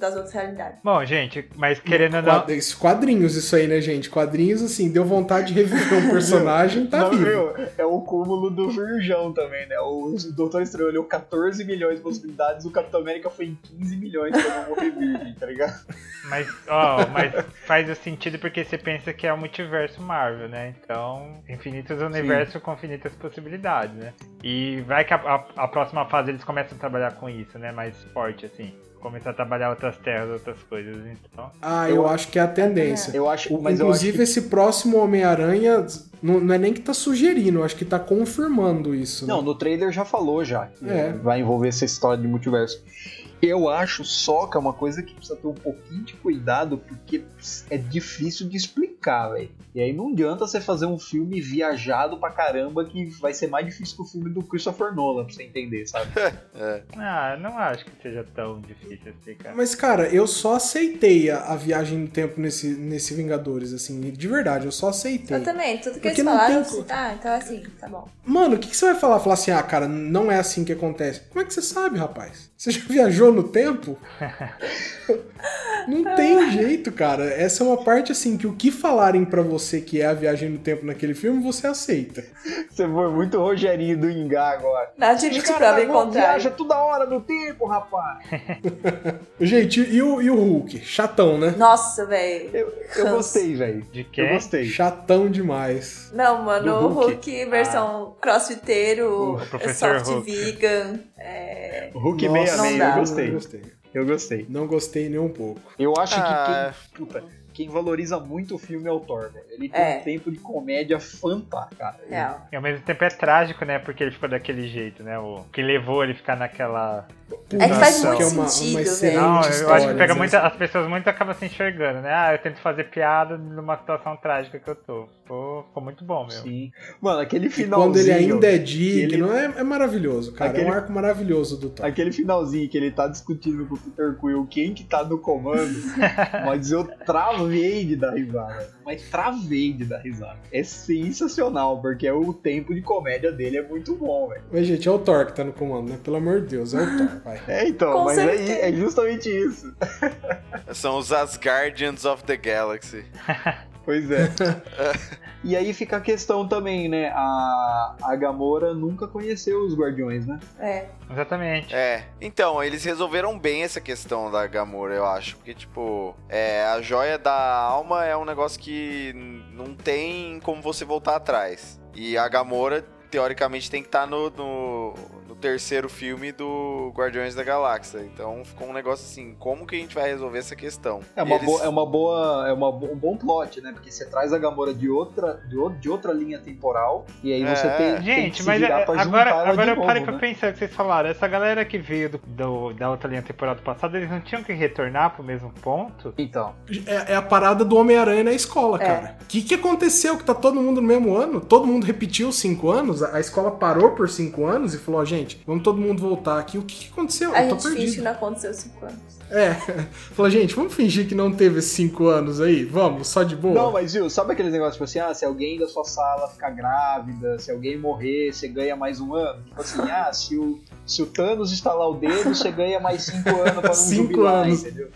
S3: das outras realidades.
S5: Bom, gente, mas querendo ou não.
S4: Quad- esses Quadrinhos, isso aí, né, gente? Quadrinhos, assim, deu vontade de
S1: (laughs)
S4: reviver um personagem, tá
S1: Não,
S4: vivo.
S1: meu, é o cúmulo do Virgão também, né? O Doutor Estranho olhou 14 milhões de possibilidades, o Capitão América foi em 15 milhões pra não morrer virgem, tá ligado?
S5: Mas, ó, mas faz o sentido porque você pensa que é o multiverso Marvel, né? Então, infinitos universos com infinitas possibilidades, né? E vai que a, a- a próxima fase eles começam a trabalhar com isso, né? Mais forte, assim. Começar a trabalhar outras terras, outras coisas, então.
S4: Ah, eu,
S1: Eu-
S4: acho que é a
S1: (laughs)
S4: tendência.
S1: Eu acho,
S4: O-
S1: mas eu acho
S4: Inclusive,
S1: que...
S4: esse próximo Homem-Aranha não, não é nem que tá sugerindo, eu acho que tá confirmando isso. né?
S1: Não, no trailer já falou já. que
S4: É.
S1: Vai envolver essa história de multiverso. Eu acho só que é uma coisa que precisa ter um pouquinho de cuidado, porque é difícil de explicar, velho. E aí não adianta você fazer um filme viajado pra caramba que vai ser mais difícil que o filme do Christopher Nolan, pra você entender, sabe? (laughs)
S5: Ah, não acho que seja tão difícil assim, cara.
S4: Mas, cara, eu só aceitei a, a viagem no tempo nesse, nesse Vingadores, assim, de verdade, eu só aceitei.
S3: Eu também, tudo que
S4: Porque
S3: eles
S4: não
S3: falaram,
S4: tem
S3: eu
S4: co-
S3: disse, tá, então é assim, tá bom.
S4: Mano, o que, que você vai falar? Falar assim, ah, cara, não é assim que acontece. Como é que você sabe, rapaz? Você já (laughs) viajou no
S3: (laughs)
S4: tempo? não tem jeito, cara. Essa é uma parte, assim, que o que falarem pra você que é a viagem no tempo naquele filme, você aceita.
S1: Você foi muito Rogerinho do Ingá agora.
S3: Nath me prova em
S1: viaja
S3: contrário.
S1: toda hora no tempo, rapaz.
S4: Gente, e o, e o Hulk? Chatão, né?
S3: Nossa, velho.
S1: Eu, eu gostei, velho.
S5: De quem?
S1: Eu gostei.
S4: Chatão demais.
S3: Não, mano,
S1: Do
S3: o
S1: Hulk.
S3: Hulk, versão crossfiteiro,
S5: O
S3: é
S5: professor
S3: soft
S5: Hulk.
S3: vegan. É...
S1: Hulk
S4: Nossa,
S1: meia
S3: não
S1: meia,
S3: dá.
S1: eu
S4: Não
S1: gostei.
S4: gostei.
S1: Eu gostei.
S4: Não gostei nem um pouco.
S1: Eu acho
S2: Ah.
S1: que quem, puta, quem valoriza muito o filme é o Thor, velho. Ele tem
S3: É.
S1: um tempo de comédia fantástico, cara.
S3: Real.
S5: E ao mesmo tempo é trágico, né? Porque ele ficou daquele jeito, né? O que levou ele ficar naquela.
S3: É que faz
S4: Nossa,
S3: muito
S4: é uma,
S3: sentido, né?
S4: uma
S3: velho.
S4: excelente
S5: Não, eu acho
S4: história,
S5: que pega
S4: né?
S5: muita. As pessoas muito acabam se enxergando, né? Ah, eu tento fazer piada numa situação trágica que eu tô. Pô, ficou muito bom, meu.
S1: Sim. Mano, aquele
S4: E
S1: finalzinho.
S4: quando ele ainda é
S1: ele-
S4: digno, é, é maravilhoso, cara. É
S1: Aquele-
S4: um arco maravilhoso do Thor.
S1: Aquele finalzinho que ele tá discutindo com o Peter Quill quem que tá no (laughs) comando, mas eu travei de dar risada. Mas travei de dar risada. É sensacional, porque é o tempo de comédia dele é muito bom, velho.
S4: Mas, gente, é o Thor que tá no comando, né? Pelo amor de Deus, é o
S3: (laughs)
S4: Thor, vai.
S1: É, então,
S3: Com
S1: mas
S3: certeza.
S1: é, é justamente isso.
S2: São os Asgardians of the Galaxy.
S1: Pois
S2: (laughs)
S1: é. e aí fica a questão também, né? A, a Gamora nunca conheceu os Guardiões, né?
S3: É.
S5: Exatamente.
S2: É. Então, eles resolveram bem essa questão da Gamora, eu acho. Porque, tipo, é, a joia da alma é um negócio que n- não tem como você voltar atrás. E a Gamora, teoricamente, tem que estar no, no, no terceiro filme do Guardiões da Galáxia. Então ficou um negócio assim: como que a gente vai resolver essa questão?
S1: É
S2: E
S1: uma,
S2: eles-
S1: boa, é uma boa, é uma bo- um bom plot, né? Porque você traz a Gamora de outra, de, o- de outra linha temporal e aí você
S2: É.
S1: tem, tem que
S5: Gente,
S1: se
S5: mas
S1: virar
S5: é-
S1: pra juntar
S5: agora,
S1: ela
S5: agora
S1: de
S5: eu
S1: novo,
S5: parei pra
S1: né?
S5: pensar o que vocês falaram. Essa galera que veio do, do- da outra linha temporal do passado, eles não tinham que retornar pro mesmo ponto?
S1: Então,
S4: É, é a parada do Homem-Aranha na escola,
S3: É.
S4: cara. O que, que aconteceu? Que tá todo mundo no mesmo ano? Todo mundo repetiu os cinco anos? A, a escola parou por cinco anos e falou: ó, gente, vamos todo mundo voltar aqui. O que, que aconteceu?
S3: A
S4: Eu tô
S3: gente
S4: perdido.
S3: finge que não aconteceu cinco anos.
S4: É. Falou, gente, vamos fingir que não teve esses cinco anos aí? Vamos, só de boa.
S1: Não, mas viu, sabe aqueles negócios tipo assim, ah, se alguém da sua sala ficar grávida, se alguém morrer, você ganha mais um ano? Tipo
S4: (laughs)
S1: assim, ah, se o, se o Thanos estalar o dedo, você ganha mais cinco anos pra não
S4: Cinco
S1: jubilar,
S4: anos.
S1: entendeu?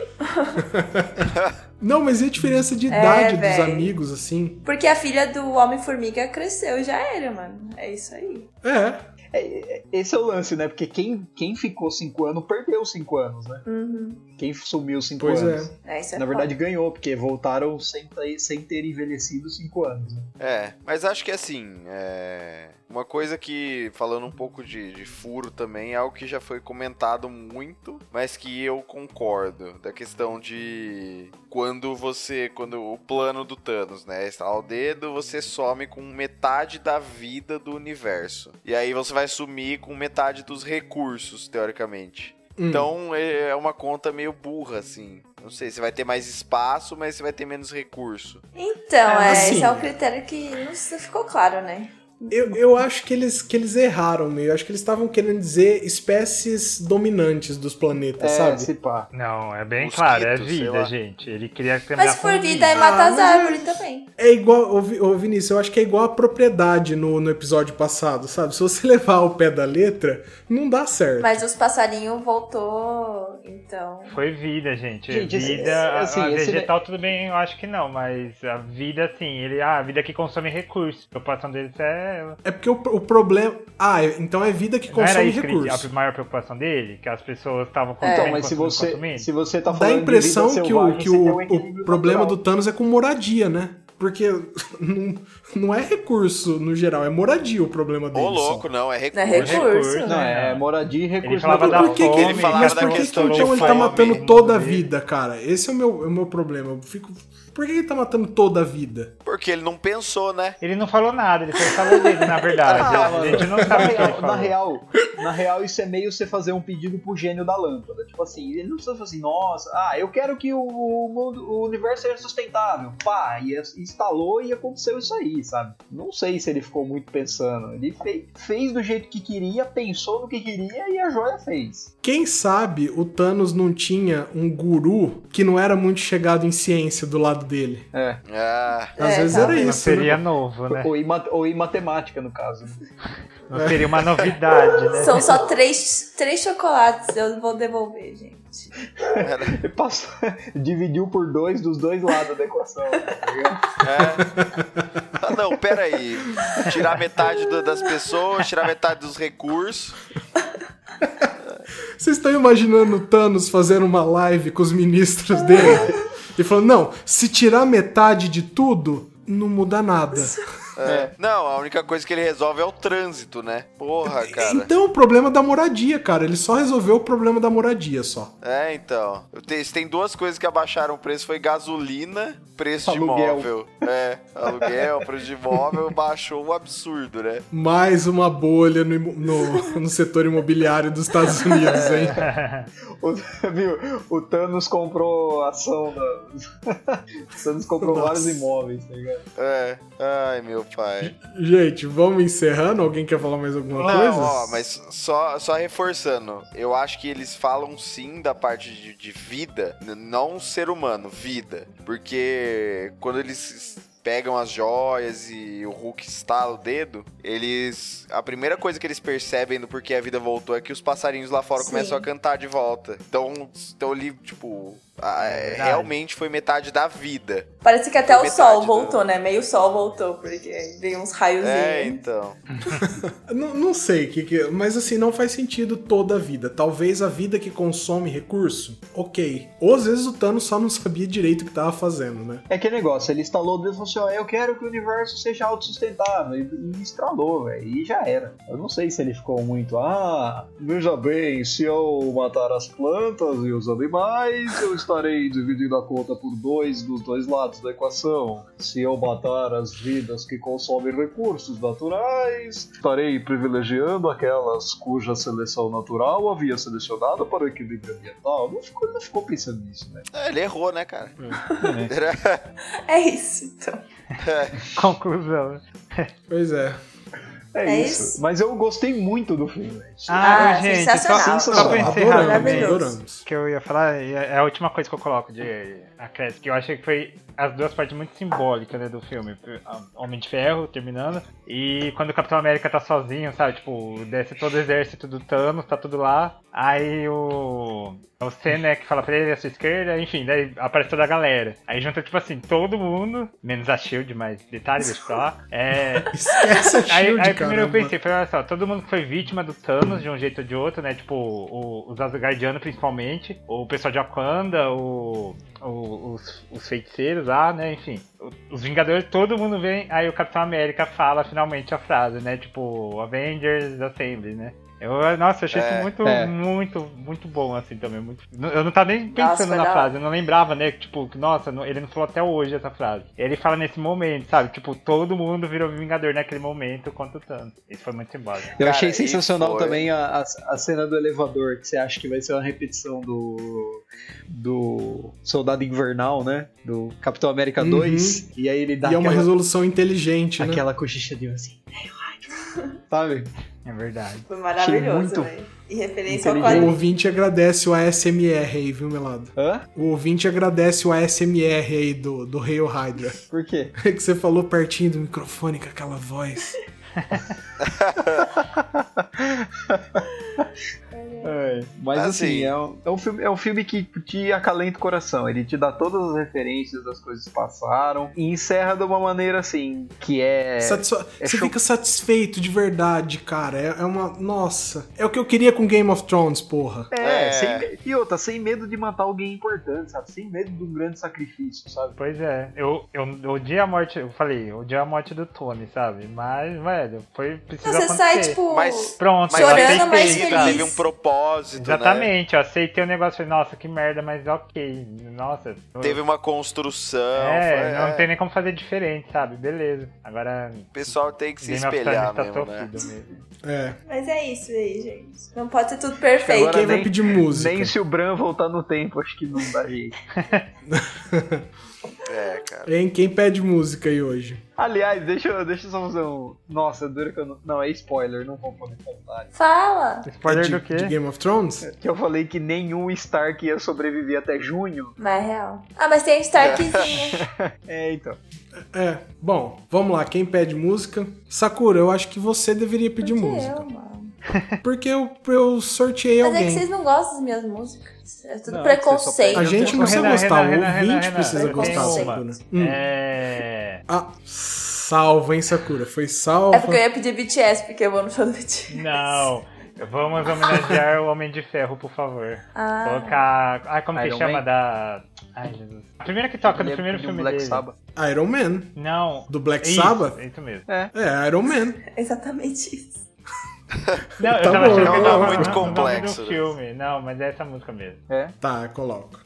S4: Não, mas e a diferença de
S1: É,
S4: idade dos
S3: véi.
S4: amigos, assim?
S3: Porque a filha do Homem-Formiga cresceu e já era, mano. É isso aí.
S4: É.
S1: É, é, esse é o lance, né? Porque quem, quem ficou cinco anos, perdeu cinco anos, né?
S3: Uhum.
S1: Quem sumiu cinco
S4: Pois
S1: anos.
S4: é.
S3: É, isso é
S1: Na
S3: foda.
S1: verdade, ganhou, porque voltaram sem, ter- sem ter envelhecido cinco anos. né?
S2: É, mas acho que assim, é... uma coisa que, falando um pouco de, de furo também, é algo que já foi comentado muito, mas que eu concordo, da questão de quando você, quando o plano do Thanos, né, estalar o dedo, você some com metade da vida do universo, e aí você vai sumir com metade dos recursos, teoricamente.
S4: Hum.
S2: Então é uma conta meio burra, assim. Não sei, você vai ter mais espaço, mas você vai ter menos recurso.
S3: Então,
S4: É,
S3: é,
S4: assim-
S3: esse é o critério que não se- ficou claro, né?
S4: Eu, eu acho que eles, que eles erraram meio. Eu acho que eles estavam querendo dizer espécies dominantes dos planetas,
S1: É,
S4: sabe?
S1: se pá.
S5: Não, é bem
S2: Mosquito,
S5: claro,
S2: sei
S5: é
S2: lá.
S5: vida, gente. Ele queria terminar
S3: Mas se for
S5: com
S3: vida,
S1: né?
S3: aí
S4: Ah,
S3: mata as
S4: mas-
S3: árvores também.
S4: É igual, ô, Vi- ô Vinícius, eu acho que é igual a propriedade no, no episódio passado, sabe? Se você (laughs) levar ao pé da letra, não dá certo.
S3: Mas os passarinhos voltou, então...
S5: Foi vida, gente.
S1: Gente, esse-
S5: vida,
S1: assim,
S5: a- a
S1: esse-
S5: vegetal tudo bem, eu acho que não, mas a vida, assim, ele, ah, a vida que consome recursos. A preocupação deles é.
S4: É porque o, o problema. Ah, é- então é vida que
S5: Não era
S4: consome
S5: isso que ele-
S4: recursos.
S5: a maior preocupação dele? Que as pessoas estavam
S1: Então,
S3: É.
S5: consumindo.
S1: mas se
S5: consumindo,
S1: você,
S5: consumindo?
S1: se você tá
S4: Dá a
S1: falando
S4: impressão
S1: de vida
S4: que o,
S1: selvagem,
S4: que
S1: você tem
S4: o,
S1: um equilíbrio
S4: o problema
S1: natural.
S4: do Thanos é com moradia, né? Porque (laughs) não, não é recurso no geral, é moradia o problema dele.
S2: Ô, louco, não, é recurso.
S3: Não é recurso.
S5: Recurso,
S3: né?
S1: Não, é moradia e recurso
S5: falava
S1: natural.
S5: da
S4: Por que, que
S5: fome,
S4: ele
S2: ele falava
S4: mas
S2: da
S4: por que, que
S2: questão
S4: então
S2: de
S4: ele tá
S2: fome,
S4: matando
S5: né?
S4: toda a
S5: Dele.
S4: vida, cara? Esse é o meu, é o meu problema. Eu fico. Por que ele tá matando toda a vida?
S2: Porque ele não pensou, né?
S5: Ele não falou nada, ele só falou dele, na verdade.
S1: (laughs) Ah,
S5: a gente não sabe
S1: Na
S5: é o que ele
S1: real,
S5: falou.
S1: na real, na real, isso é meio você fazer um pedido pro gênio da lâmpada. Tipo assim, ele não precisa falar assim, nossa, ah, eu quero que o, mundo, o universo seja sustentável. Pá, e as- instalou e aconteceu isso aí, sabe? Não sei se ele ficou muito pensando. Ele fe- fez do jeito que queria, pensou no que queria e a joia fez.
S4: Quem sabe o Thanos não tinha um guru que não era muito chegado em ciência do lado dele?
S1: É.
S2: Ah,
S4: Às
S3: É,
S4: vezes
S3: tá.
S4: era
S5: Não
S4: isso.
S5: seria
S4: né?
S5: novo, né?
S1: Ou, em, mat- ou em matemática, no caso. (laughs)
S5: Não seria uma novidade, né?
S3: São só três, três chocolates, eu vou devolver, gente. Exatamente.
S2: Era-
S1: Ele passou, (laughs) dividiu por dois dos dois lados da equação. tá ligado?
S2: É. Ah, não, pera aí. Tirar metade do- das pessoas, tirar metade dos recursos.
S4: Vocês estão imaginando o Thanos fazendo uma live com os ministros dele? E falando, não, se tirar metade de tudo, não muda nada.
S2: É. Não, a única coisa que ele resolve é o trânsito, né? Porra, cara.
S4: Então, o problema da moradia, cara. Ele só resolveu o problema da moradia, só.
S2: É, então. Eu te- Tem duas coisas que abaixaram o preço, foi gasolina, preço de
S1: Aluguel.
S2: imóvel. É, aluguel, preço de imóvel, baixou um absurdo, né?
S4: Mais uma bolha no, imo- no- (laughs) no setor imobiliário dos Estados Unidos, hein?
S2: (laughs)
S5: né?
S1: (laughs) O, viu? O Thanos comprou ação da. (laughs) O Thanos comprou
S4: Nossa.
S1: vários imóveis, tá ligado?
S2: É. Ai, meu pai.
S4: Gente, vamos encerrando? Alguém quer falar mais alguma coisa?
S2: Não, ó, mas só, só reforçando, eu acho que eles falam sim da parte de, de vida, n- não ser humano, vida. Porque quando eles pegam as joias e o Hulk estala o dedo, eles. A primeira coisa que eles percebem do porquê a vida voltou é que os passarinhos lá fora
S3: Sim.
S2: começam a cantar de volta. Então, então ali, tipo. a-
S5: É verdade.
S2: realmente foi metade da vida.
S3: Parece que até
S2: Foi
S3: o sol
S2: metade,
S3: voltou, né? Meio sol voltou, porque veio uns raiozinhos. (laughs)
S2: É, então.
S4: Não, não sei, que, que- mas assim, não faz sentido toda a vida. Talvez a vida que consome recurso, ok. Ou às vezes o Thanos só não sabia direito o que tava fazendo, né?
S1: É que negócio, ele instalou o dedo e falou assim: ó, eu quero que o universo seja autossustentável. E, e instalou, velho. E já era. Eu não sei se ele ficou muito. Ah, veja bem, se eu matar as plantas e os animais, eu estarei dividindo a conta por dois dos dois lados da equação. Se eu matar as vidas que consomem recursos naturais, estarei privilegiando aquelas cuja seleção natural havia selecionado para o equilíbrio ambiental. Não ficou, não ficou pensando nisso, né?
S2: É, Ele errou, né, cara?
S5: Hum.
S3: É isso, então.
S5: (laughs) Conclusão.
S4: Pois é.
S1: É,
S3: É
S1: isso.
S3: isso.
S1: Mas eu gostei muito do filme. né? velho.
S5: Ah,
S3: Ah,
S5: gente, só,
S3: sensacional.
S5: só pra encerrar né,
S4: Adoramos,
S5: também.
S3: Maravilhoso.
S4: adoramos.
S5: O que eu ia falar é é a última coisa que eu coloco de acréscimo, que eu achei que foi as duas partes muito simbólicas né, do filme. Homem de Ferro terminando, e quando o Capitão América tá sozinho, sabe? Tipo, desce todo o exército do Thanos, tá tudo lá. Aí o. O Senna é que fala pra ele, a sua esquerda, enfim, daí aparece toda a galera. Aí junta, tipo assim, todo mundo, menos a Shield, mas detalhe, deixa pra lá. É.
S4: Esquece a
S5: (laughs) Aí,
S4: Shield,
S5: aí
S4: cara.
S5: primeiro eu pensei, falei, olha só, todo mundo que foi vítima do Thanos de um jeito ou de outro, né? Tipo, o- os Asgardianos principalmente, o pessoal de Wakanda, o, o- os, os feiticeiros lá, né? Enfim, o- os Vingadores, todo mundo vem. Aí o Capitão América fala finalmente a frase, né? Tipo, Avengers Assembly, né? Eu, nossa, eu achei
S2: É,
S5: isso muito,
S1: é.
S5: muito, muito bom, assim, também. Muito... Eu não tava nem
S3: Nossa,
S5: pensando
S3: foi
S5: na
S3: da
S5: frase, eu não lembrava, né? Tipo, que, nossa, não- ele não falou até hoje essa frase. Ele fala nesse momento, sabe? Tipo, todo mundo virou Vingador naquele momento, quanto tanto. Isso foi muito simbólico.
S1: Eu
S2: Cara,
S1: achei
S2: e
S1: sensacional
S2: foi.
S1: também a, a, a cena do elevador, que você acha que vai ser uma repetição do. do Soldado Invernal, né? Do Capitão América
S4: Uhum.
S1: 2. E aí ele dá
S4: E é uma
S1: aquela,
S4: resolução inteligente, né?
S1: aquela cochichadinha assim. Sabe?
S5: É verdade.
S3: Foi maravilhoso,
S1: muito
S3: velho. E referência ao
S4: O
S1: inteligente.
S3: quadrinho.
S4: ouvinte agradece o ASMR aí, viu, Melado?
S1: Hã?
S4: O ouvinte agradece o ASMR aí do, do Hail Hydra. (laughs)
S1: Por quê?
S4: É que você falou pertinho do microfone com aquela voz.
S1: É, mas
S2: Assim.
S1: assim, é, um, é um filme, é um filme que te acalenta o coração. Ele te dá todas as referências das coisas que passaram e encerra de uma maneira assim, que é.
S4: Satisfa-
S1: é
S4: você
S1: show.
S4: fica satisfeito de verdade, cara. É, é uma. Nossa. É o que eu queria com Game of Thrones, porra.
S1: É,
S2: É.
S1: sem me- e outra, sem medo de matar alguém importante, sabe? Sem medo de um grande sacrifício, sabe?
S5: Pois é, eu, eu odiei a morte, eu falei, odiei a morte do Tony, sabe? Mas, velho, foi preciso
S3: Você sai,
S5: acontecer.
S3: tipo.
S2: Mas-
S5: Pronto,
S2: Mas
S5: eu
S3: Chorando,
S5: aceitei,
S3: mas
S5: sabe?
S3: feliz.
S2: teve um propósito, né?
S5: Exatamente, eu aceitei o negócio, falei, nossa, que merda, mas ok, nossa. eu-
S2: Teve uma construção.
S5: é,
S2: foi-
S5: não
S2: é.
S5: tem nem como fazer diferente, sabe? Beleza. Agora,
S2: O pessoal tem que se
S5: Game of
S2: espelhar
S5: Thrones
S2: mesmo,
S5: tá
S2: né?
S5: sofrido mesmo.
S4: É.
S3: Mas é isso aí, gente. Não pode ser tudo
S1: Acho que
S3: perfeito.
S1: agora
S4: Quem vai
S1: nem-
S4: pedir música?
S1: Nem se o Bran voltar no tempo, acho que não dá (laughs) jeito.
S2: É, cara.
S4: Hein? Quem pede música aí hoje?
S1: Aliás, deixa eu, deixa eu só fazer um. Nossa, dura que eu não. Não, é spoiler, não vou poder contar.
S3: Fala!
S5: Spoiler
S4: É de,
S5: do quê?
S4: de Game of Thrones?
S1: Que eu falei que nenhum Stark ia sobreviver até junho.
S3: Mas é real. Ah, mas tem a Starkzinha.
S1: É, então.
S4: É. Bom, vamos lá. Quem pede música? Sakura, eu acho que você deveria pedir
S3: Por que
S4: música.
S3: eu, mano?
S4: Porque eu, eu sorteei
S3: Mas é que
S4: alguém.
S3: vocês não gostam das minhas músicas. É tudo
S1: Não,
S3: preconceito.
S4: A
S1: Eu tenho
S4: gente não
S1: com-
S4: precisa
S5: Renan,
S4: gostar,
S5: Renan,
S4: o
S5: Renan,
S4: ouvinte
S5: Renan,
S4: precisa
S5: eu
S4: gostar,
S5: tenho uma.
S4: Sakura. Hum.
S5: É.
S4: Ah, salva, hein, Sakura? Foi salva.
S3: É porque eu ia pedir BTS, porque eu vou no show do BTS.
S5: Não. Vamos homenagear o Homem de Ferro, por favor.
S3: Ah.
S5: Colocar. Ai, como que
S1: Iron
S5: chama?
S1: Man?
S5: Da. Ai, Jesus. A primeira que toca no
S1: Lembro
S5: primeiro
S1: de um
S5: filme
S1: Black
S5: dele.
S1: Sabbath.
S4: Iron Man.
S5: Não.
S4: Do Black
S5: Isso,
S4: Sabbath?
S5: Isso mesmo.
S4: É, Iron Man.
S3: Exatamente isso.
S5: Não, eu
S4: Tá
S5: tava
S4: bom,
S5: achando
S4: tá
S5: que
S4: bom.
S5: eu tava
S4: Muito
S5: no- no nome
S2: complexo,
S5: do
S2: né?
S5: filme. Não, mas é essa música mesmo.
S1: É.
S4: Tá, coloca.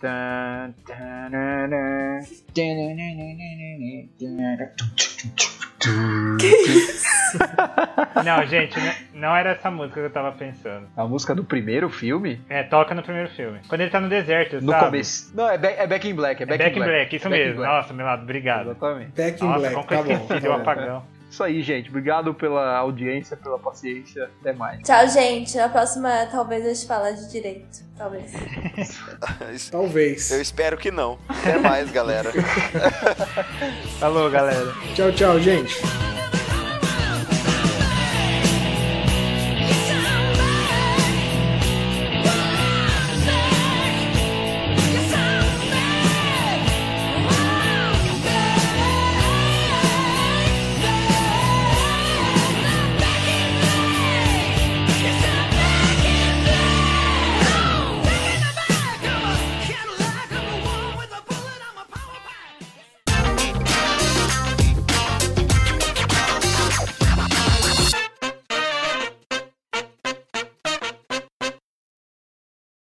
S1: Tan, tan, nan, nan. Tan, nan, nan, nan, nan, nan, nan.
S5: Não, gente, n- não era essa música que eu tava pensando.
S1: A música do primeiro filme?
S5: É, toca no primeiro filme. Quando ele tá no deserto,
S1: No
S5: sabe?
S1: começo. Não, é Back, é Back in Black. É
S5: É
S1: Back,
S5: Back
S1: in Black,
S5: isso
S1: Back in
S5: mesmo.
S1: Black.
S5: Nossa, meu lado, obrigado.
S1: Exatamente.
S4: Back in
S5: Nossa,
S4: Black,
S5: como que eu
S4: tá bom.
S5: esqueci,
S4: tá
S5: deu um
S4: bom.
S5: apagão.
S1: Isso aí, gente. Obrigado pela audiência, pela paciência. Até mais.
S3: Tchau, gente. Na próxima, talvez a gente fale de direito. Talvez.
S2: (laughs)
S4: Talvez.
S2: Eu espero que não. Até mais, galera.
S5: Falou, galera.
S4: Tchau, tchau, gente.